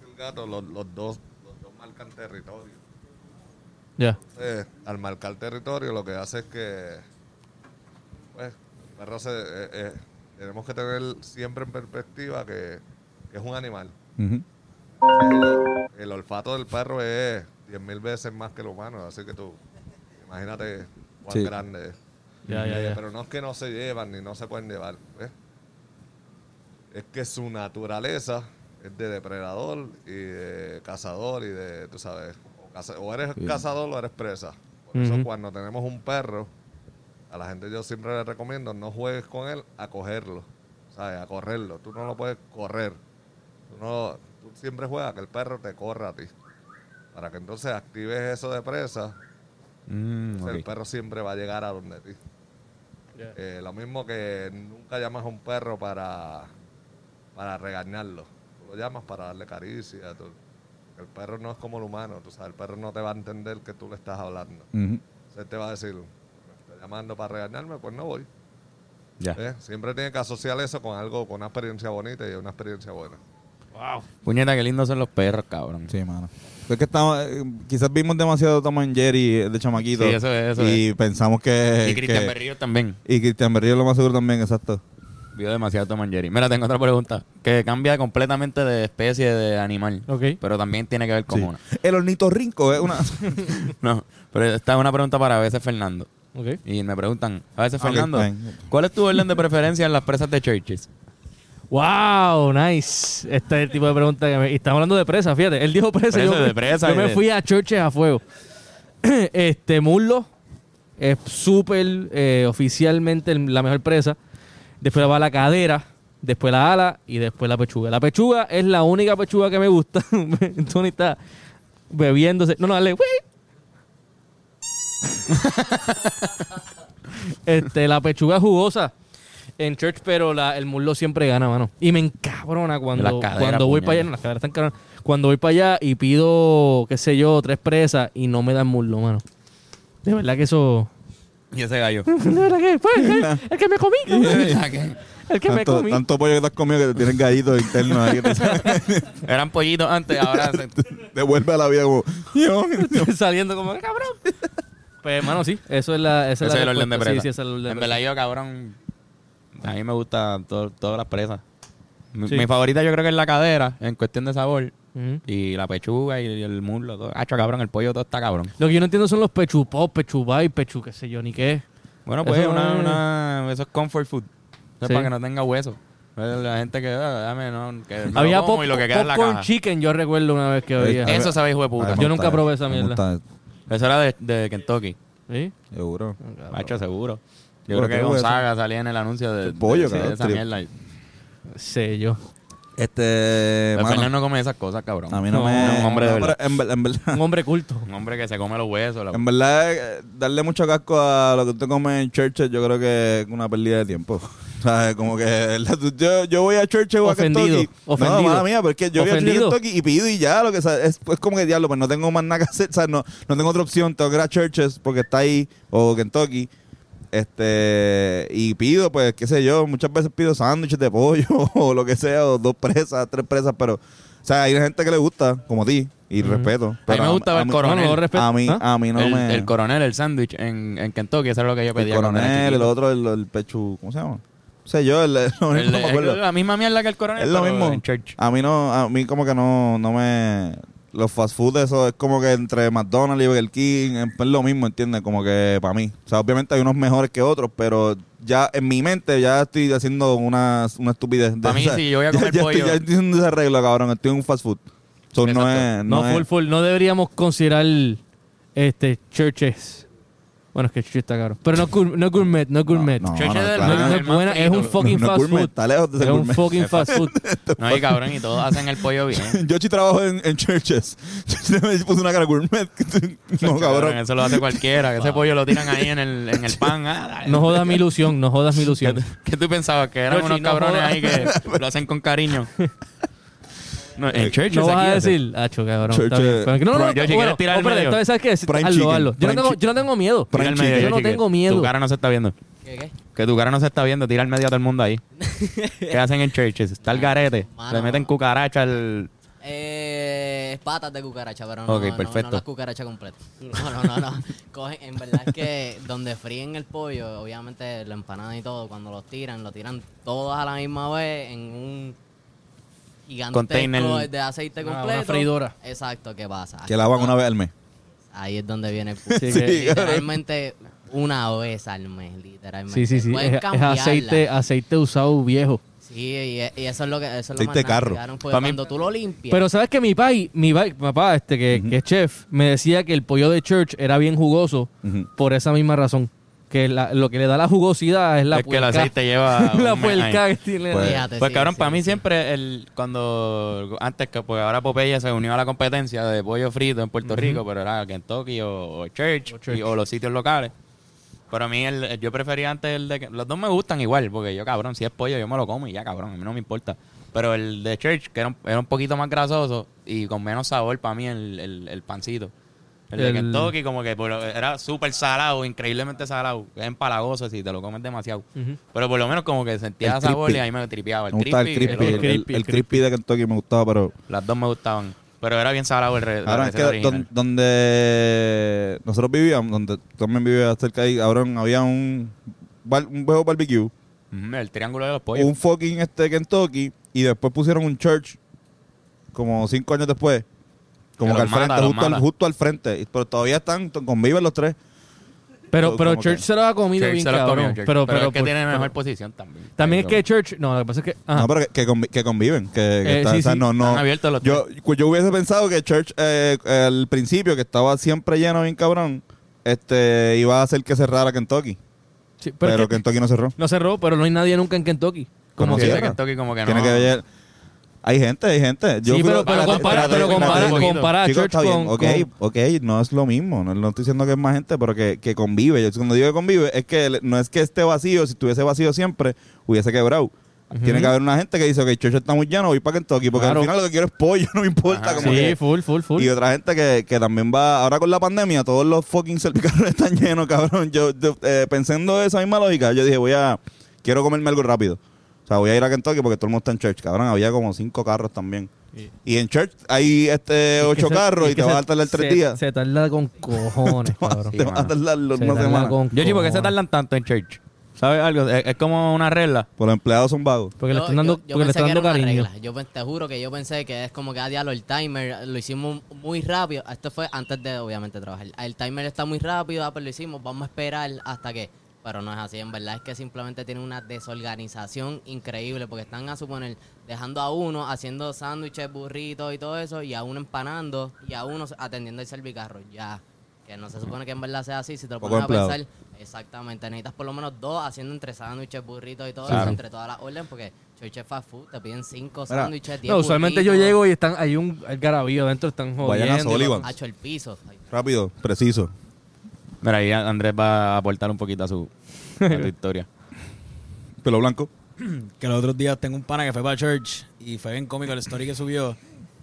[SPEAKER 4] El gato, los, los dos, los dos marcan territorio.
[SPEAKER 2] Ya.
[SPEAKER 4] Entonces, al marcar territorio, lo que hace es que, pues, el perro se- eh, eh, tenemos que tener siempre en perspectiva que, que es un animal.
[SPEAKER 3] Ujú.
[SPEAKER 4] El, el olfato del perro es 10.000 veces más que el humano, así que tú, imagínate cuán
[SPEAKER 3] Sí.
[SPEAKER 4] grande es.
[SPEAKER 2] Ya, ya,
[SPEAKER 4] Eh,
[SPEAKER 2] ya.
[SPEAKER 4] Pero no es que no se llevan ni no se pueden llevar. ¿ves? Es que su naturaleza es de depredador y de cazador y de, tú sabes, o, caza- o eres cazador o eres presa. Por eso
[SPEAKER 2] Ujú.
[SPEAKER 4] cuando tenemos un perro, a la gente yo siempre le recomiendo no juegues con él a cogerlo, ¿sabes? A correrlo. Tú no lo puedes correr. Tú, no, tú siempre juegas a que el perro te corra a ti. Para que entonces actives eso de presa
[SPEAKER 1] Mm,
[SPEAKER 4] entonces,
[SPEAKER 1] ok.
[SPEAKER 4] El perro siempre va a llegar a donde ti. Eh, lo mismo que nunca llamas a un perro para, para regañarlo. Tú lo llamas para darle caricia. tú- El perro no es como el humano. Tú sabes, el perro no te va a entender que tú le estás hablando.
[SPEAKER 3] Ujú.
[SPEAKER 4] Entonces, él te va a decir, me está llamando para regañarme, pues no voy.
[SPEAKER 1] Ya.
[SPEAKER 4] ¿Eh? Siempre tiene que asociar eso con algo, con una experiencia bonita y una experiencia buena.
[SPEAKER 1] Puñeta, qué lindos son los perros, cabrón.
[SPEAKER 3] Sí, mano. Es que estamos, eh, quizás vimos demasiado Tom and Jerry eh, de chamaquito.
[SPEAKER 1] Sí, eso es, eso
[SPEAKER 3] y pensamos que.
[SPEAKER 1] Y Cristian
[SPEAKER 3] que-
[SPEAKER 1] Berrío también.
[SPEAKER 3] Y Cristian Berrío lo más seguro también, exacto.
[SPEAKER 1] Vio demasiado Tom and Jerry. Mira, tengo otra pregunta. Que cambia completamente de especie de animal.
[SPEAKER 2] Ok.
[SPEAKER 1] Pero también tiene que ver con
[SPEAKER 3] Sí.
[SPEAKER 1] una.
[SPEAKER 3] El ornitorrinco es una.
[SPEAKER 1] No, pero esta es una pregunta para a veces Fernando.
[SPEAKER 2] Ok.
[SPEAKER 1] Y me preguntan, a veces
[SPEAKER 3] Ok,
[SPEAKER 1] Fernando,
[SPEAKER 3] fine.
[SPEAKER 1] ¿cuál es tu orden de preferencia en las presas de churches?
[SPEAKER 2] ¡Wow! Nice. Este es el tipo de pregunta que me. Y estamos hablando de presa, fíjate. Él dijo presa.
[SPEAKER 1] Presa,
[SPEAKER 2] yo me,
[SPEAKER 1] de presa
[SPEAKER 2] yo
[SPEAKER 1] y
[SPEAKER 2] me
[SPEAKER 1] de-
[SPEAKER 2] fui a churches a fuego. este muslo es súper eh, oficialmente el- la mejor presa. Después va la cadera. Después la ala y después la pechuga. La pechuga es la única pechuga que me gusta. Tony está bebiéndose. No, no, dale. este, la pechuga es jugosa en church, pero la- el muslo siempre gana, mano. Y me encabrona
[SPEAKER 1] Las
[SPEAKER 2] cuando,
[SPEAKER 1] caderas,
[SPEAKER 2] cuando voy
[SPEAKER 1] puñeta.
[SPEAKER 2] para allá. no, las caderas están cabronas. Cuando voy para allá y pido, qué sé yo, tres presas y no me dan muslo, mano. De verdad que eso.
[SPEAKER 1] Y ese gallo.
[SPEAKER 2] De verdad que. pues, el, el que me comí, cabrón.
[SPEAKER 1] De verdad que
[SPEAKER 2] El que me
[SPEAKER 3] tanto,
[SPEAKER 2] comí.
[SPEAKER 3] tanto pollo que te has comido que te tienen gallitos internos ahí. que te-
[SPEAKER 1] Eran pollitos antes, ahora se-
[SPEAKER 3] te vuelve a la vida como. "Yo".
[SPEAKER 2] Saliendo como, cabrón. Pues, mano, sí. Eso es la. Esa
[SPEAKER 1] ese
[SPEAKER 2] es
[SPEAKER 1] es
[SPEAKER 2] la
[SPEAKER 1] el orden de
[SPEAKER 2] respuesta.
[SPEAKER 1] presa.
[SPEAKER 2] Sí, sí, ese es el orden de
[SPEAKER 1] en
[SPEAKER 2] presa.
[SPEAKER 1] verdad yo, cabrón, a mí me gustan to- todas las presas. Mi,
[SPEAKER 2] Sí.
[SPEAKER 1] mi favorita yo creo que es la cadera, en cuestión de sabor.
[SPEAKER 2] Ujú.
[SPEAKER 1] Y la pechuga y el muslo, todo. Hacho, cabrón, el pollo todo está cabrón.
[SPEAKER 2] Lo que yo no entiendo son los pechupop, pechubay, pechu, qué sé yo, ni qué.
[SPEAKER 1] Bueno, pues
[SPEAKER 2] Eso
[SPEAKER 1] una,
[SPEAKER 2] es-
[SPEAKER 1] una- eso es comfort food. Eso es
[SPEAKER 2] Sí.
[SPEAKER 1] para que no tenga hueso. Es La gente que, ah, dame, no, que me lo
[SPEAKER 2] había
[SPEAKER 1] como
[SPEAKER 2] pop,
[SPEAKER 1] y lo que queda en la
[SPEAKER 2] popcorn
[SPEAKER 1] caja.
[SPEAKER 2] chicken, yo recuerdo una vez que había.
[SPEAKER 3] Ey,
[SPEAKER 1] Eso sabe hijo de puta.
[SPEAKER 3] Ay, me
[SPEAKER 2] Yo
[SPEAKER 3] gusta
[SPEAKER 2] nunca probé
[SPEAKER 3] eso,
[SPEAKER 2] esa
[SPEAKER 3] me
[SPEAKER 2] mierda.
[SPEAKER 3] gusta eso.
[SPEAKER 1] Eso era de, de Kentucky.
[SPEAKER 2] ¿Sí? Ah,
[SPEAKER 3] Seguro.
[SPEAKER 1] Macho, seguro. Yo
[SPEAKER 3] Bueno,
[SPEAKER 1] creo que
[SPEAKER 3] creo que
[SPEAKER 1] Gonzaga salía en el anuncio de,
[SPEAKER 3] El pollo,
[SPEAKER 1] de- de
[SPEAKER 3] cabrón,
[SPEAKER 1] esa
[SPEAKER 3] tri-
[SPEAKER 1] mierda.
[SPEAKER 2] Sé yo.
[SPEAKER 3] Este.
[SPEAKER 1] Pero
[SPEAKER 3] mano,
[SPEAKER 1] Fernan no come esas cosas, cabrón.
[SPEAKER 3] a mí no,
[SPEAKER 2] No,
[SPEAKER 3] me.
[SPEAKER 1] un hombre de
[SPEAKER 3] no, pero en, ver- en verdad.
[SPEAKER 2] Un hombre culto.
[SPEAKER 1] Un hombre que se come los huesos. la-
[SPEAKER 3] En verdad, eh, darle mucho casco a lo que tú comes en Churches, yo creo que es una pérdida de tiempo. ¿Sabes? Como que la- tú- yo, yo voy a Churches o a
[SPEAKER 2] Ofendido,
[SPEAKER 3] Kentucky.
[SPEAKER 2] ofendido.
[SPEAKER 3] No, mala mía, porque yo voy a
[SPEAKER 2] Ofendido.
[SPEAKER 3] Churches Kentucky y pido y ya. Lo que, sea, es, es como que diablo, pues no tengo más nada que hacer. ¿sabes? No, no tengo otra opción. Tengo que ir a Churches porque está ahí o Kentucky. Este, y pido, pues, qué sé yo, muchas veces pido sándwiches de pollo o lo que sea, o dos presas, tres presas, pero, o sea, hay gente que le gusta, como a ti, y respeto.
[SPEAKER 1] a mí
[SPEAKER 3] pero
[SPEAKER 1] me gusta ver
[SPEAKER 3] mí-
[SPEAKER 2] No, no,
[SPEAKER 1] coronel.
[SPEAKER 2] respeto.
[SPEAKER 3] a mí,
[SPEAKER 2] ¿Ah?
[SPEAKER 3] a mí no
[SPEAKER 1] el,
[SPEAKER 3] me.
[SPEAKER 1] el coronel, el sándwich en, en Kentucky, eso era lo que yo
[SPEAKER 3] el
[SPEAKER 1] pedía. cuando era
[SPEAKER 3] coronel, el
[SPEAKER 1] chiquito.
[SPEAKER 3] otro, el, el pechu. ¿Cómo se llama? No sé yo, el, el- no
[SPEAKER 1] El-
[SPEAKER 3] me
[SPEAKER 1] es
[SPEAKER 3] acuerdo.
[SPEAKER 1] la misma mierda que el coronel.
[SPEAKER 3] Es lo
[SPEAKER 1] pero
[SPEAKER 3] mismo.
[SPEAKER 1] En church.
[SPEAKER 3] A mí no, a mí como que no, no me. los fast food, eso es como que entre McDonald's y Burger King, es lo mismo, ¿entiendes? Como que para mí. O sea, obviamente hay unos mejores que otros, pero ya en mi mente ya estoy haciendo una, una estupidez.
[SPEAKER 1] Pa' mí,
[SPEAKER 3] O sea,
[SPEAKER 1] si yo voy a
[SPEAKER 3] ya-
[SPEAKER 1] comer
[SPEAKER 3] ya,
[SPEAKER 1] pollo.
[SPEAKER 3] Estoy, ya estoy haciendo ese arreglo, cabrón. Estoy en un fast food. So, no
[SPEAKER 1] Exacto.
[SPEAKER 3] es...
[SPEAKER 2] No,
[SPEAKER 3] No,
[SPEAKER 2] full,
[SPEAKER 3] es,
[SPEAKER 2] full, no deberíamos considerar este churches. Bueno, es que churches está caro. Pero no, gour- no gourmet, no gourmet.
[SPEAKER 3] no,
[SPEAKER 2] No,
[SPEAKER 1] Churches
[SPEAKER 3] no,
[SPEAKER 1] del-
[SPEAKER 3] claro.
[SPEAKER 2] no
[SPEAKER 1] del
[SPEAKER 2] es
[SPEAKER 1] más
[SPEAKER 2] buena, es
[SPEAKER 1] frito.
[SPEAKER 2] un fucking
[SPEAKER 3] No, no
[SPEAKER 2] fast
[SPEAKER 3] gourmet,
[SPEAKER 2] food.
[SPEAKER 3] está lejos de ser
[SPEAKER 2] Es un
[SPEAKER 3] gourmet.
[SPEAKER 2] fucking fast food.
[SPEAKER 1] No, y cabrón, y todos hacen el pollo bien.
[SPEAKER 3] Yo sí trabajo en, en churches. Yo me puse una cara gourmet. no, cabrón.
[SPEAKER 1] Eso lo hace cualquiera. Que ese pollo lo tiran ahí en el, en el pan. Ah, dale.
[SPEAKER 2] No jodas mi ilusión, no jodas mi ilusión.
[SPEAKER 1] ¿Qué tú pensabas? Que eran
[SPEAKER 2] Yoshi,
[SPEAKER 1] unos
[SPEAKER 2] no
[SPEAKER 1] cabrones
[SPEAKER 2] jodas.
[SPEAKER 1] ahí que lo hacen con cariño.
[SPEAKER 3] Eh,
[SPEAKER 1] No, en Churches
[SPEAKER 2] No vas
[SPEAKER 1] aquí
[SPEAKER 2] a
[SPEAKER 1] hace-
[SPEAKER 2] decir, ah, cabrón.
[SPEAKER 3] Churches.
[SPEAKER 2] está bien. Pero que- No, no, no.
[SPEAKER 1] Bueno, yo si
[SPEAKER 2] bueno,
[SPEAKER 1] quieres tirar el
[SPEAKER 2] espérate,
[SPEAKER 1] medio.
[SPEAKER 2] entonces, ¿sabes qué?
[SPEAKER 3] Prime
[SPEAKER 2] hazlo,
[SPEAKER 3] chicken,
[SPEAKER 2] hazlo. Yo no,
[SPEAKER 3] prime
[SPEAKER 2] tengo,
[SPEAKER 3] chicken.
[SPEAKER 2] yo no tengo miedo.
[SPEAKER 1] Tira al medio,
[SPEAKER 2] Yo no
[SPEAKER 1] Yoshi, que
[SPEAKER 2] tengo miedo.
[SPEAKER 1] Tu cara no se está viendo.
[SPEAKER 5] ¿Qué, qué?
[SPEAKER 1] Que tu cara no se está viendo. Tira al medio a todo el mundo ahí. ¿Qué hacen en Churches? Está el garete.
[SPEAKER 5] Mano,
[SPEAKER 1] Le meten
[SPEAKER 5] mano.
[SPEAKER 1] cucaracha al...
[SPEAKER 5] Eh, patas de cucaracha, pero no,
[SPEAKER 1] Ok,
[SPEAKER 5] no, no,
[SPEAKER 1] perfecto.
[SPEAKER 5] no la cucaracha completa. No, no, no, no. Cogen, en verdad es que donde fríen el pollo, obviamente la empanada y todo, cuando los tiran, lo tiran todos a la misma vez en un gigantesco
[SPEAKER 1] Container.
[SPEAKER 5] de aceite
[SPEAKER 2] Ah, Una- una
[SPEAKER 5] completo.
[SPEAKER 2] freidora.
[SPEAKER 5] Exacto, ¿qué pasa?
[SPEAKER 3] Que lavan una vez al mes.
[SPEAKER 5] Ahí es donde viene el
[SPEAKER 2] Sí,
[SPEAKER 5] pollo.
[SPEAKER 2] que-
[SPEAKER 5] literalmente una vez al mes, literalmente.
[SPEAKER 2] Sí, sí, sí.
[SPEAKER 5] Pueden
[SPEAKER 2] Es, es
[SPEAKER 5] cambiarla.
[SPEAKER 2] aceite, aceite usado viejo.
[SPEAKER 5] Sí, y, e- y eso es lo que eso es lo
[SPEAKER 3] Aceite
[SPEAKER 5] más
[SPEAKER 3] de carro.
[SPEAKER 5] nada, porque
[SPEAKER 1] Pa' mí-
[SPEAKER 5] cuando tú lo limpias.
[SPEAKER 2] Pero sabes que mi pai, mi pai, mi papá, este que, que es chef, me decía que el pollo de church era bien jugoso
[SPEAKER 3] Ujú.
[SPEAKER 2] por esa misma razón. Que la- lo que le da la jugosidad es la
[SPEAKER 1] es que el
[SPEAKER 2] puerca.
[SPEAKER 1] aceite lleva...
[SPEAKER 2] la
[SPEAKER 1] un mes ahí.
[SPEAKER 2] puerca que tiene.
[SPEAKER 3] Pues-
[SPEAKER 5] Fíjate,
[SPEAKER 1] Pues
[SPEAKER 5] sí,
[SPEAKER 1] cabrón,
[SPEAKER 5] sí,
[SPEAKER 1] para mí
[SPEAKER 5] sí.
[SPEAKER 1] siempre el cuando antes que pues ahora Popeye se unió a la competencia de pollo frito en Puerto Rico, pero era Kentucky o, o Church,
[SPEAKER 2] O Church.
[SPEAKER 1] y- o los sitios locales. Pero a mí el, el- yo prefería antes el de los dos me gustan igual, porque yo cabrón, si es pollo yo me lo como y ya cabrón, a mí no me importa. Pero el de Church que era un, era un poquito más grasoso y con menos sabor para mí el, el- el pancito. El, de
[SPEAKER 2] El-
[SPEAKER 1] Kentucky como que por lo- era súper salado, increíblemente salado, es empalagoso si te lo comes demasiado.
[SPEAKER 2] Ujú.
[SPEAKER 1] Pero por lo menos como que sentía
[SPEAKER 3] El
[SPEAKER 1] sabor y
[SPEAKER 3] crispy.
[SPEAKER 1] ahí me
[SPEAKER 3] Me
[SPEAKER 1] tripeaba. El
[SPEAKER 3] gustaba el
[SPEAKER 1] crispy,
[SPEAKER 3] crispy.
[SPEAKER 1] el
[SPEAKER 3] El,
[SPEAKER 1] otro.
[SPEAKER 3] el- el
[SPEAKER 2] crispy, el
[SPEAKER 3] crispy de Kentucky me gustaba, pero...
[SPEAKER 1] Las dos me gustaban. Pero era bien salado el re, la
[SPEAKER 3] Ahora es que
[SPEAKER 1] receta original.
[SPEAKER 3] don- donde nosotros vivíamos, donde tú también vivías cerca ahí, cabrón, había un, bar- un viejo barbecue,
[SPEAKER 1] Mm, el triángulo de los pollos.
[SPEAKER 3] un fucking este Kentucky, y después pusieron un church, como cinco años después, como
[SPEAKER 1] Que
[SPEAKER 3] que al
[SPEAKER 1] los mata,
[SPEAKER 3] frente,
[SPEAKER 1] los
[SPEAKER 3] justo, al,
[SPEAKER 1] mata.
[SPEAKER 3] justo al frente, Y- pero todavía están, t- conviven los tres.
[SPEAKER 2] Pero,
[SPEAKER 3] Todo
[SPEAKER 2] pero
[SPEAKER 3] como que-
[SPEAKER 2] Church se lo ha comido
[SPEAKER 1] Church
[SPEAKER 2] bien
[SPEAKER 1] se los comió,
[SPEAKER 2] cabrón.
[SPEAKER 1] Church.
[SPEAKER 2] pero, pero,
[SPEAKER 1] es que
[SPEAKER 2] por-
[SPEAKER 1] tiene
[SPEAKER 2] pero-
[SPEAKER 1] mejor posición también.
[SPEAKER 2] También es
[SPEAKER 1] Pero-
[SPEAKER 2] que Church. No, lo que pasa es que. ajá.
[SPEAKER 3] No, pero que, que convi- que conviven, que, que
[SPEAKER 2] Eh,
[SPEAKER 3] está-
[SPEAKER 2] sí,
[SPEAKER 3] o sea,
[SPEAKER 2] sí.
[SPEAKER 3] no, no.
[SPEAKER 1] Están abiertos los
[SPEAKER 3] yo, pues yo hubiese pensado que church eh, al principio, que estaba siempre lleno bien cabrón, este iba a hacer que cerrara Kentucky,
[SPEAKER 2] Sí, pero
[SPEAKER 3] pero,
[SPEAKER 2] es que
[SPEAKER 3] Kentucky no cerró.
[SPEAKER 2] no cerró, pero no hay nadie nunca en Kentucky.
[SPEAKER 1] Como
[SPEAKER 3] Como
[SPEAKER 1] que
[SPEAKER 3] quiera.
[SPEAKER 1] ese Kentucky como que no.
[SPEAKER 3] Tiene que ver. Hay gente, hay gente. Yo
[SPEAKER 2] sí,
[SPEAKER 3] fui-
[SPEAKER 2] pero, pero
[SPEAKER 3] espérate,
[SPEAKER 2] compara,
[SPEAKER 3] espérate,
[SPEAKER 2] pero
[SPEAKER 3] espérate.
[SPEAKER 2] compara,
[SPEAKER 1] espérate.
[SPEAKER 2] compara a
[SPEAKER 3] Chicos,
[SPEAKER 2] Church
[SPEAKER 3] está bien.
[SPEAKER 2] con.
[SPEAKER 3] Ok,
[SPEAKER 2] con-
[SPEAKER 3] ok, no es lo mismo. No, no estoy diciendo que es más gente, pero que, que convive. Yo cuando digo que convive, es que le- no es que esté vacío. Si estuviese vacío siempre, hubiese quebrado. Tiene que haber una gente que dice, ok, Church está muy lleno, voy para Kentucky, porque
[SPEAKER 2] Claro.
[SPEAKER 3] al final lo que quiero es pollo, no me importa.
[SPEAKER 1] Ajá.
[SPEAKER 3] como
[SPEAKER 2] Sí,
[SPEAKER 3] que-
[SPEAKER 2] full, full, full.
[SPEAKER 3] y otra gente que, que también va, ahora con la pandemia, todos los fucking cervicales están llenos, cabrón. Yo, yo, eh, pensando esa misma lógica, yo dije, voy a, quiero comerme algo rápido. O sea, voy a ir a Kentucky porque todo el mundo está en church, cabrón. Había como cinco carros también. Y en church hay este
[SPEAKER 2] Es que
[SPEAKER 3] ocho
[SPEAKER 2] se-
[SPEAKER 3] carros
[SPEAKER 2] es
[SPEAKER 3] y
[SPEAKER 2] que
[SPEAKER 3] te
[SPEAKER 2] se-
[SPEAKER 3] vas a tardar tres
[SPEAKER 2] se-
[SPEAKER 3] días.
[SPEAKER 2] Se tarda con cojones, cabrón.
[SPEAKER 1] sí,
[SPEAKER 3] te vas a
[SPEAKER 1] mano.
[SPEAKER 3] tardar
[SPEAKER 2] Se
[SPEAKER 3] una
[SPEAKER 2] tarda
[SPEAKER 3] semana.
[SPEAKER 2] con
[SPEAKER 1] Yoshi, ¿por qué se
[SPEAKER 2] cojones.
[SPEAKER 1] tardan tanto en church? ¿Sabes algo? Es, es como una regla.
[SPEAKER 3] Pues los empleados son vagos.
[SPEAKER 2] Porque le
[SPEAKER 5] Yo-
[SPEAKER 2] están dando,
[SPEAKER 5] yo- yo
[SPEAKER 2] porque le
[SPEAKER 5] pensé
[SPEAKER 2] están
[SPEAKER 5] que
[SPEAKER 2] dando
[SPEAKER 5] era una
[SPEAKER 2] cariño.
[SPEAKER 5] regla. Yo pen- te juro que yo pensé que es como que a diablo el timer eh, lo hicimos muy rápido. Esto fue antes de obviamente trabajar. El timer está muy rápido, ah, pues lo hicimos, vamos a esperar hasta que. Pero no es así, en verdad es que simplemente tienen una desorganización increíble porque están a suponer dejando a uno haciendo sándwiches, burritos y todo eso y a uno empanando y a uno atendiendo el servicarro. Ya. Que no se supone que en verdad sea así, si te lo
[SPEAKER 3] Poco
[SPEAKER 5] pones a
[SPEAKER 3] empleado.
[SPEAKER 5] pensar. Exactamente, necesitas por lo menos dos haciendo entre sándwiches, burritos y todo
[SPEAKER 3] Claro.
[SPEAKER 5] eso, entre todas las órdenes, porque Church es fast food, te piden cinco
[SPEAKER 3] Mira,
[SPEAKER 5] sándwiches, diez
[SPEAKER 2] No, usualmente yo
[SPEAKER 5] burritos,
[SPEAKER 2] llego y están, hay un garabío adentro, están
[SPEAKER 3] Vayan a
[SPEAKER 2] jodiendo.
[SPEAKER 3] Sullivan.
[SPEAKER 5] hacho el piso. Ay,
[SPEAKER 3] Rápido, preciso.
[SPEAKER 1] Mira, ahí Andrés va a aportar un poquito a su, a su historia.
[SPEAKER 3] Pelo blanco.
[SPEAKER 10] que los otros días tengo un pana que fue para church y fue bien cómico el story que subió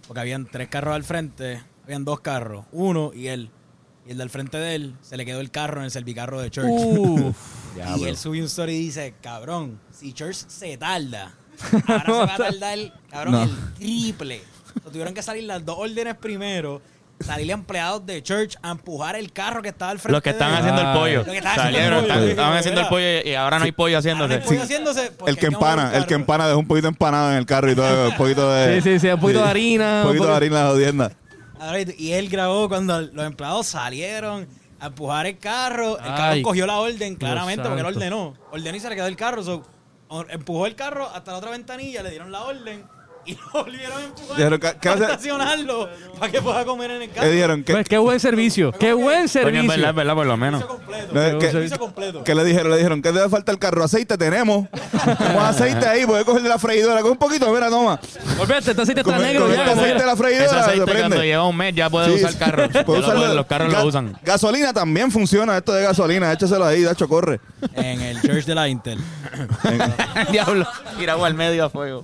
[SPEAKER 10] porque habían tres carros al frente habían dos carros uno y él y el del frente de él se le quedó el carro en el servicarro de church
[SPEAKER 2] Uf.
[SPEAKER 10] y él subió un story y dice cabrón si church se tarda ahora se va a tardar cabrón
[SPEAKER 3] No.
[SPEAKER 10] el triple Entonces, tuvieron que salir las dos órdenes primero salir empleados de church a empujar el carro que estaba al frente
[SPEAKER 1] Los que están
[SPEAKER 10] de él.
[SPEAKER 1] haciendo el
[SPEAKER 2] Ah.
[SPEAKER 1] pollo.
[SPEAKER 10] Los que están haciendo
[SPEAKER 1] Salieron,
[SPEAKER 10] el pollo.
[SPEAKER 1] están- estaban haciendo el pollo y- y ahora no hay pollo
[SPEAKER 10] Ahora no hay
[SPEAKER 1] haciéndose.
[SPEAKER 10] pollo haciéndose porque
[SPEAKER 3] el que
[SPEAKER 10] hay mover
[SPEAKER 3] empana, el que
[SPEAKER 10] carro.
[SPEAKER 3] empana dejó un poquito empanado en el carro y todo, un poquito de...
[SPEAKER 2] Sí, sí, sí, un poquito de harina,
[SPEAKER 3] Un
[SPEAKER 2] un
[SPEAKER 3] poquito de
[SPEAKER 2] poco-
[SPEAKER 3] harina en la jodienda.
[SPEAKER 10] Ahora, y- Y él grabó cuando los empleados salieron a empujar el carro. El carro
[SPEAKER 2] Ay.
[SPEAKER 10] cogió la orden, claramente, porque él
[SPEAKER 2] santo.
[SPEAKER 10] ordenó. Ordenó y se le quedó el carro. so, or- empujó el carro hasta la otra ventanilla, le dieron la orden y lo volvieron a empujar
[SPEAKER 3] Dijeron, "Ca-
[SPEAKER 10] para
[SPEAKER 3] cállate".
[SPEAKER 10] estacionarlo para que pueda comer en el
[SPEAKER 3] ¿Qué
[SPEAKER 10] carro.
[SPEAKER 3] dijeron? ¿Qué,
[SPEAKER 2] Pues qué buen servicio, qué buen
[SPEAKER 1] Coño, es
[SPEAKER 2] servicio.
[SPEAKER 1] verdad, es verdad, por lo menos.
[SPEAKER 10] Hizo completo.
[SPEAKER 3] no,
[SPEAKER 2] Pero
[SPEAKER 3] qué-
[SPEAKER 2] se
[SPEAKER 10] Hizo completo.
[SPEAKER 3] qué le dijeron? Le dijeron, ¿qué te da falta el carro? Aceite tenemos. Pon aceite ahí, puedes coger de la freidora. Coge un poquito, mira, toma.
[SPEAKER 2] Olvídate, este aceite está
[SPEAKER 3] Come-
[SPEAKER 2] negro
[SPEAKER 3] come
[SPEAKER 2] ya.
[SPEAKER 3] este
[SPEAKER 2] como
[SPEAKER 3] aceite de
[SPEAKER 2] era.
[SPEAKER 3] la freidora.
[SPEAKER 1] Ese aceite
[SPEAKER 3] se prende.
[SPEAKER 1] cuando lleva un mes ya puede usar el carro. Ya
[SPEAKER 3] Puede
[SPEAKER 1] lo
[SPEAKER 3] usarlo.
[SPEAKER 1] pueden- los carros
[SPEAKER 3] Ga-
[SPEAKER 1] lo usan.
[SPEAKER 3] Gasolina también funciona, esto de gasolina. Échaselo ahí, Dacho, corre.
[SPEAKER 10] En el church de la Intel.
[SPEAKER 1] Diablo, tirado al medio a fuego.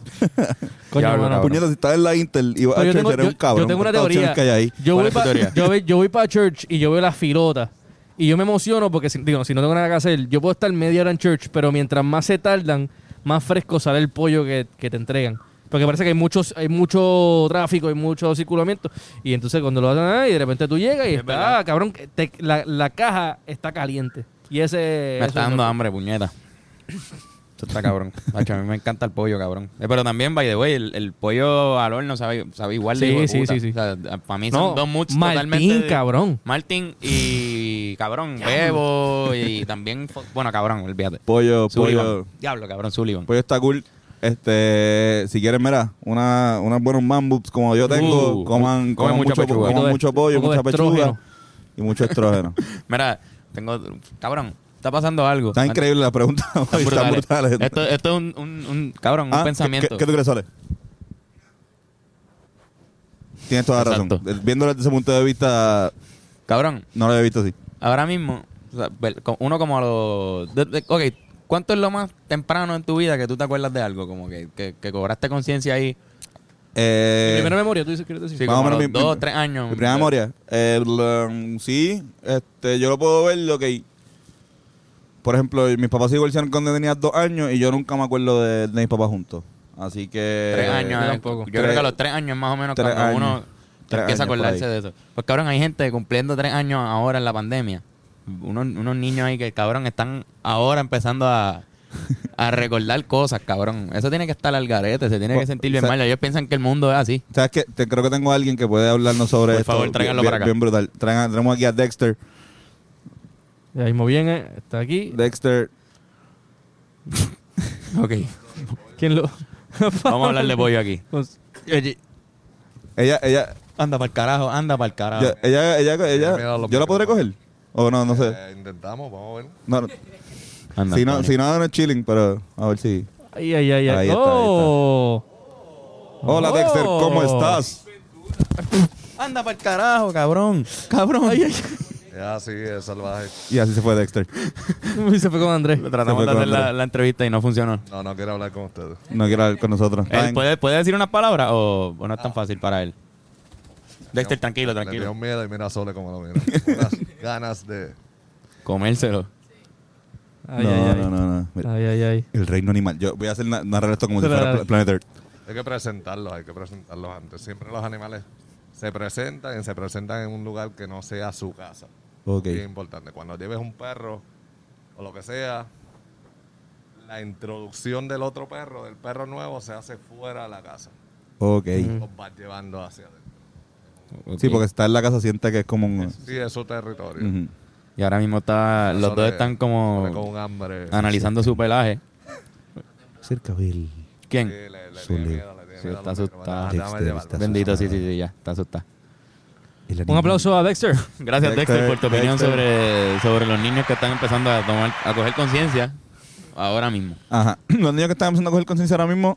[SPEAKER 2] Coño,
[SPEAKER 1] Diablo,
[SPEAKER 2] mano.
[SPEAKER 1] cabrón.
[SPEAKER 3] Puñeta, si estás en la Intel y vas
[SPEAKER 2] Pero
[SPEAKER 3] a
[SPEAKER 2] yo, tengo,
[SPEAKER 3] Church, eres
[SPEAKER 2] yo-
[SPEAKER 3] un cabrón.
[SPEAKER 2] yo tengo una
[SPEAKER 3] por todas las
[SPEAKER 2] teoría.
[SPEAKER 3] opciones que hay ahí.
[SPEAKER 2] Yo,
[SPEAKER 1] ¿Cuál
[SPEAKER 2] voy
[SPEAKER 1] es tu
[SPEAKER 2] pa-
[SPEAKER 1] teoría?
[SPEAKER 2] yo voy- yo voy para church y yo veo las filotas. Y yo me emociono porque, si, digo, si no tengo nada que hacer, yo puedo estar media hora en church, pero mientras más se tardan, más fresco sale el pollo que, que te entregan. Porque parece que hay, muchos, hay mucho tráfico, hay mucho circulamiento. Y entonces cuando lo hacen, ah, y de repente tú llegas y está, ah, cabrón, que te- la, la caja está caliente. Y ese...
[SPEAKER 1] Me
[SPEAKER 2] eso
[SPEAKER 1] está
[SPEAKER 2] es
[SPEAKER 1] dando
[SPEAKER 2] lo-
[SPEAKER 1] hambre, puñeta. Esto está cabrón. Macho, a mí me encanta el pollo, cabrón. Eh, pero también, by the way, el, el pollo al horno sabe, sabe igual de
[SPEAKER 2] Sí,
[SPEAKER 1] hijo de
[SPEAKER 2] sí,
[SPEAKER 1] puta.
[SPEAKER 2] sí, sí.
[SPEAKER 1] O sea, para mí son
[SPEAKER 2] No,
[SPEAKER 1] dos moods
[SPEAKER 2] Martín,
[SPEAKER 1] totalmente... de-
[SPEAKER 2] cabrón.
[SPEAKER 1] Martín y cabrón, Bebo y también... fo- Bueno, cabrón, olvídate.
[SPEAKER 3] Pollo, pollo.
[SPEAKER 1] Sullivan. Diablo, cabrón, Sullivan.
[SPEAKER 3] Pollo está cool. Este, si quieren, mira, una, unas buenos mambups como yo tengo,
[SPEAKER 1] Uh,
[SPEAKER 3] coman,
[SPEAKER 1] come
[SPEAKER 3] coman
[SPEAKER 1] mucha
[SPEAKER 3] mucho,
[SPEAKER 1] pechuga.
[SPEAKER 3] coman
[SPEAKER 2] Poco de-
[SPEAKER 3] mucho pollo,
[SPEAKER 2] poco de
[SPEAKER 3] mucha pechuga
[SPEAKER 2] estrógeno.
[SPEAKER 3] y mucho estrógeno.
[SPEAKER 1] Mira, tengo... Cabrón, está pasando algo.
[SPEAKER 3] Están increíbles las preguntas.
[SPEAKER 1] Están
[SPEAKER 3] hoy, Están
[SPEAKER 1] brutales.
[SPEAKER 3] brutales.
[SPEAKER 1] Esto, esto es un, un- un- cabrón,
[SPEAKER 3] Ah,
[SPEAKER 1] un
[SPEAKER 3] ¿qué-
[SPEAKER 1] pensamiento.
[SPEAKER 3] ¿Qué, qué tú crees, Sole? Tienes toda la razón.
[SPEAKER 1] Exacto.
[SPEAKER 3] Eh, Viéndolo desde ese punto de vista,
[SPEAKER 1] Cabrón,
[SPEAKER 3] no lo había visto así.
[SPEAKER 1] ahora mismo, o sea, ver- co- uno como a los... de- de- ok, ¿cuánto es lo más temprano en tu vida que tú te acuerdas de algo? Como que, que, que cobraste conciencia ahí.
[SPEAKER 3] Eh,
[SPEAKER 2] Primera memoria, tú dices, ¿quieres decir?
[SPEAKER 1] Sí,
[SPEAKER 3] más o
[SPEAKER 1] como a
[SPEAKER 3] menos
[SPEAKER 1] los
[SPEAKER 3] mi-
[SPEAKER 1] dos,
[SPEAKER 3] mi-
[SPEAKER 1] tres años. eh.
[SPEAKER 3] Mi primera memoria. El, um, sí, este, yo lo puedo ver, ok. Por ejemplo, mis papás se divorciaron cuando tenía dos años y yo nunca me acuerdo de, de mis papás juntos. Así que...
[SPEAKER 1] Tres años.
[SPEAKER 2] yo
[SPEAKER 1] eh,
[SPEAKER 2] tampoco.
[SPEAKER 1] Yo
[SPEAKER 3] Tres-
[SPEAKER 1] creo que a los tres años más o menos
[SPEAKER 3] tres
[SPEAKER 1] cuando
[SPEAKER 3] años.
[SPEAKER 1] uno
[SPEAKER 3] Tres
[SPEAKER 1] empieza a
[SPEAKER 3] años por
[SPEAKER 1] acordarse
[SPEAKER 3] ahí.
[SPEAKER 1] de eso. Pues cabrón, hay gente cumpliendo tres años ahora en la pandemia. Unos, unos niños ahí que cabrón están ahora empezando a, a recordar cosas, cabrón. Eso tiene que estar al garete, se tiene
[SPEAKER 3] Por-
[SPEAKER 1] que sentir bien
[SPEAKER 3] Pues, o sea-
[SPEAKER 1] mal. Ellos piensan que el mundo es así.
[SPEAKER 3] ¿Sabes qué? Te- creo que tengo a alguien que puede hablarnos sobre
[SPEAKER 1] Por
[SPEAKER 3] esto.
[SPEAKER 1] favor,
[SPEAKER 3] Bien-
[SPEAKER 1] tráiganlo
[SPEAKER 3] bien-
[SPEAKER 1] para acá.
[SPEAKER 3] Bien brutal. Traigan- tenemos aquí a Dexter.
[SPEAKER 2] Ya mismo viene, está aquí.
[SPEAKER 3] Dexter.
[SPEAKER 1] Ok.
[SPEAKER 2] ¿Quién lo...?
[SPEAKER 1] Vamos a hablar de pollo aquí.
[SPEAKER 3] Ella, ella,
[SPEAKER 1] Anda para el carajo, anda para el
[SPEAKER 2] Ah.
[SPEAKER 1] carajo.
[SPEAKER 3] ya- ella, ella, ella-
[SPEAKER 4] Ya me he dado los
[SPEAKER 3] ¿Yo la podré coger?
[SPEAKER 4] micrófonos.
[SPEAKER 3] O no, no sé.
[SPEAKER 4] Eh, intentamos, vamos a ver.
[SPEAKER 3] No, no.
[SPEAKER 2] Ah,
[SPEAKER 1] Anda,
[SPEAKER 3] Si no,
[SPEAKER 1] Antonio.
[SPEAKER 3] si no, no es chilling, pero a ver si...
[SPEAKER 2] Ay, ay, ay,
[SPEAKER 3] Ahí
[SPEAKER 2] ay.
[SPEAKER 3] está, ahí está.
[SPEAKER 2] Oh.
[SPEAKER 3] Hola,
[SPEAKER 2] Oh.
[SPEAKER 3] Dexter, ¿cómo estás?
[SPEAKER 1] Anda para el carajo, cabrón. Cabrón.
[SPEAKER 4] Es así, es salvaje.
[SPEAKER 3] Y así se fue Dexter.
[SPEAKER 2] Y se fue con Andrés.
[SPEAKER 1] Tratamos de
[SPEAKER 3] con
[SPEAKER 1] hacer la,
[SPEAKER 3] Andrés.
[SPEAKER 1] la entrevista y no funcionó.
[SPEAKER 4] No, no quiero hablar con ustedes.
[SPEAKER 3] No quiere hablar con nosotros. Está
[SPEAKER 1] ¿Él
[SPEAKER 3] bien.
[SPEAKER 1] Eh, puede, puede decir unas palabras o, o no
[SPEAKER 4] Ah.
[SPEAKER 1] es tan fácil para él? Dexter,
[SPEAKER 4] Le
[SPEAKER 1] tranquilo,
[SPEAKER 4] dio
[SPEAKER 1] tranquilo.
[SPEAKER 4] miedo y mira a Sole como lo mira. Unas ganas de...
[SPEAKER 1] Comérselo.
[SPEAKER 2] Ay,
[SPEAKER 3] no,
[SPEAKER 2] ay, ay.
[SPEAKER 3] no, no, no. Mira,
[SPEAKER 2] Ay, ay, ay.
[SPEAKER 3] El reino animal. Yo voy a hacer na- narrar esto como si
[SPEAKER 2] Claro.
[SPEAKER 3] fuera Pla- Planet Earth.
[SPEAKER 4] Hay que presentarlos, hay que presentarlos antes. Siempre los animales se presentan y se presentan en un lugar que no sea su casa.
[SPEAKER 3] Ok.
[SPEAKER 4] Bien importante. Cuando lleves un perro o lo que sea, la introducción del otro perro, del perro nuevo, se hace fuera de la casa.
[SPEAKER 3] Ok.
[SPEAKER 4] Los vas llevando hacia adentro.
[SPEAKER 3] Sí, porque estar en la casa siente que es como un.
[SPEAKER 4] Sí, es su territorio.
[SPEAKER 3] Ujú.
[SPEAKER 1] Y ahora mismo está, los
[SPEAKER 4] Sole-
[SPEAKER 1] dos están
[SPEAKER 4] Sole con
[SPEAKER 1] como
[SPEAKER 4] un hambre.
[SPEAKER 1] analizando su pelaje.
[SPEAKER 3] Cerca del.
[SPEAKER 4] Sí,
[SPEAKER 1] ¿Quién?
[SPEAKER 4] le- le- le
[SPEAKER 3] Sole.
[SPEAKER 4] tiene miedo, le tiene
[SPEAKER 1] Sí,
[SPEAKER 4] miedo
[SPEAKER 1] está
[SPEAKER 4] a los perros.
[SPEAKER 1] asustado.
[SPEAKER 4] Déjame
[SPEAKER 3] Dexter
[SPEAKER 4] llevarlo.
[SPEAKER 3] está
[SPEAKER 1] Bendito, sí, sí, sí, ya, está asustado.
[SPEAKER 3] el
[SPEAKER 2] Un
[SPEAKER 3] animal.
[SPEAKER 2] aplauso a Dexter.
[SPEAKER 1] Gracias, Dexter,
[SPEAKER 3] Dexter,
[SPEAKER 1] por tu opinión
[SPEAKER 3] Dexter.
[SPEAKER 1] sobre, sobre los niños que están empezando a tomar, a coger conciencia ahora mismo.
[SPEAKER 3] Ajá. Los niños que están empezando a coger conciencia ahora mismo.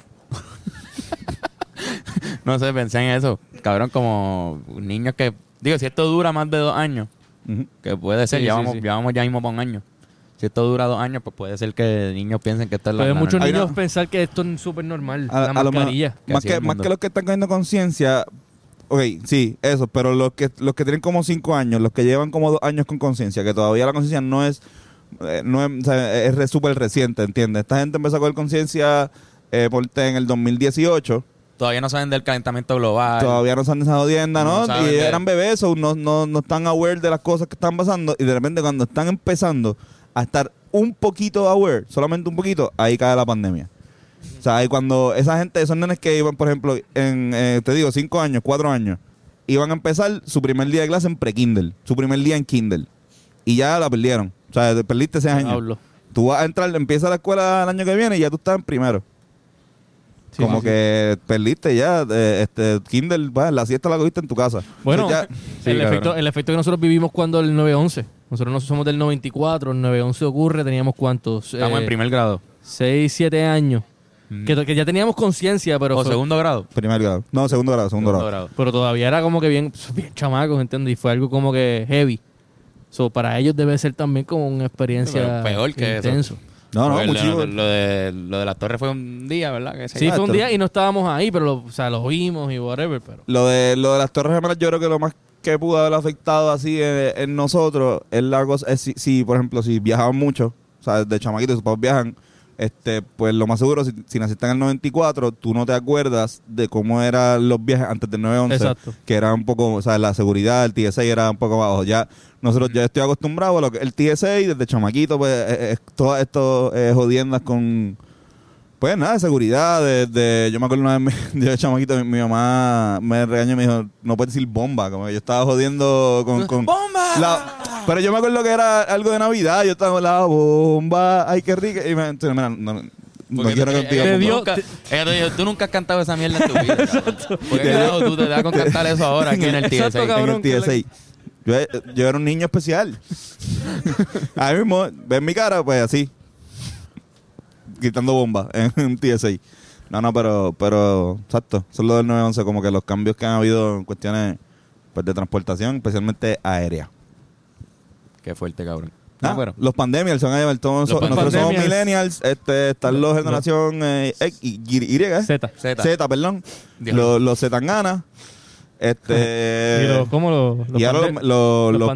[SPEAKER 1] No sé, pensé en eso. Cabrón, como niños que... Digo, si esto dura más de dos años,
[SPEAKER 3] ujú.
[SPEAKER 1] que puede ser,
[SPEAKER 2] Sí,
[SPEAKER 1] ya,
[SPEAKER 2] sí,
[SPEAKER 1] vamos,
[SPEAKER 2] sí.
[SPEAKER 1] ya vamos ya mismo para un año. Si esto dura dos años, pues puede ser que niños piensen que esto es la...
[SPEAKER 2] Pero
[SPEAKER 1] la
[SPEAKER 2] muchos
[SPEAKER 1] norma.
[SPEAKER 3] Hay
[SPEAKER 2] niños
[SPEAKER 3] una-
[SPEAKER 2] pensar que esto es súper normal.
[SPEAKER 3] A-
[SPEAKER 2] la
[SPEAKER 3] a lo mejor-
[SPEAKER 2] mascarilla.
[SPEAKER 1] que
[SPEAKER 3] más
[SPEAKER 1] así es
[SPEAKER 3] que,
[SPEAKER 1] el
[SPEAKER 3] más
[SPEAKER 1] mundo.
[SPEAKER 3] que los que están cogiendo conciencia. Ok, sí, eso. Pero los que, los que tienen como cinco años, los que llevan como dos años con conciencia, que todavía la conciencia no es. eh, no es o sea, es re- súper reciente, ¿entiendes? Esta gente empezó a coger conciencia eh, ponte en el 2018.
[SPEAKER 1] Todavía no saben del calentamiento global.
[SPEAKER 3] Todavía no se han desarrollado
[SPEAKER 1] No
[SPEAKER 3] ¿no?
[SPEAKER 1] saben
[SPEAKER 3] y
[SPEAKER 1] de-
[SPEAKER 3] eran bebés, so no, no, no están aware de las cosas que están pasando. Y de repente, cuando están empezando a estar un poquito aware, solamente un poquito, ahí cae la pandemia. O sea, ahí cuando esa gente, esos nenes que iban, por ejemplo, en, eh, te digo, cinco años, cuatro años, iban a empezar su primer día de clase en pre-Kindle, su primer día en Kindle. Y ya la perdieron. O sea, te perdiste seis años.
[SPEAKER 2] Hablo.
[SPEAKER 3] Tú vas a entrar, empieza la escuela el año que viene y ya tú estás en primero.
[SPEAKER 2] Sí,
[SPEAKER 3] Como
[SPEAKER 2] sí,
[SPEAKER 3] que perdiste ya, eh, este, Kindle, va, la siesta la cogiste en tu casa.
[SPEAKER 2] Bueno,
[SPEAKER 3] Entonces ya- Sí,
[SPEAKER 2] el,
[SPEAKER 3] cabrón.
[SPEAKER 2] efecto, el efecto que nosotros vivimos cuando el 9-11. Nosotros no somos del 94, el 9-11 ocurre, teníamos cuántos?
[SPEAKER 1] Estamos en primer grado. Mm.
[SPEAKER 2] 6, 7 años. Que, to- que ya teníamos conciencia, pero,
[SPEAKER 1] o
[SPEAKER 2] fue-
[SPEAKER 1] segundo grado.
[SPEAKER 3] Primer grado. No, segundo grado, segundo, grado.
[SPEAKER 2] pero todavía era como que bien, bien chamacos, ¿entiendes? Y fue algo como que heavy. So, para ellos debe ser también como una experiencia
[SPEAKER 1] Pero peor que eso.
[SPEAKER 2] intenso.
[SPEAKER 3] No, no,
[SPEAKER 1] Porque lo-
[SPEAKER 3] muchísimo.
[SPEAKER 1] lo, lo de, lo de la torre fue un día, ¿verdad? Que se-
[SPEAKER 2] Sí, fue un
[SPEAKER 3] Exacto.
[SPEAKER 2] día y no estábamos ahí, pero lo, o sea, lo vimos y whatever, pues. pero...
[SPEAKER 3] Lo de, lo de las Torres Gemelas, yo creo que lo más que pudo haber afectado así en, en nosotros es la cosa. es si, si, por ejemplo, si viajaban mucho, o sea, de chamaquitos, sus papás viajan, este, pues lo más seguro, si, si naciste en el 94, tú no te acuerdas de cómo eran los viajes antes del 9-11.
[SPEAKER 2] Exacto.
[SPEAKER 3] Que era un poco, o sea, la seguridad, el TSA era un poco bajo. Ya nosotros ya estoy acostumbrado a lo que el TSA y desde chamaquito, pues, eh, eh, todas estas eh, jodiendas con. Pues nada, de seguridad, de, de- yo me acuerdo una vez, me- yo de chamaquito, mi, mi mamá me regañó y me dijo, no puedes decir bomba, como que yo estaba jodiendo con... con ¡Bomba! pero yo me acuerdo que era algo de Navidad, yo estaba la bomba, ay, qué rica, y me, entonces, mira, no, no, no
[SPEAKER 1] porque
[SPEAKER 3] quiero
[SPEAKER 1] tú-
[SPEAKER 3] que
[SPEAKER 1] ella-
[SPEAKER 3] te
[SPEAKER 1] ella
[SPEAKER 3] diga
[SPEAKER 2] dio-
[SPEAKER 1] nunca- Ella te dijo, tú nunca has cantado esa mierda en tu vida. cabrón. ¿Por qué
[SPEAKER 3] Te-
[SPEAKER 1] carajo tú te das con cantar eso ahora aquí en el TSA?
[SPEAKER 2] Exacto,
[SPEAKER 3] bomba en el
[SPEAKER 2] cabrón, que
[SPEAKER 3] TSA. Yo, eh, yo era un niño especial. Ahí mismo, ven mi cara, pues así, gritando bomba en un TSA. No, no, pero, pero, exacto, eso es lo del 911, como que los cambios que han habido en cuestiones pues, de transportación, especialmente aérea.
[SPEAKER 1] Qué fuerte, cabrón.
[SPEAKER 3] Ah, Los pandemias son ahí, todos
[SPEAKER 1] Los
[SPEAKER 3] so- nosotros somos
[SPEAKER 2] pandemias.
[SPEAKER 3] millennials, este, están los generación eh, X, Y, Y, ¿eh?
[SPEAKER 2] Z.
[SPEAKER 1] Z.
[SPEAKER 3] Z, perdón.
[SPEAKER 1] Dios.
[SPEAKER 3] Los, los Zetangana, este...
[SPEAKER 2] y lo- ¿Cómo lo...? lo
[SPEAKER 3] y ahora los,
[SPEAKER 2] pande-
[SPEAKER 3] los,
[SPEAKER 2] los
[SPEAKER 3] los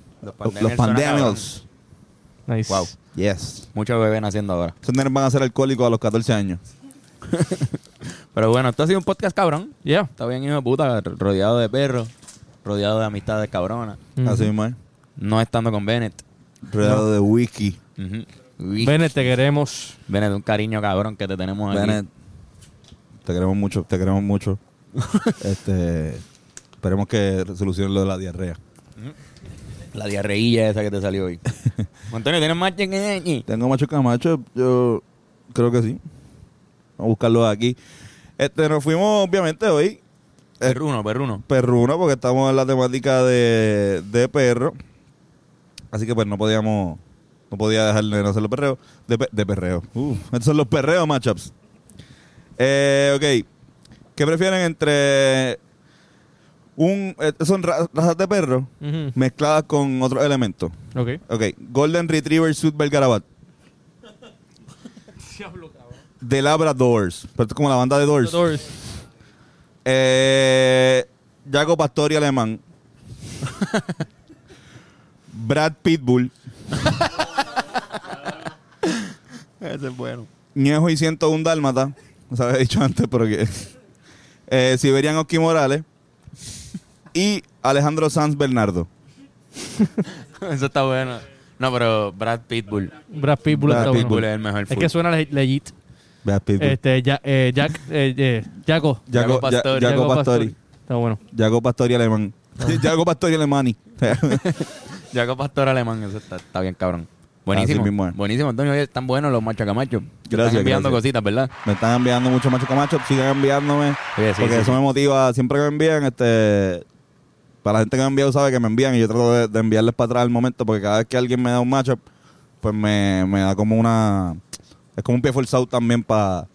[SPEAKER 3] pandemials.
[SPEAKER 1] Los
[SPEAKER 3] Los-
[SPEAKER 1] pandemials
[SPEAKER 3] Los
[SPEAKER 1] suena
[SPEAKER 3] pandemials.
[SPEAKER 2] Nice.
[SPEAKER 3] Wow. Yes.
[SPEAKER 1] Muchos bebés naciendo ahora.
[SPEAKER 3] Esos nenes van a ser alcohólicos a los 14 años.
[SPEAKER 1] Pero bueno, esto ha sido un podcast cabrón.
[SPEAKER 2] Yeah.
[SPEAKER 1] Está bien, hijo de puta, rodeado de perros, rodeado de amistades cabronas,
[SPEAKER 2] Mm.
[SPEAKER 3] Así mismo es.
[SPEAKER 1] no estando con Bennett.
[SPEAKER 3] Rodeado de wiki.
[SPEAKER 1] Ujú.
[SPEAKER 2] Bennett, te queremos.
[SPEAKER 1] Bennett, un cariño cabrón que te tenemos aquí.
[SPEAKER 3] Bennett, te queremos mucho, te queremos mucho. este, esperemos que solucionen lo de la diarrea.
[SPEAKER 1] La diarreilla esa que te salió hoy. Antonio, ¿tienes más chingueñi?
[SPEAKER 3] Tengo macho camacho, yo creo que sí. Vamos a buscarlo aquí. Este, nos fuimos, obviamente, hoy. eh,
[SPEAKER 1] Perruno, perruno.
[SPEAKER 3] perruno, porque estamos en la temática de, de perro. Así que pues no podíamos, no podía dejarle de no hacer los perreos. De, pe- de perreo. Uh, estos son los perreos matchups. Eh, ok. ¿Qué prefieren entre un eh, son ra- razas de perro
[SPEAKER 2] Ujú.
[SPEAKER 3] mezcladas con otros elementos?
[SPEAKER 2] Ok.
[SPEAKER 3] Ok. Golden Retriever Super Garabat. De Labradors. Pero esto es como la banda de Doors.
[SPEAKER 2] Doors.
[SPEAKER 3] Eh, Jaco Pastori alemán. Brad Pitbull.
[SPEAKER 1] Ese es bueno.
[SPEAKER 3] Ñejo y 101 Dálmata. Os había dicho antes, pero que. Eh, Siberian Oski Morales. Y Alejandro Sanz Bernardo.
[SPEAKER 1] Eso está bueno. No, pero Brad Pitbull.
[SPEAKER 2] Brad Pitbull
[SPEAKER 3] Brad
[SPEAKER 2] está bueno.
[SPEAKER 1] Pitbull es el mejor.
[SPEAKER 2] Es que suena le- legit.
[SPEAKER 3] Brad Pitbull.
[SPEAKER 2] Este, ya- eh, Jack, eh, eh, Jaco.
[SPEAKER 3] Jaco,
[SPEAKER 1] Jaco Pastori.
[SPEAKER 3] Ja- Jaco Pastori.
[SPEAKER 2] Está bueno.
[SPEAKER 3] Jaco Pastori alemán. Jaco Pastori alemani.
[SPEAKER 1] Jacob Pastor Alemán, eso está, está bien cabrón. Buenísimo.
[SPEAKER 3] Así mismo es.
[SPEAKER 1] Buenísimo, Antonio. Oye, están buenos los machacamachos. Te
[SPEAKER 3] Gracias,
[SPEAKER 1] Están enviando
[SPEAKER 3] gracias.
[SPEAKER 1] cositas, ¿verdad?
[SPEAKER 3] Me están enviando mucho macho camacho, sigan enviándome.
[SPEAKER 1] Oye, sí,
[SPEAKER 3] porque
[SPEAKER 1] sí,
[SPEAKER 3] eso
[SPEAKER 1] sí.
[SPEAKER 3] me motiva. Siempre que me envían, este. Para la gente que me ha enviado, sabe que me envían y yo trato de, de enviarles para atrás al momento. Porque cada vez que alguien me da un matchup, pues me, me da como una. Es como un pie forzado también para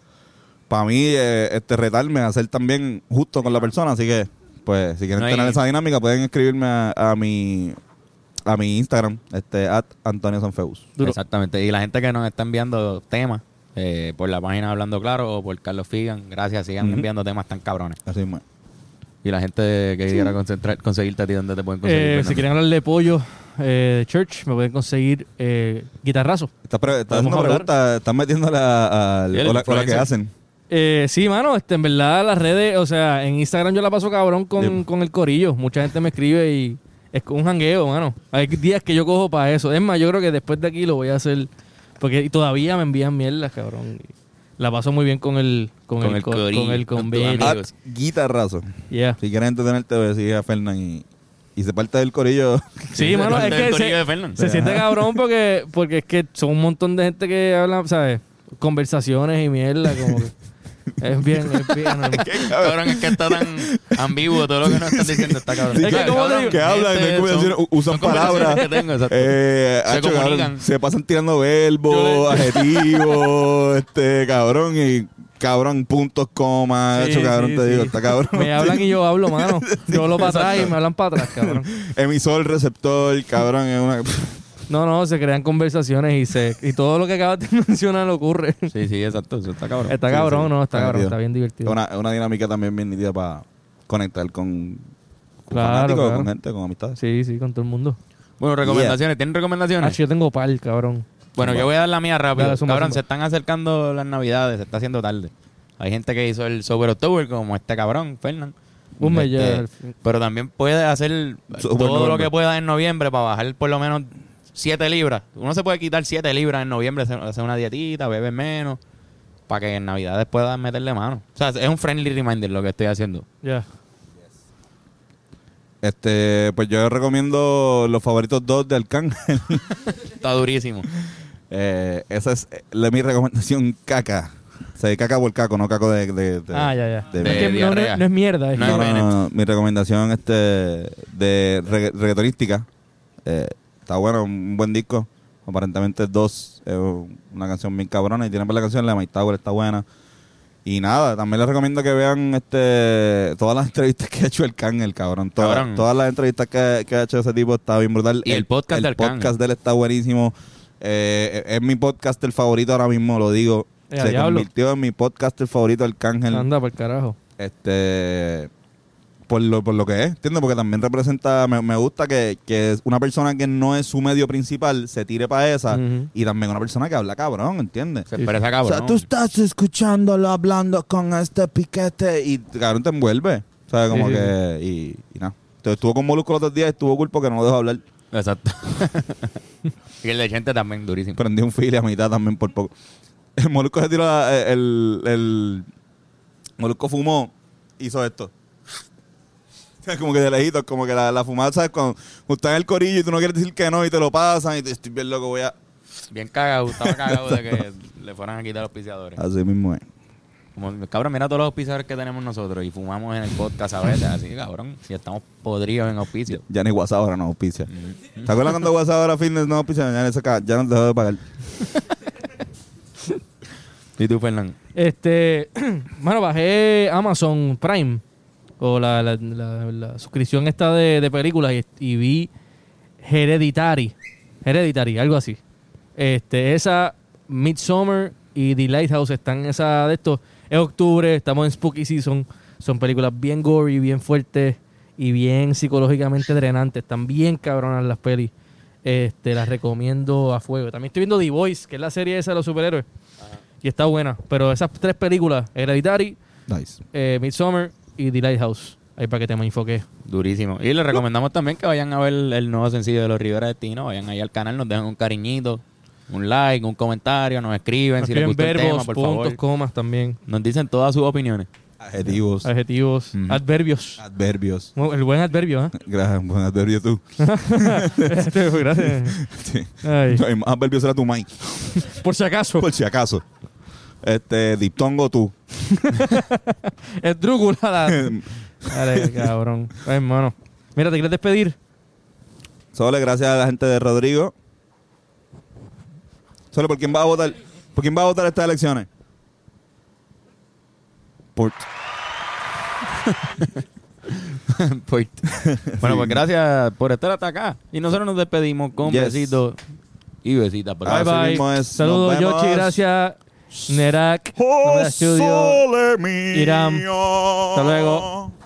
[SPEAKER 3] para mí eh, este retarme a hacer también justo con la persona. Así que, pues, si quieren
[SPEAKER 1] No hay-
[SPEAKER 3] tener esa dinámica, pueden escribirme a, a mi a mi Instagram, este, at Antonio Sanfeus.
[SPEAKER 2] Duro.
[SPEAKER 1] Exactamente. Y la gente que nos está enviando temas eh, por la página Hablando Claro o por Carlos Figan, gracias. Sigan
[SPEAKER 3] Ujú.
[SPEAKER 1] enviando temas tan cabrones.
[SPEAKER 3] Así mismo.
[SPEAKER 1] Y la gente que quiera concentrar, conseguirte a ti, ¿dónde te pueden conseguir?
[SPEAKER 2] Eh,
[SPEAKER 1] Fernando?
[SPEAKER 2] si quieren hablar de pollo, eh, de Church, me pueden conseguir eh, guitarrazo.
[SPEAKER 3] Estás pre- estás
[SPEAKER 2] ¿Podemos
[SPEAKER 3] haciendo
[SPEAKER 2] hablar?
[SPEAKER 3] preguntas, estás metiéndola al.
[SPEAKER 1] El
[SPEAKER 3] o la- o la que
[SPEAKER 1] influencer.
[SPEAKER 3] hacen.
[SPEAKER 2] Eh, sí, mano, este, en verdad las redes, o sea, en Instagram yo la paso cabrón con,
[SPEAKER 3] Yep.
[SPEAKER 2] con el corillo. Mucha gente me escribe y es un jangueo, mano. Hay días que yo cojo para eso. Es más, yo creo que después de aquí lo voy a hacer. Porque todavía me envían mierdas, cabrón. La pasó muy bien con el con,
[SPEAKER 1] Con
[SPEAKER 2] el,
[SPEAKER 1] el
[SPEAKER 2] co-
[SPEAKER 1] corillo,
[SPEAKER 2] con el
[SPEAKER 1] con tu
[SPEAKER 2] convenio.
[SPEAKER 1] amigo.
[SPEAKER 3] At guitarrazo.
[SPEAKER 2] Yeah.
[SPEAKER 3] Si quieren entretenerte, ve, sigue a Fernán y, y se parte del corillo.
[SPEAKER 2] Sí, mano, es que
[SPEAKER 1] El corillo
[SPEAKER 2] se,
[SPEAKER 1] de Fernan.
[SPEAKER 2] se siente cabrón porque, porque es que son un montón de gente que habla, ¿sabes? Conversaciones y mierda, como que es bien, es bien. hermano.
[SPEAKER 1] Cabrón, es que está tan ambiguo todo lo que nos están diciendo. Está cabrón.
[SPEAKER 3] Sí,
[SPEAKER 2] Es que,
[SPEAKER 1] Claro,
[SPEAKER 2] ¿cómo te
[SPEAKER 1] cabrón,
[SPEAKER 2] digo?
[SPEAKER 3] que hablan,
[SPEAKER 1] gente,
[SPEAKER 3] no hay conversaciones,
[SPEAKER 1] son-
[SPEAKER 3] u- usan
[SPEAKER 1] son conversaciones
[SPEAKER 3] palabras.
[SPEAKER 1] que tengo, exacto.
[SPEAKER 3] Eh,
[SPEAKER 1] Se
[SPEAKER 3] hacho, cabrón,
[SPEAKER 1] comunican.
[SPEAKER 3] se pasan tirando verbos, adjetivos, este, cabrón, y cabrón, puntos, comas,
[SPEAKER 2] Sí,
[SPEAKER 3] hacho, cabrón,
[SPEAKER 2] sí,
[SPEAKER 3] te
[SPEAKER 2] sí.
[SPEAKER 3] digo, está cabrón.
[SPEAKER 2] Me hablan y yo hablo, mano. Yo hablo para atrás y me hablan para atrás, cabrón.
[SPEAKER 3] Emisor, receptor, cabrón, es una...
[SPEAKER 2] No, no, se crean conversaciones y se y todo lo que acabas de mencionar ocurre.
[SPEAKER 1] Sí, sí, exacto. Eso está cabrón.
[SPEAKER 2] Está
[SPEAKER 3] Sí,
[SPEAKER 2] cabrón,
[SPEAKER 3] sí.
[SPEAKER 2] no, está
[SPEAKER 3] Está
[SPEAKER 2] cabrón,
[SPEAKER 3] metido.
[SPEAKER 2] está bien divertido.
[SPEAKER 3] una, una dinámica también bien nítida para conectar con, con
[SPEAKER 2] Claro,
[SPEAKER 3] fanáticos,
[SPEAKER 2] claro.
[SPEAKER 3] con gente, con amistades.
[SPEAKER 2] Sí, sí, con todo el mundo.
[SPEAKER 1] Bueno, recomendaciones. ¿Tienen
[SPEAKER 2] Ah,
[SPEAKER 1] recomendaciones?
[SPEAKER 2] yo tengo pal, cabrón.
[SPEAKER 1] Bueno, yo voy a dar la mía rápido.
[SPEAKER 2] Dale, zumba,
[SPEAKER 1] cabrón,
[SPEAKER 2] zumba.
[SPEAKER 1] se están acercando las navidades, se está haciendo tarde. Hay gente que hizo el Sober October, como este cabrón, Fernán.
[SPEAKER 2] Un mes ya,
[SPEAKER 1] Este,
[SPEAKER 2] al fin.
[SPEAKER 1] Pero también puede hacer
[SPEAKER 3] Sober
[SPEAKER 1] todo lo
[SPEAKER 3] November.
[SPEAKER 1] que pueda en noviembre para bajar por lo menos 7 libras. Uno se puede quitar 7 libras en noviembre, hacer- hacer una dietita, beber menos, para que en navidades puedas meterle mano. O sea, es un friendly reminder lo que estoy haciendo.
[SPEAKER 2] Ya.
[SPEAKER 3] Este, pues yo recomiendo los favoritos dos de Arcángel.
[SPEAKER 1] Está durísimo.
[SPEAKER 3] Eh, esa es la, mi recomendación, caca. O sea, caca por caco, no caco de... de- de-
[SPEAKER 2] Ah, ya, ya.
[SPEAKER 3] de-
[SPEAKER 2] Es que no- no,
[SPEAKER 1] diarrea.
[SPEAKER 2] no es mierda, es
[SPEAKER 1] No,
[SPEAKER 2] que-
[SPEAKER 3] No, no,
[SPEAKER 1] Bennett.
[SPEAKER 3] no, no. Mi recomendación este de regga- reggaetonística. eh, está bueno, un buen disco. Aparentemente dos. es una canción bien cabrona. Y tiene para la canción la de My Tower, está buena. Y nada, también les recomiendo que vean este todas las entrevistas que ha hecho el Can, el cabrón. Todas,
[SPEAKER 1] Cabrón.
[SPEAKER 3] todas las entrevistas que, que ha hecho ese tipo está bien brutal.
[SPEAKER 1] Y el podcast
[SPEAKER 3] el
[SPEAKER 1] del Can.
[SPEAKER 3] podcast de él está buenísimo. Eh, es es mi podcast el favorito ahora mismo, lo digo.
[SPEAKER 2] Eh,
[SPEAKER 3] Se
[SPEAKER 2] diablo.
[SPEAKER 3] convirtió en mi podcast el favorito el Cángel
[SPEAKER 2] Anda, por carajo.
[SPEAKER 3] este por lo, por lo que es, ¿entiendes? Porque también representa, me, me gusta que, que una persona que no es su medio principal se tire para esa
[SPEAKER 2] Ujú.
[SPEAKER 3] y también una persona que habla cabrón, ¿entiendes?
[SPEAKER 1] Se expresa cabrón.
[SPEAKER 3] O sea, tú estás escuchándolo hablando con este piquete y cabrón te envuelve, ¿sabes? Como
[SPEAKER 2] Sí, sí,
[SPEAKER 3] que, y, y nada. Entonces, estuvo con Molusco los otros días y estuvo cool porque no lo dejó hablar.
[SPEAKER 1] Exacto. y el de gente también durísimo.
[SPEAKER 3] Prendí un file a mitad también por poco. El Molusco se tiró la- eh, el, el Molusco fumó, hizo esto. O sea, Como que de lejitos, como que la, la fumada, ¿sabes? Cuando está en el corillo y tú no quieres decir que no y te lo pasan y te estoy bien loco, voy a...
[SPEAKER 1] Bien cagado, estaba cagado de que le fueran a quitar los auspiciadores.
[SPEAKER 3] Así mismo es.
[SPEAKER 1] Como, cabrón, mira todos los auspiciadores que tenemos nosotros y fumamos en el podcast a veces. Así que, cabrón, si estamos podridos en auspicio. Mm,
[SPEAKER 3] Ya ni WhatsApp ahora no auspicia. ¿Te acuerdas cuando WhatsApp ahora Fitness no auspicia? Ya, esa ca- ya no te dejó de pagar.
[SPEAKER 1] ¿Y tú, Fernán?
[SPEAKER 2] Este, bueno, bajé Amazon Prime o la, la- la- la suscripción esta de, de películas y, y vi Hereditary, Hereditary, algo así. Este, esa Midsummer y The Lighthouse están en esa de estos. Es octubre, estamos en Spooky Season. Son películas bien gory, bien fuertes y bien psicológicamente drenantes. Están bien cabronas las pelis. Este, las recomiendo a fuego. También estoy viendo The Voice, que es la serie esa de los superhéroes. Y está buena. Pero esas tres películas, Hereditary,
[SPEAKER 3] Nice.
[SPEAKER 2] eh, Midsommar y The Lighthouse. Ahí para que te me enfoque.
[SPEAKER 1] Durísimo. Y les recomendamos también que vayan a ver el nuevo sencillo de los Rivera Destino. Vayan ahí al canal, nos dejan un cariñito, un like, un comentario, nos escriben si les
[SPEAKER 2] Escriben
[SPEAKER 1] gusta el tema,
[SPEAKER 2] verbos,
[SPEAKER 1] por
[SPEAKER 2] puntos,
[SPEAKER 1] favor.
[SPEAKER 2] comas también.
[SPEAKER 1] Nos dicen todas sus opiniones.
[SPEAKER 3] Adjetivos.
[SPEAKER 2] Adjetivos.
[SPEAKER 3] Ujú.
[SPEAKER 2] Adverbios.
[SPEAKER 3] Adverbios.
[SPEAKER 2] Bueno, El buen adverbio, ¿eh?
[SPEAKER 3] Gracias, buen adverbio tú.
[SPEAKER 2] Este,
[SPEAKER 1] pues,
[SPEAKER 2] gracias.
[SPEAKER 3] Sí.
[SPEAKER 2] Ay.
[SPEAKER 3] No, el más adverbio será tu Mike.
[SPEAKER 2] Por si acaso.
[SPEAKER 3] Por si acaso. Este, diptongo tú.
[SPEAKER 2] Esdrúgula. la- Dale, cabrón. Ay, hermano. Mira, ¿te quieres despedir?
[SPEAKER 3] Sole, gracias a la gente de Rodrigo. Sole, ¿por quién va a votar? ¿Por quién va a votar estas elecciones? Por...
[SPEAKER 1] Pues- bueno, pues gracias por estar hasta acá. Y nosotros nos despedimos con
[SPEAKER 3] Yes.
[SPEAKER 1] besitos y besitas. por
[SPEAKER 3] Así
[SPEAKER 2] Bye,
[SPEAKER 1] favor.
[SPEAKER 3] mismo
[SPEAKER 2] bye.
[SPEAKER 3] es.
[SPEAKER 2] Saludos,
[SPEAKER 3] Nos vemos.
[SPEAKER 2] Yoshi. Gracias. Nerak. Nombre de estudio.
[SPEAKER 3] eh, Sole mío.
[SPEAKER 2] Irán. Hasta luego.